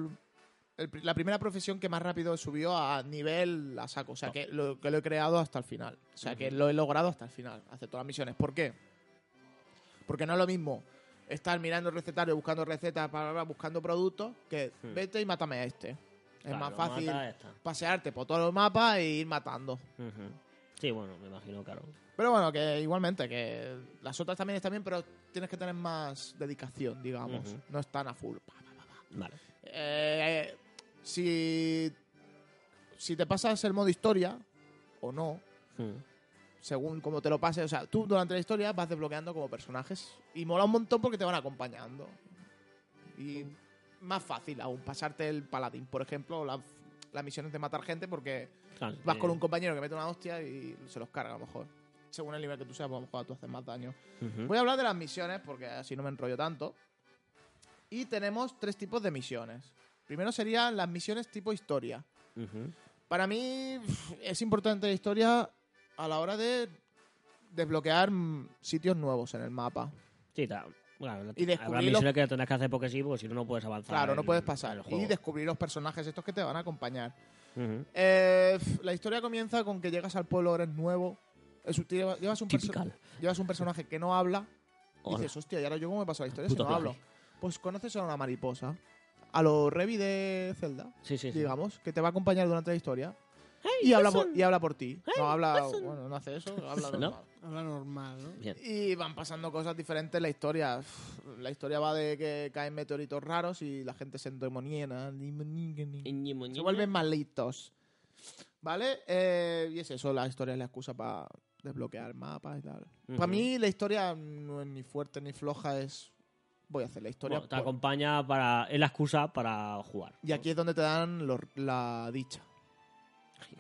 el pri- la primera profesión que más rápido subió a nivel a saco. O sea, que lo, que lo he creado hasta el final. O sea, que lo he logrado hasta el final. Hacer todas las misiones. ¿Por qué? Porque no es lo mismo estar mirando el recetario, buscando recetas, bla, bla, bla, buscando productos, que vete y mátame a este. Es
Hmm. Claro,
más fácil
mata a este. esta.
pasearte por todos los mapas e ir matando.
Ujú. Sí, bueno, me imagino, claro.
Pero bueno, que igualmente, que las otras también están bien, pero tienes que tener más dedicación, digamos.
Ujú.
No están a full. pa, pa, pa, pa.
Vale.
Eh, si, si te pasas el modo historia, o no,
Mm.
según cómo te lo pases, o sea, tú durante la historia vas desbloqueando como personajes. Y mola un montón porque te van acompañando. Y más fácil aún pasarte el paladín, por ejemplo, o las, las misiones de matar gente porque
Claro,
vas
eh,
con un compañero que mete una hostia y se los carga a lo mejor. Según el nivel que tú seas, pues a lo mejor tú haces más daño.
ujú.
Voy a hablar de las misiones porque así no me enrollo tanto. Y tenemos tres tipos de misiones. Primero serían las misiones tipo historia.
Ujú.
Para mí pf, es importante la historia a la hora de desbloquear mm, sitios nuevos en el mapa.
Sí, ta- Claro,
Y descubrí
habrá
los-
misiones que tendrás que hacer porque sí, porque si no, no puedes avanzar.
Claro, no
el-
puedes
el
pasar.
juego.
Y descubrir los personajes estos que te van a acompañar.
Ujú.
Eh, pf, la historia comienza con que llegas al pueblo, eres nuevo. Es un- llevas, llevas un perso-
Typical.
llevas un personaje que no habla.
Hola.
dices, hostia, ¿y ahora yo cómo me paso la historia
Puto
si no
plagio.
hablo? Pues conoces a una mariposa. A los Revi de Zelda,
Sí, sí, sí.
digamos, que te va a acompañar durante la historia. y, habla por, y habla por ti. no habla, bueno, no hace eso, habla
¿No?
normal.
Habla normal, ¿no?
Bien.
Y van pasando cosas diferentes en la historia. Uf, La historia va de que caen meteoritos raros y la gente se endemoniana. Se vuelven malitos. ¿Vale? Eh, y es eso, la historia es la excusa para desbloquear mapas y tal.
Ujú.
Para mí la historia no es ni fuerte ni floja, es... Voy a hacer la historia.
Bueno, te
por-
acompaña para. Es la excusa para jugar.
Y aquí es donde te dan los- la dicha.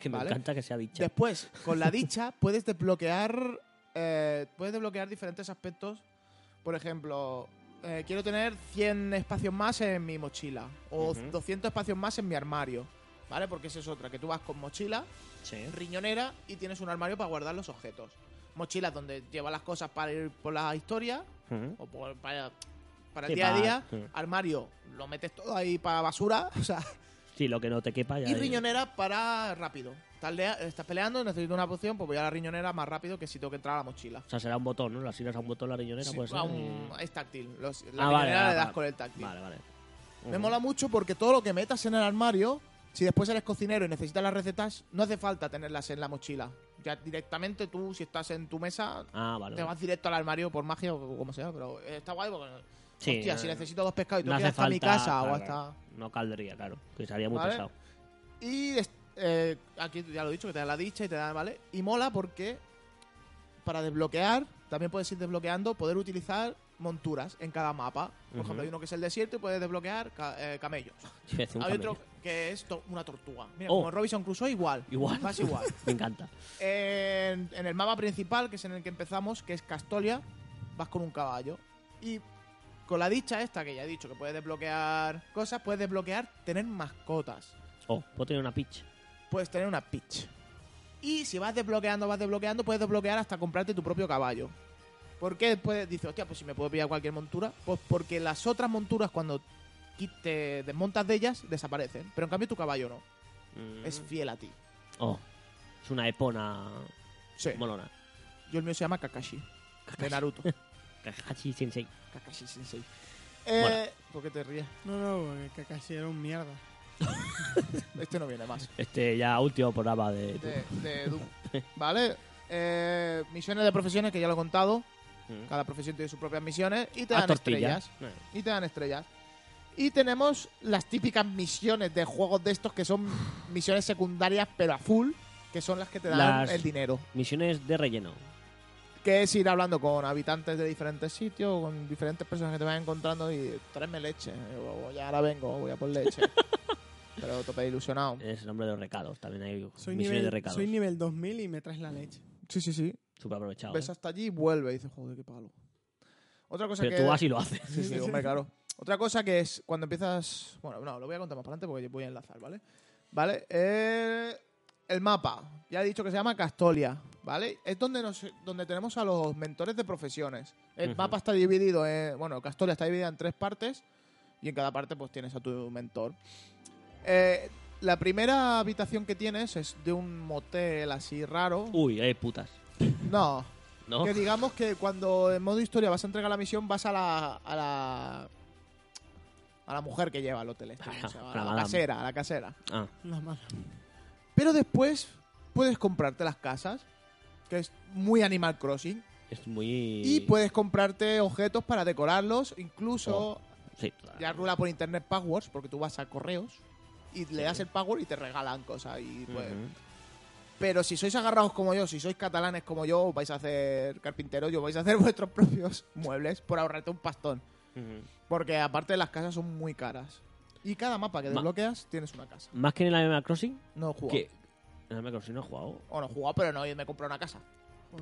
Que me
Vale.
encanta que sea dicha.
Después, con
(laughs)
la dicha, puedes desbloquear. eh, puedes desbloquear diferentes aspectos. Por ejemplo, eh, quiero tener 100 espacios más en mi mochila. O
Ujú.
200 espacios más en mi armario. ¿Vale? Porque esa es otra, que tú vas con mochila,
Sí.
riñonera y tienes un armario para guardar los objetos. Mochilas donde llevas las cosas para ir por la historia
Ujú.
o por- para, para
Sí,
el día a
para-
día.
sí.
Armario, lo metes todo ahí para basura. (laughs) O sea,
Sí, lo que no te quepa ya.
y
es-
riñonera para rápido. Estás, lea- estás peleando, necesito una poción, pues voy a la riñonera más rápido que si tengo que entrar a la mochila.
O sea, será un botón, ¿no? La asignas a un botón la riñonera,
Sí,
puede ser.
a
y-
un- Es táctil. Los- la
pues, eh. Ah,
riñonera
vale, vale,
le das
vale.
con el táctil.
Vale, vale.
Me
Ujú.
mola mucho porque todo lo que metas en el armario, si después eres cocinero y necesitas las recetas, no hace falta tenerlas en la mochila. Ya directamente tú, si estás en tu mesa,
Ah, vale.
te
vale.
vas directo al armario por magia o como sea, pero está guay porque...
Sí,
hostia,
no-
si necesito dos pescados y tú
no hace
quieres hasta
falta.
mi casa
claro,
o hasta...
claro. No caldería, claro. Que sería muy
Vale.
pesado. (laughs)
Y es- eh, aquí ya lo he dicho, que te da la dicha y te da, ¿vale? Y mola porque para desbloquear, también puedes ir desbloqueando, poder utilizar monturas en cada mapa. Por
Ujú.
ejemplo, hay uno que es el desierto y puedes desbloquear ca- eh, camellos.
Sí, es un
hay
camello.
otro que es to- una tortuga. Mira,
Oh.
como Robinson Crusoe, igual.
Igual.
Vas igual.
(laughs) Me encanta.
en, en el mapa principal, que es en el que empezamos, que es Castolia, vas con un caballo. Y con la dicha esta que ya he dicho, que puedes desbloquear cosas, puedes desbloquear tener mascotas
Oh, puedo tener una pitch.
puedes tener una pitch. Y si vas desbloqueando, vas desbloqueando, puedes desbloquear hasta comprarte tu propio caballo. ¿Por qué después dices, hostia, pues si me puedo pillar cualquier montura? Pues porque las otras monturas cuando qui- te desmontas de ellas desaparecen, pero en cambio tu caballo no,
Mm.
es fiel a ti.
Oh, es una epona
Sí.
molona.
Yo el mío se llama Kakashi, de Naruto.
Kakashi Sensei.
Kakashi Sensei. Eh,
Mola.
¿Por qué te ríes?
No, no, porque Kakashi era un mierda.
Este no viene más.
Este ya último programa de...
De, de
(laughs)
Doom. ¿Vale? Eh, misiones de profesiones, que ya lo he contado.
Mm.
Cada profesión tiene sus propias misiones y te
Ah,
dan
tortilla.
estrellas. y te dan estrellas. Y tenemos las típicas misiones de juegos de estos que son misiones secundarias pero a full, que son las que te dan
Las-
el dinero.
Misiones de relleno.
Que es ir hablando con habitantes de diferentes sitios, con diferentes personas que te vas encontrando y tráeme leche. Y yo, ya ahora vengo, voy a por (laughs) leche. pero tope ilusionado.
Es el nombre de los recados. También hay
Soy
misiones de
nivel,
recados.
soy nivel 2000 y me traes la leche.
Sí, sí, sí.
Súper aprovechado.
Ves
¿eh?
hasta allí y vuelve y dices, joder, qué palo. Otra cosa
Pero
que...
tú vas y lo haces.
Sí, sí, hombre, claro. Otra cosa que es cuando empiezas. Bueno, no, lo voy a contar más para adelante porque yo voy a enlazar, ¿vale? Vale, eh, el mapa. Ya he dicho que se llama Castolia, ¿vale? Es donde, nos, donde tenemos a los mentores de profesiones. El
Ujú.
mapa está dividido en. Bueno, Castolia está dividida en tres partes y en cada parte pues tienes a tu mentor.
Eh, la primera habitación que tienes es de un motel así raro.
Uy, eh, putas.
No.
¿No?
Que digamos que cuando en modo historia vas a entregar la misión, vas a la. a la. a la mujer que lleva el hotel. este,
Ah,
¿cómo se llama?
a la
a la
madame.
casera, a la casera.
Ah,
La mala.
Pero después puedes comprarte las casas, que es muy Animal Crossing,
es muy.
y puedes comprarte objetos para decorarlos,
Oh.
incluso
Sí.
ya rula por internet passwords, porque tú vas a correos y le das el password y te regalan cosas. Y pues.
Ujú.
Pero si sois agarrados como yo, si sois catalanes como yo, os vais a hacer carpinteros y os vais a hacer (laughs) vuestros propios muebles por ahorrarte un pastón.
Ujú.
Porque aparte las casas son muy caras. Y cada mapa que
Ma-
desbloqueas tienes una casa.
Más que en el Animal Crossing,
No he jugado.
que. En el Animal Crossing no he jugado.
O no he jugado, pero no, yo me he comprado una casa.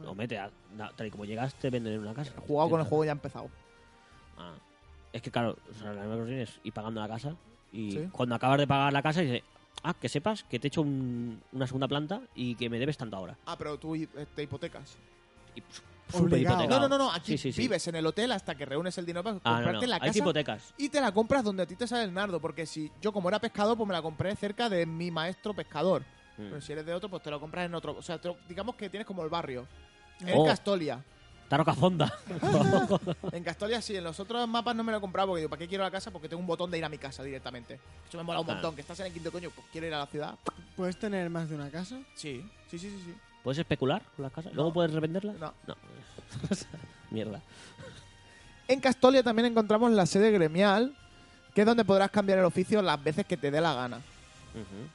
No, mete, a- da- tal y como llegas, te venden en una casa.
He jugado con el juego ya empezado.
Ah. Es que claro, o sea, el Animal Crossing es ir pagando la casa. Y
Sí.
cuando acabas de pagar la casa, dices, ah, que sepas que te he hecho un- una segunda planta y que me debes tanto ahora.
Ah, pero tú hi- te hipotecas.
Y pf,
Obligado.
súper hipotecado.
No, no, no, no. Aquí
Sí, sí, sí.
vives en el hotel hasta que reúnes el dinero para
Ah,
comprarte
no, no.
la
Hay
casa.
hipotecas.
Y te la compras donde a ti te sale el nardo. Porque si yo, como era pescador, pues me la compré cerca de mi maestro pescador.
Mm.
Pero si eres de otro, pues te lo compras en otro. O sea, te lo- digamos que tienes como el barrio. En
Oh.
Castolia.
Está roca
(laughs)
fonda. (laughs)
En Castolia sí, en los otros mapas no me lo he comprado porque digo, ¿para qué quiero la casa? Porque tengo un botón de ir a mi casa directamente. Eso me mola un
Ah.
montón. Que estás en el quinto coño, pues quiero ir a la ciudad.
¿Puedes tener más de una casa?
Sí, sí, sí, sí. sí.
¿Puedes especular con las casas? ¿Luego puedes revenderlas?
No.
(laughs) Mierda.
En Castolia también encontramos la sede gremial, que es donde podrás cambiar el oficio las veces que te dé la gana.
Ujú.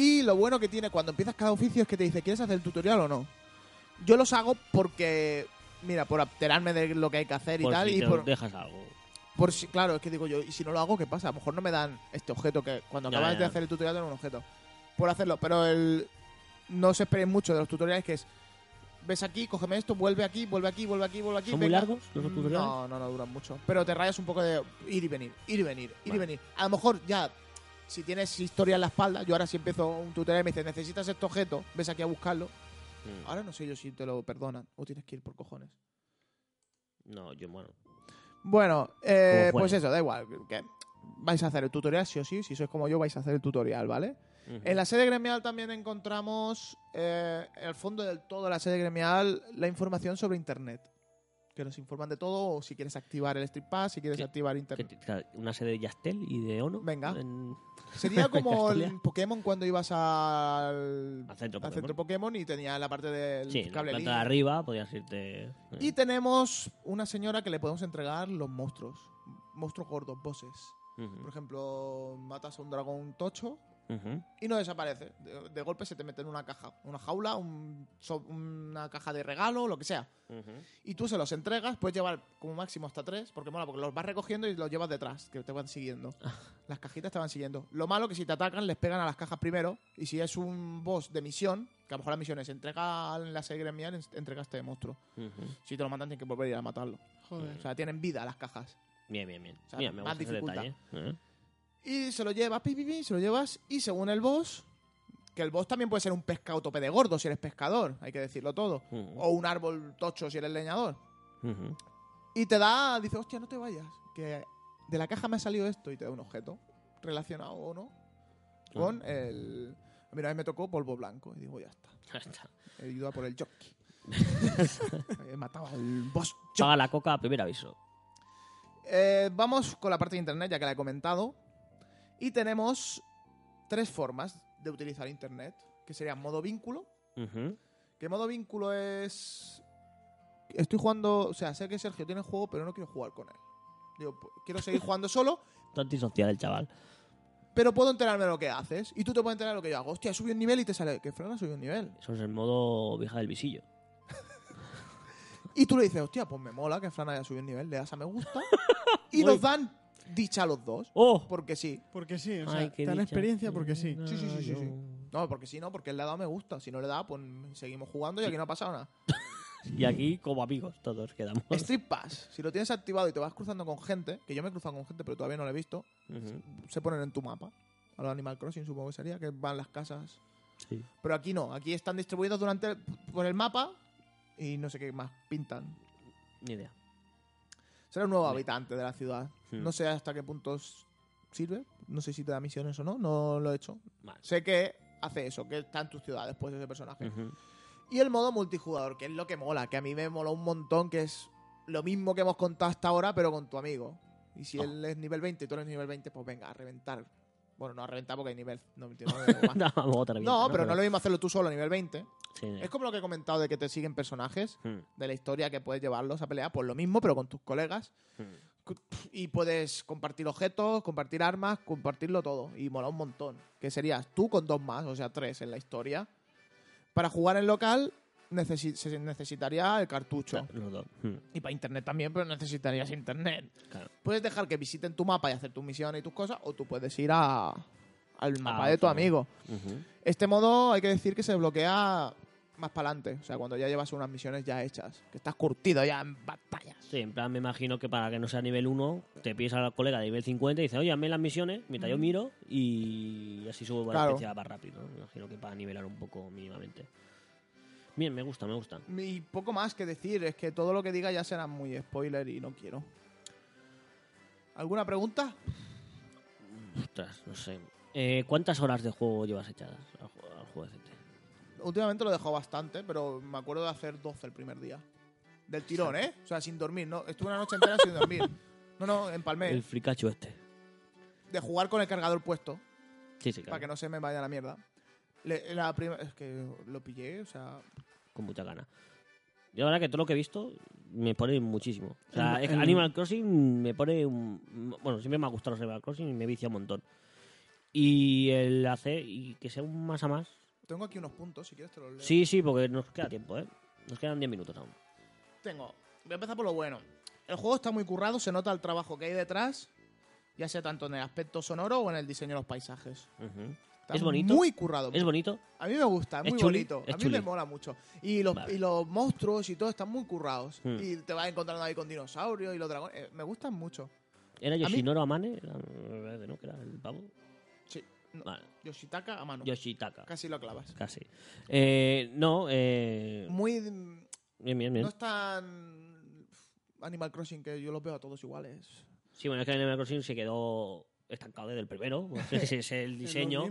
Y lo bueno que tiene cuando empiezas cada oficio es que te dice, ¿quieres hacer el tutorial o no? Yo los hago porque, mira, por alterarme de lo que hay que hacer y
Por
tal.
si
y
te
por,
dejas algo.
por si, claro, es que digo yo, ¿y si no lo hago, qué pasa? A lo mejor no me dan este objeto que cuando
Ya,
acabas
ya.
de hacer el tutorial te dan un objeto. Por hacerlo, pero el, no se esperen mucho de los tutoriales que es, ves aquí, cógeme esto, vuelve aquí, vuelve aquí, vuelve aquí, vuelve aquí.
¿Son muy
venga.
largos los tutoriales?
No, no, no duran mucho. Pero te rayas un poco de ir y venir, ir y venir, ir
Vale.
y venir. A lo mejor ya, si tienes historia en la espalda, yo ahora si empiezo un tutorial y me dice, necesitas este objeto, ves aquí a buscarlo.
Mm.
Ahora no sé yo si te lo perdonan o tienes que ir por cojones.
No, yo bueno.
Bueno, eh,
Como fuera.
pues eso, da igual. que vais a hacer el tutorial, sí o sí. Si sois como yo, vais a hacer el tutorial, ¿vale?
Ujú.
En la sede gremial también encontramos, eh, en el fondo del todo de la sede gremial, la información sobre Internet. Que nos informan de todo, o si quieres activar el Street Pass, si quieres
Que-
activar
Que
Internet.
te- claro, Una sede de Yastel y de Ono.
Venga.
En- (laughs)
Sería como el
Castolia.
Pokémon cuando ibas al,
Al centro
al
Pokémon.
centro Pokémon y tenía la parte del
Sí, en la
cable
planta de
línea.
arriba podías irte. eh,
Y tenemos una señora que le podemos entregar los monstruos. Monstruos gordos, bosses. Por
ujú,
ejemplo, matas a un dragón tocho
ujú.
y no desaparece. De, de golpe se te mete en una caja, una jaula, un so- una caja de regalo, lo que sea. Y tú se los entregas, puedes llevar como máximo hasta tres, porque mola, porque los vas recogiendo y los llevas detrás, que te van siguiendo. Las cajitas te van siguiendo. Lo malo que si te atacan, les pegan a las cajas primero. Y si es un boss de misión, que a lo mejor la misión es entrega en la serie gremial, en- entrega a este monstruo.
Ujú.
Si te lo matan, tienes que volver a ir a matarlo.
Joder.
O sea, tienen vida las cajas.
Bien, bien, bien.
O sea,
Mira, me
más
gusta ese
dificultad.
detalle. ¿eh?
Y se lo llevas, pi, pi, pi, se lo llevas. Y según el boss, que el boss también puede ser un pescado tope de gordo si eres pescador, hay que decirlo todo.
Ujú,
O un árbol tocho si eres leñador.
ujú.
Y te da, dice, hostia, no te vayas, que de la caja me ha salido esto y te da un objeto relacionado o no
Ah.
con el... Mira, a mí me tocó polvo blanco y digo, ya está.
Ya está.
He ido a por el
(laughs)
jockey. (laughs) He matado al boss jockey.
Paga la coca a primer aviso.
Eh, vamos con la parte de internet, ya que la he comentado. Y tenemos tres formas de utilizar internet, que serían modo vínculo,
Ujú.
que modo vínculo es... Estoy jugando, o sea, sé que Sergio tiene el juego, pero no quiero jugar con él. Digo, "Pu- quiero seguir jugando solo,
Está antisocial el chaval.
pero puedo enterarme de lo que haces. Y tú te puedes enterar de lo que yo hago. Hostia, subí un nivel y te sale que Fran ha subido un nivel.
Eso es el modo vieja del visillo.
Y tú le dices, hostia, pues me mola que Fran haya subido un nivel. Le das a me gusta y nos dan dicha a los dos.
Pues,
¡Oh!
Porque sí.
Porque sí, o sea,
Ay, qué
te dan
dicha.
experiencia porque sí.
Sí, sí, sí, sí, sí.
Yo-
No, porque si no, porque él le ha dado me gusta. Si no le da, pues seguimos jugando y aquí no ha pasado nada.
Y aquí, como amigos, todos quedamos.
Street Pass, si lo tienes activado y te vas cruzando con gente, que yo me he cruzado con gente, pero todavía no lo he visto,
Ujú.
se ponen en tu mapa. A los Animal Crossing supongo que sería, que van las casas.
Sí.
Pero aquí no, aquí están distribuidos durante por el mapa y no sé qué más pintan.
Ni idea.
Será un nuevo
Vale.
habitante de la ciudad.
Hmm.
No sé hasta qué punto s-
sirve. No sé si te da misiones o no, no lo he hecho.
Vale. Mm.
Sé que hace eso, que está en tus ciudades, pues ese personaje.
Ujú.
Y el modo multijugador, que es lo que mola, que a mí me mola un montón, que es lo mismo que hemos contado hasta ahora, pero con tu amigo. Y si
Oh.
él es nivel 20 y tú eres nivel 20, pues venga, a reventar. Bueno, no a reventar porque hay nivel 99
(laughs)
o más.
(laughs) No, vamos, otra mierda,
No, pero no es lo mismo hacerlo tú solo a nivel 20.
Sí.
Es como lo que he comentado de que te siguen personajes
Hmm.
de la historia que puedes llevarlos a pelear, pues lo mismo, pero con tus colegas.
Hmm.
Cu- Y puedes compartir objetos, compartir armas, compartirlo todo. Y mola un montón. Que serías tú con dos más, o sea, tres en la historia. Para jugar en local necesi- se necesitaría el cartucho.
Los dos. Hmm.
Y para internet también, pero necesitarías internet.
Claro.
Puedes dejar que visiten tu mapa y hacer tus misiones y tus cosas, o tú puedes ir a- al mapa
Ah,
de tu
sí.
amigo.
Ujú.
Este modo hay que decir que se bloquea más para adelante, o sea, cuando ya llevas unas misiones ya hechas, que estás curtido ya en batallas.
Sí, en plan me imagino que para que no sea nivel 1, te pides al colega de nivel 50 y dices, oye, hazme las misiones, mientras yo miro y así subo la
Claro.
especialidad más rápido. ¿no? Me imagino que para nivelar un poco mínimamente. Bien, me gusta, me gusta.
Y poco más que decir, es que todo lo que diga ya será muy spoiler y no quiero. ¿Alguna pregunta?
Ostras, no sé. Eh, ¿Cuántas horas de juego llevas echadas al, ju- al juego de CT?
Eh. Últimamente lo he dejado bastante, pero me acuerdo de hacer 12 el primer día. Del tirón, ¿eh? O sea, sin dormir, ¿no? Estuve una noche entera (laughs) sin dormir. No, no, empalmé.
El fricacho este.
De jugar con el cargador puesto.
Sí, sí, claro.
Para que no se me vaya la mierda. Le- la prima- es que lo pillé, o sea.
Con mucha gana. Yo la verdad que todo lo que he visto me pone muchísimo. O sea,
El-
es que
el-
Animal Crossing me pone... un- Bueno, siempre me ha gustado los Animal Crossing y me vicia un montón. Y el hacer... Y que sea un más a más...
Tengo aquí unos puntos, si quieres te los leo.
Sí, sí, porque nos queda tiempo, ¿eh? Nos quedan 10 minutos aún.
Tengo. Voy a empezar por lo bueno. El juego está muy currado, se nota el trabajo que hay detrás, ya sea tanto en el aspecto sonoro o en el diseño de los paisajes. Está
Es bonito.
Muy currado.
Es bonito.
A mí me gusta, es
¿Es
muy
chuli?
bonito.
¿Es
a mí
chuli?
me mola mucho. Y los,
Vale.
y los monstruos y todo están muy currados.
Hmm.
Y te vas encontrando ahí con dinosaurios y los dragones. Eh, me gustan mucho.
Era
mí-
Yoshinoro Amane, era, eh, ¿no? Que era el pavo.
Sí. No,
Vale.
Yoshitaka a mano.
Yoshitaka.
Casi lo clavas.
Casi. Eh, no, eh.
Muy. mm,
Bien, bien, bien.
No es tan. Animal Crossing que yo los veo a todos iguales.
Sí, bueno, es que Animal Crossing se quedó estancado desde el primero. pues Ese es el diseño.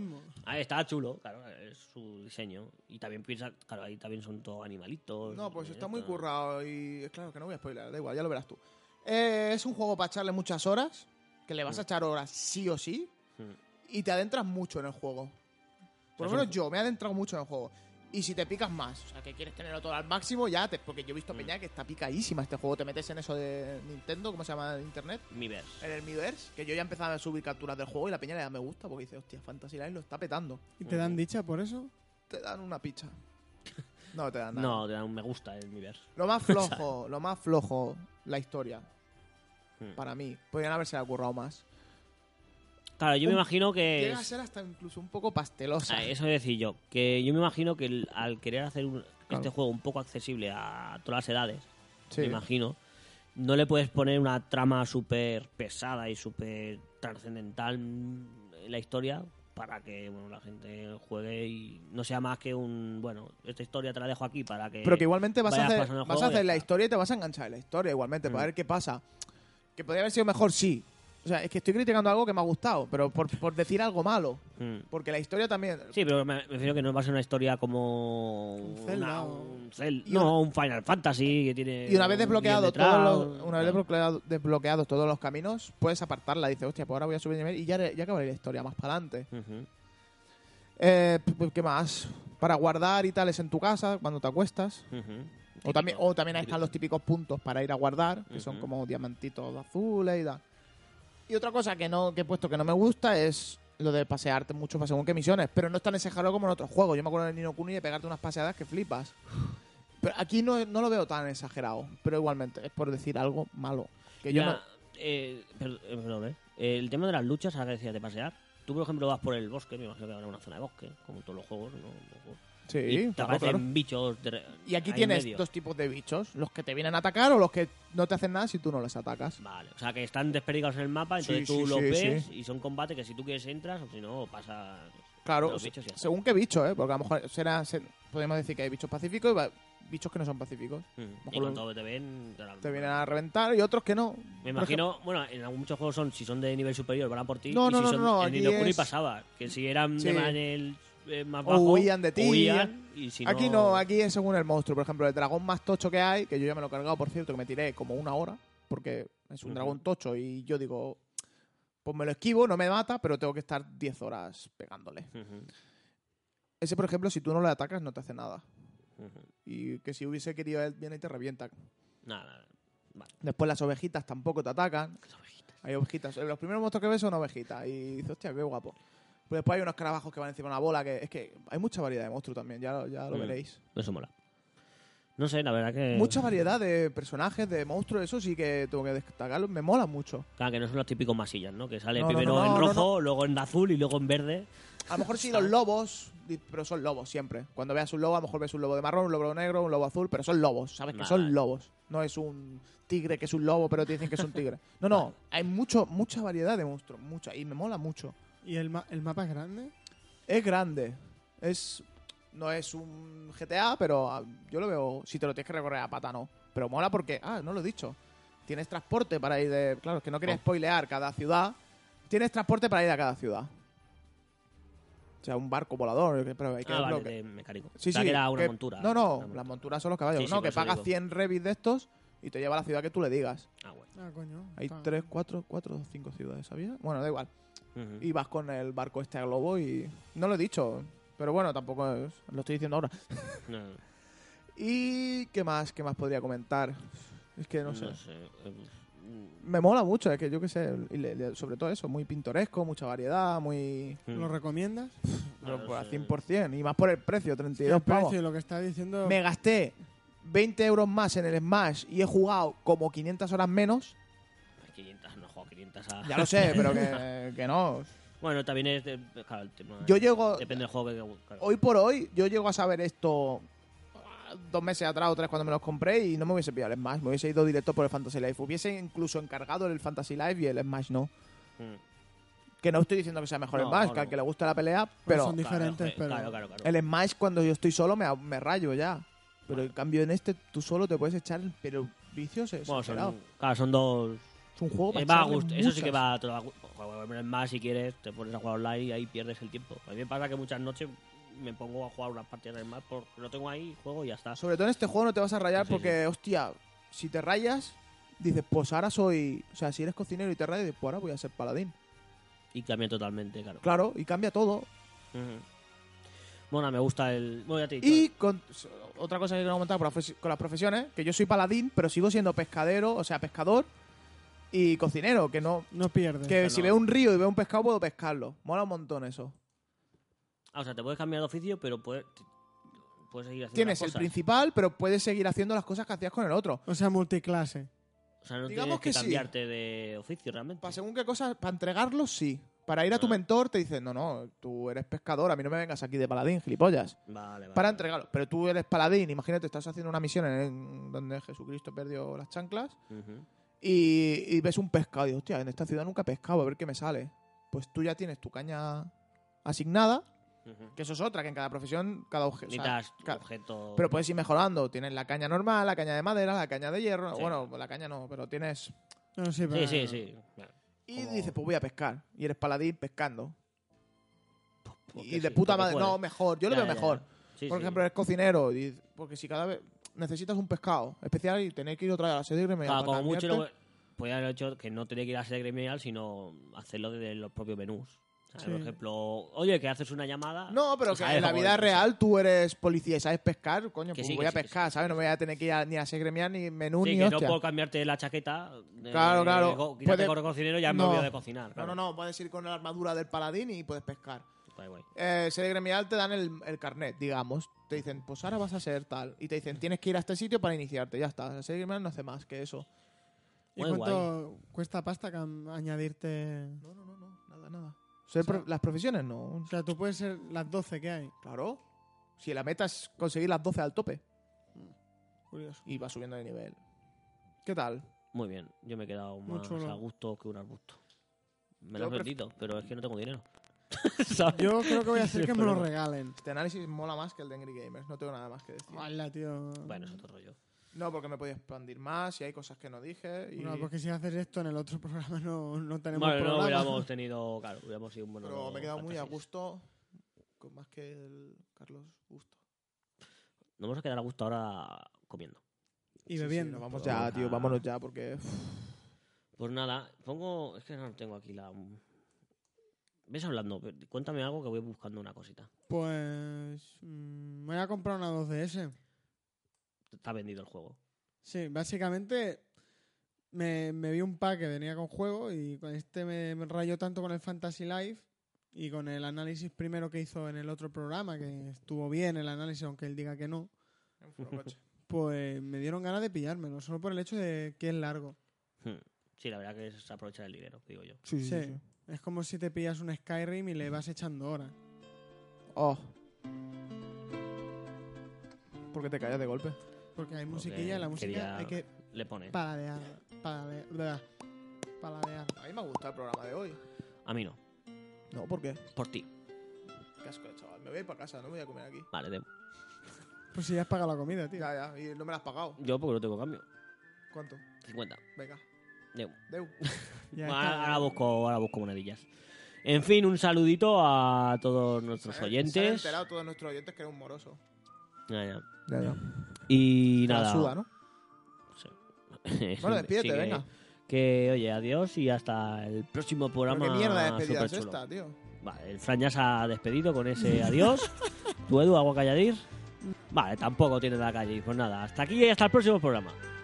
Ah, está chulo, claro, es su diseño. Y también piensa, claro, ahí también son todos animalitos.
No, pues
eh,
está muy
todo.
currado y es claro que no voy a spoiler, da igual, ya lo verás tú. Eh, es un juego para echarle muchas horas, que le
Hmm.
vas a echar horas sí o sí,
Mm.
y te adentras mucho en el juego. Por lo
O sea, es un
menos yo me he adentrado mucho en el juego. Y si te picas más, o sea, que quieres tenerlo todo al máximo, ya, te- porque yo he visto
Mm.
a Peña que está picadísima este juego. Te metes en eso de Nintendo, ¿cómo se llama? Internet.
Miiverse.
En el Miiverse, que yo ya empezaba a subir capturas del juego y la Peña le da me gusta porque dice, hostia, Fantasyland lo está petando.
¿Y te dan dicha por eso?
Te dan una
(laughs)
picha. No te dan nada.
No, te da un me gusta el Miiverse.
Lo
(laughs)
más flojo, lo más flojo, la historia.
Hmm.
Para mí. Podrían haberse currado más.
Claro, yo me
Un-
imagino que.
Llega a
es-
ser hasta incluso un poco pastelosa.
Ah, eso voy a decir yo. Que yo me imagino que el- al querer hacer un- este
Claro.
juego un poco accesible a todas las edades,
Sí.
me imagino, no le puedes poner una trama súper pesada y súper trascendental en la historia para que bueno la gente juegue y no sea más que un bueno esta historia te la dejo aquí para que
Pero que igualmente vas a
vayas
hacer,
pasando el
vas a
juego y
hacer
ya
la
está.
historia y te vas a enganchar en la historia igualmente
Hmm.
para ver qué pasa. Que podría haber sido mejor, sí. O sea, es que estoy criticando algo que me ha gustado, pero por, por decir algo malo.
Mm.
Porque la historia también...
sí pero me, me refiero que no va a ser una historia como
Un Zelda
una-
o-
un Zel-
Y
no un Final Fantasy que tiene
Y una vez
un guion
desbloqueado
detrás,
todos los, una vez
claro.
desbloqueado- desbloqueados todos los caminos, puedes apartarla. Dices, hostia, pues ahora voy a subir de nivel y ya, ya acabaré la historia más para adelante.
Ujú.
Eh, p- p- ¿Qué más? Para guardar y tales en tu casa cuando te acuestas.
Ujú.
O también, o también ahí
Típico.
están los típicos puntos para ir a guardar, que son
Ujú.
como diamantitos azules y tal. Y otra cosa que no que he puesto que no me gusta es lo de pasearte mucho para según qué misiones. Pero no es tan exagerado como en otros juegos. Yo me acuerdo en el Nino Kuni de pegarte unas paseadas que flipas. Pero aquí no, no lo veo tan exagerado. Pero igualmente, es por decir algo malo. Que yo
Ya,
no-
eh, per- eh, perdón, ¿eh? El tema de las luchas, ahora que decías de pasear. Tú, por ejemplo, vas por el bosque, me imagino que habrá una zona de bosque, como en todos los juegos, ¿no? Un poco.
Sí,
y te
claro,
aparecen
claro.
bichos. de re-
Y aquí
ahí en
tienes
medio.
dos tipos de bichos. Los que te vienen a atacar o los que no te hacen nada si tú no les atacas.
Vale, o sea que están desperdigados en el mapa,
Sí,
entonces tú
sí,
los
sí,
ves y son combates que si tú quieres entras o si no pasa.
Claro,
los
se-
bichos y ya está.
según qué bicho, ¿eh? Porque a lo mejor será, se- podemos decir que hay bichos pacíficos y va- bichos que no son pacíficos.
Mm. Y
Ojo,
cuando te ven... te la-
Te vienen a reventar y otros que no.
Me
Por ejemplo-
imagino, bueno, en algún- muchos juegos son, si son de nivel superior, van a por ti.
No,
y
no,
si
no,
son,
no,
en
aquí
Ninokuni
es-
pasaba, que si eran
Sí.
de nivel eh, más
O
bajo,
huían de ti.
huían, y si
aquí no... aquí es según el monstruo. Por ejemplo, el dragón más tocho que hay, que yo ya me lo he cargado, por cierto, que me tiré como una hora, porque es un
Ujú.
dragón tocho y yo digo, pues me lo esquivo, no me mata, pero tengo que estar 10 horas pegándole.
Ujú,
Ese, por ejemplo, si tú no lo atacas, no te hace nada.
ujú.
Y que si hubiese querido él, viene y te revienta.
Nada, nada.
Después las ovejitas tampoco te atacan.
Las ovejitas.
Hay ovejitas. Los primeros monstruos que ves son ovejitas. Y dices, hostia, qué guapo. Pero después hay unos carabajos que van encima de una bola. que Es que hay mucha variedad de monstruos también, ya, lo- ya lo
Mm.
veréis.
Eso mola. No sé, la verdad que...
Mucha variedad de personajes, de monstruos, eso sí que tengo que destacarlo. Me mola mucho.
Claro, que no son los típicos masillas, ¿no? Que sale
No, no,
primero
no, no,
en
no,
rojo, luego en azul y luego en verde.
A lo mejor sí
Ah.
los lobos, di- pero son lobos siempre. Cuando veas un lobo, a lo mejor ves un lobo de marrón, un lobo negro, un lobo azul, pero son lobos, sabes que
Vale,
son
vale.
lobos. No es un tigre que es un lobo, pero te dicen que es un tigre. No, no, hay mucho, mucha variedad de monstruos, mucha, y me mola mucho.
¿Y el, ma- el mapa es grande?
Es grande. Es. No es un GTA, pero ah, yo lo veo. Si te lo tienes que recorrer a pata, no. Pero mola porque. Ah, no lo he dicho. Tienes transporte para ir de. Claro, es que no quería
Oh.
spoilear cada ciudad. Tienes transporte para ir a cada ciudad. O sea, un barco volador. Pero hay que
Ah,
verlo
vale,
que-
de mecánico.
Sí,
Pensaba
sí.
que era una
que-
montura.
No,
Una
no,
montura.
las monturas son los caballos.
Sí, sí,
no,
por
que
eso
pagas
digo.
100 revis de estos y te lleva a la ciudad que tú le digas.
Ah, bueno.
Ah, coño.
Hay
está-
3, 4, 4, 5 ciudades, ¿sabía? Bueno, da igual
Ujú.
y vas con el barco este a globo y no lo he dicho pero bueno tampoco es- lo estoy diciendo ahora
No, no,
y qué más qué más podría comentar es que no, sé
no sé. eh, Mm,
me mola mucho es que yo qué sé y le- le- sobre todo eso muy pintoresco mucha variedad muy
¿Lo
mm,
recomiendas?
Bueno,
pero por
sí.
al 100% y más por el precio 32
el precio
pavos
y lo que está diciendo...
me gasté 20 euros más en el Smash y he jugado como 500 horas menos
500, no juego 500 a...
ya lo
(laughs)
sé pero que, que no
Bueno, también es... de- claro, el tema-
Yo llego-
Depende del juego que... claro.
hoy por hoy, yo llego a saber esto ah, dos meses atrás o tres cuando me los compré y no me hubiese pillado el Smash, me hubiese ido directo por el Fantasy Life. Hubiese incluso encargado el Fantasy Life y el Smash no.
Mm.
Que no estoy diciendo que sea mejor
No,
el Smash,
no,
que al
no.
que le gusta la pelea, pero
son diferentes,
claro,
pero-
Claro, claro, claro.
el Smash cuando yo estoy solo me, me rayo ya. Pero en cambio en este tú solo te puedes echar, pero vicios es
Bueno,
exagerado.
son, claro, son dos...
Es un juego para
Eh, va a
echarle
gusto. Eso sí
muchas.
que va a todo a gusto. Jugar más si quieres, te pones a jugar online y ahí pierdes el tiempo. A mí me pasa que muchas noches me pongo a jugar unas partidas de más porque lo tengo ahí, juego y ya está.
Sobre todo en este juego no te vas a rayar
Sí, sí.
porque, hostia, si te rayas, dices, pues ahora soy. O sea, si eres cocinero y te rayas, dices, pues ahora voy a ser paladín.
Y cambia totalmente, claro.
Claro, y cambia todo.
Ujú. Bueno, me gusta el. Bueno, ya te he dicho.
Y con- otra cosa que quiero comentar por la profes- con las profesiones, que yo soy paladín, pero sigo siendo pescadero, o sea, pescador y cocinero, que no
No pierdes.
que
no.
si veo un río y veo un pescado puedo pescarlo. Mola un montón eso.
Ah, o sea, te puedes cambiar de oficio, pero puedes, puedes seguir haciendo.
Tienes
las
el
cosas.
principal, pero puedes seguir haciendo las cosas que hacías con el otro.
O sea, multiclase.
O sea, no
Digamos
tienes que,
que sí.
cambiarte de oficio realmente.
Para según qué cosas, para entregarlo sí. Para ir a tu
Ah.
mentor te dicen, no, no, tú eres pescador, a mí no me vengas aquí de paladín, gilipollas.
Vale, vale.
Para entregarlo. Pero tú eres paladín, imagínate, estás haciendo una misión en donde Jesucristo perdió las chanclas
Ujú.
y, y ves un pescado y dices, hostia, en esta ciudad nunca he pescado, a ver qué me sale. Pues tú ya tienes tu caña asignada,
Ujú.
que eso es otra, que en cada profesión, cada objeto.
Necesitas
ca-
objeto.
pero puedes ir mejorando, tienes la caña normal, la caña de madera, la caña de hierro,
Sí.
bueno, la caña no, pero tienes...
No, sí,
Sí,
pero-
sí, sí. Vale.
Y
Como-
dices, pues voy a pescar, y eres paladín pescando.
Porque
Y de
pues sí,
puta
porque
madre,
puedes.
no, mejor, yo lo
Ya,
veo
ya,
mejor.
ya. Sí,
Por
sí.
ejemplo, eres cocinero, y- porque si cada vez necesitas un pescado especial y tenéis que ir otra vez a la sede y me
Claro, como mucho lo podía haber hecho que no tenía que ir a ser gremial, sino hacerlo desde los propios menús. O sea,
Sí.
Por ejemplo, oye, que haces una llamada.
No, pero
O
que
sea, es
en la
como
vida
de-
real tú eres policía y sabes pescar, coño,
Que
pues
sí, que
voy a
sí, que
pescar,
sí.
¿sabes? No me voy a tener que ir a- ni a segremear ni menú
Sí,
ni
que no
hostia.
puedo cambiarte la chaqueta. eh,
Claro, claro.
co- Quítate
Puede-
con cocinero, ya
No.
me voy de cocinar.
No,
claro.
no, no, puedes ir con la armadura del paladín y puedes pescar.
Guay, guay.
Eh, ser gremial te dan el, el carnet, digamos. Te dicen, pues ahora vas a ser tal. Y te dicen, tienes que ir a este sitio para iniciarte, ya está. Ser gremial no hace más que eso.
¿Y
Muy
cuánto cuesta pasta cam- añadirte...?
No, no, no, no, nada, nada. Ser
O sea,
pro- las profesiones no.
O sea, tú puedes ser las 12 que hay.
Claro. Si la meta es conseguir las 12 al tope. Y vas subiendo de nivel. ¿Qué tal?
Muy bien, yo me he quedado
Muy
más
chulo.
a gusto que un arbusto. Me
Yo
lo he
pref-
vendido, pero es que no tengo dinero. (laughs) ¿Sabes?
Yo creo que voy a hacer
(laughs) Sí,
que me lo
pero-
regalen.
Este análisis mola más que el de Angry Gamers, no tengo nada más que decir.
Hola, tío.
Bueno, es otro
(laughs)
rollo.
No, porque me podía expandir más y hay cosas que no dije. Y...
No, porque pues si haces esto en el otro (laughs) programa no, no tenemos
Bueno, no
programa.
hubiéramos tenido. Claro, hubiéramos sido un buen
Pero me he quedado muy a gusto, con más que el Carlos Gusto.
Nos vamos a quedar a gusto ahora comiendo.
(laughs) y bebiendo.
vamos ya, tío, vámonos ya, porque. (laughs) uff,
Pues nada, pongo. Es que no tengo aquí la. Ves hablando, cuéntame algo que voy buscando una cosita.
pues mm, voy a comprar una 2DS.
Está vendido el juego.
Sí, básicamente me, me vi un pack que venía con juego y con este me, me rayó tanto con el Fantasy Life y con el análisis primero que hizo en el otro programa, que estuvo bien el análisis, aunque él diga que no,
en forocoche.
pues me dieron ganas de pillármelo, solo por el hecho de que es largo.
Hmm. Sí, la verdad que es aprovechar el dinero, digo yo.
Sí, sí,
Sí,
sí.
es como si te pillas un Skyrim y le vas echando horas.
Oh. ¿Por qué te callas de golpe?
Porque hay musiquilla y
quería-
la música hay que
Le pone.
paladear, paladear, bla, paladear.
A mí me ha gustado el programa de hoy.
A mí no,
No, ¿por qué?
por ti.
Casco, chaval. Me voy a ir para casa, no me voy a comer aquí.
Vale, te-
Pues si ya has pagado la comida, tío.
Ya, ya, y no me lo has pagado.
yo porque no tengo cambio.
¿Cuánto?
50.
Venga,
Deu.
Deu.
Ya
Ahora-
está.
ahora, busco, ahora busco monedillas. En fin, un saludito a todos nuestros
Eh, Se han- Se han
oyentes.
enterado todos nuestros oyentes que era un moroso.
Ya, ya.
Ya, ya.
Y
La
nada. (laughs)
suda, ¿no? Bueno, despídete,
Sí que-
venga.
Que, oye, adiós y hasta el próximo
Pero
programa.
¿Qué mierda de despedida es
superchulo.
esta, tío?
Vale, el Fran ya se ha despedido con ese adiós. ¿Tu Edu, algo que añadir? Vale, tampoco tiene nada que añadir. Pues nada, hasta aquí y hasta el próximo programa.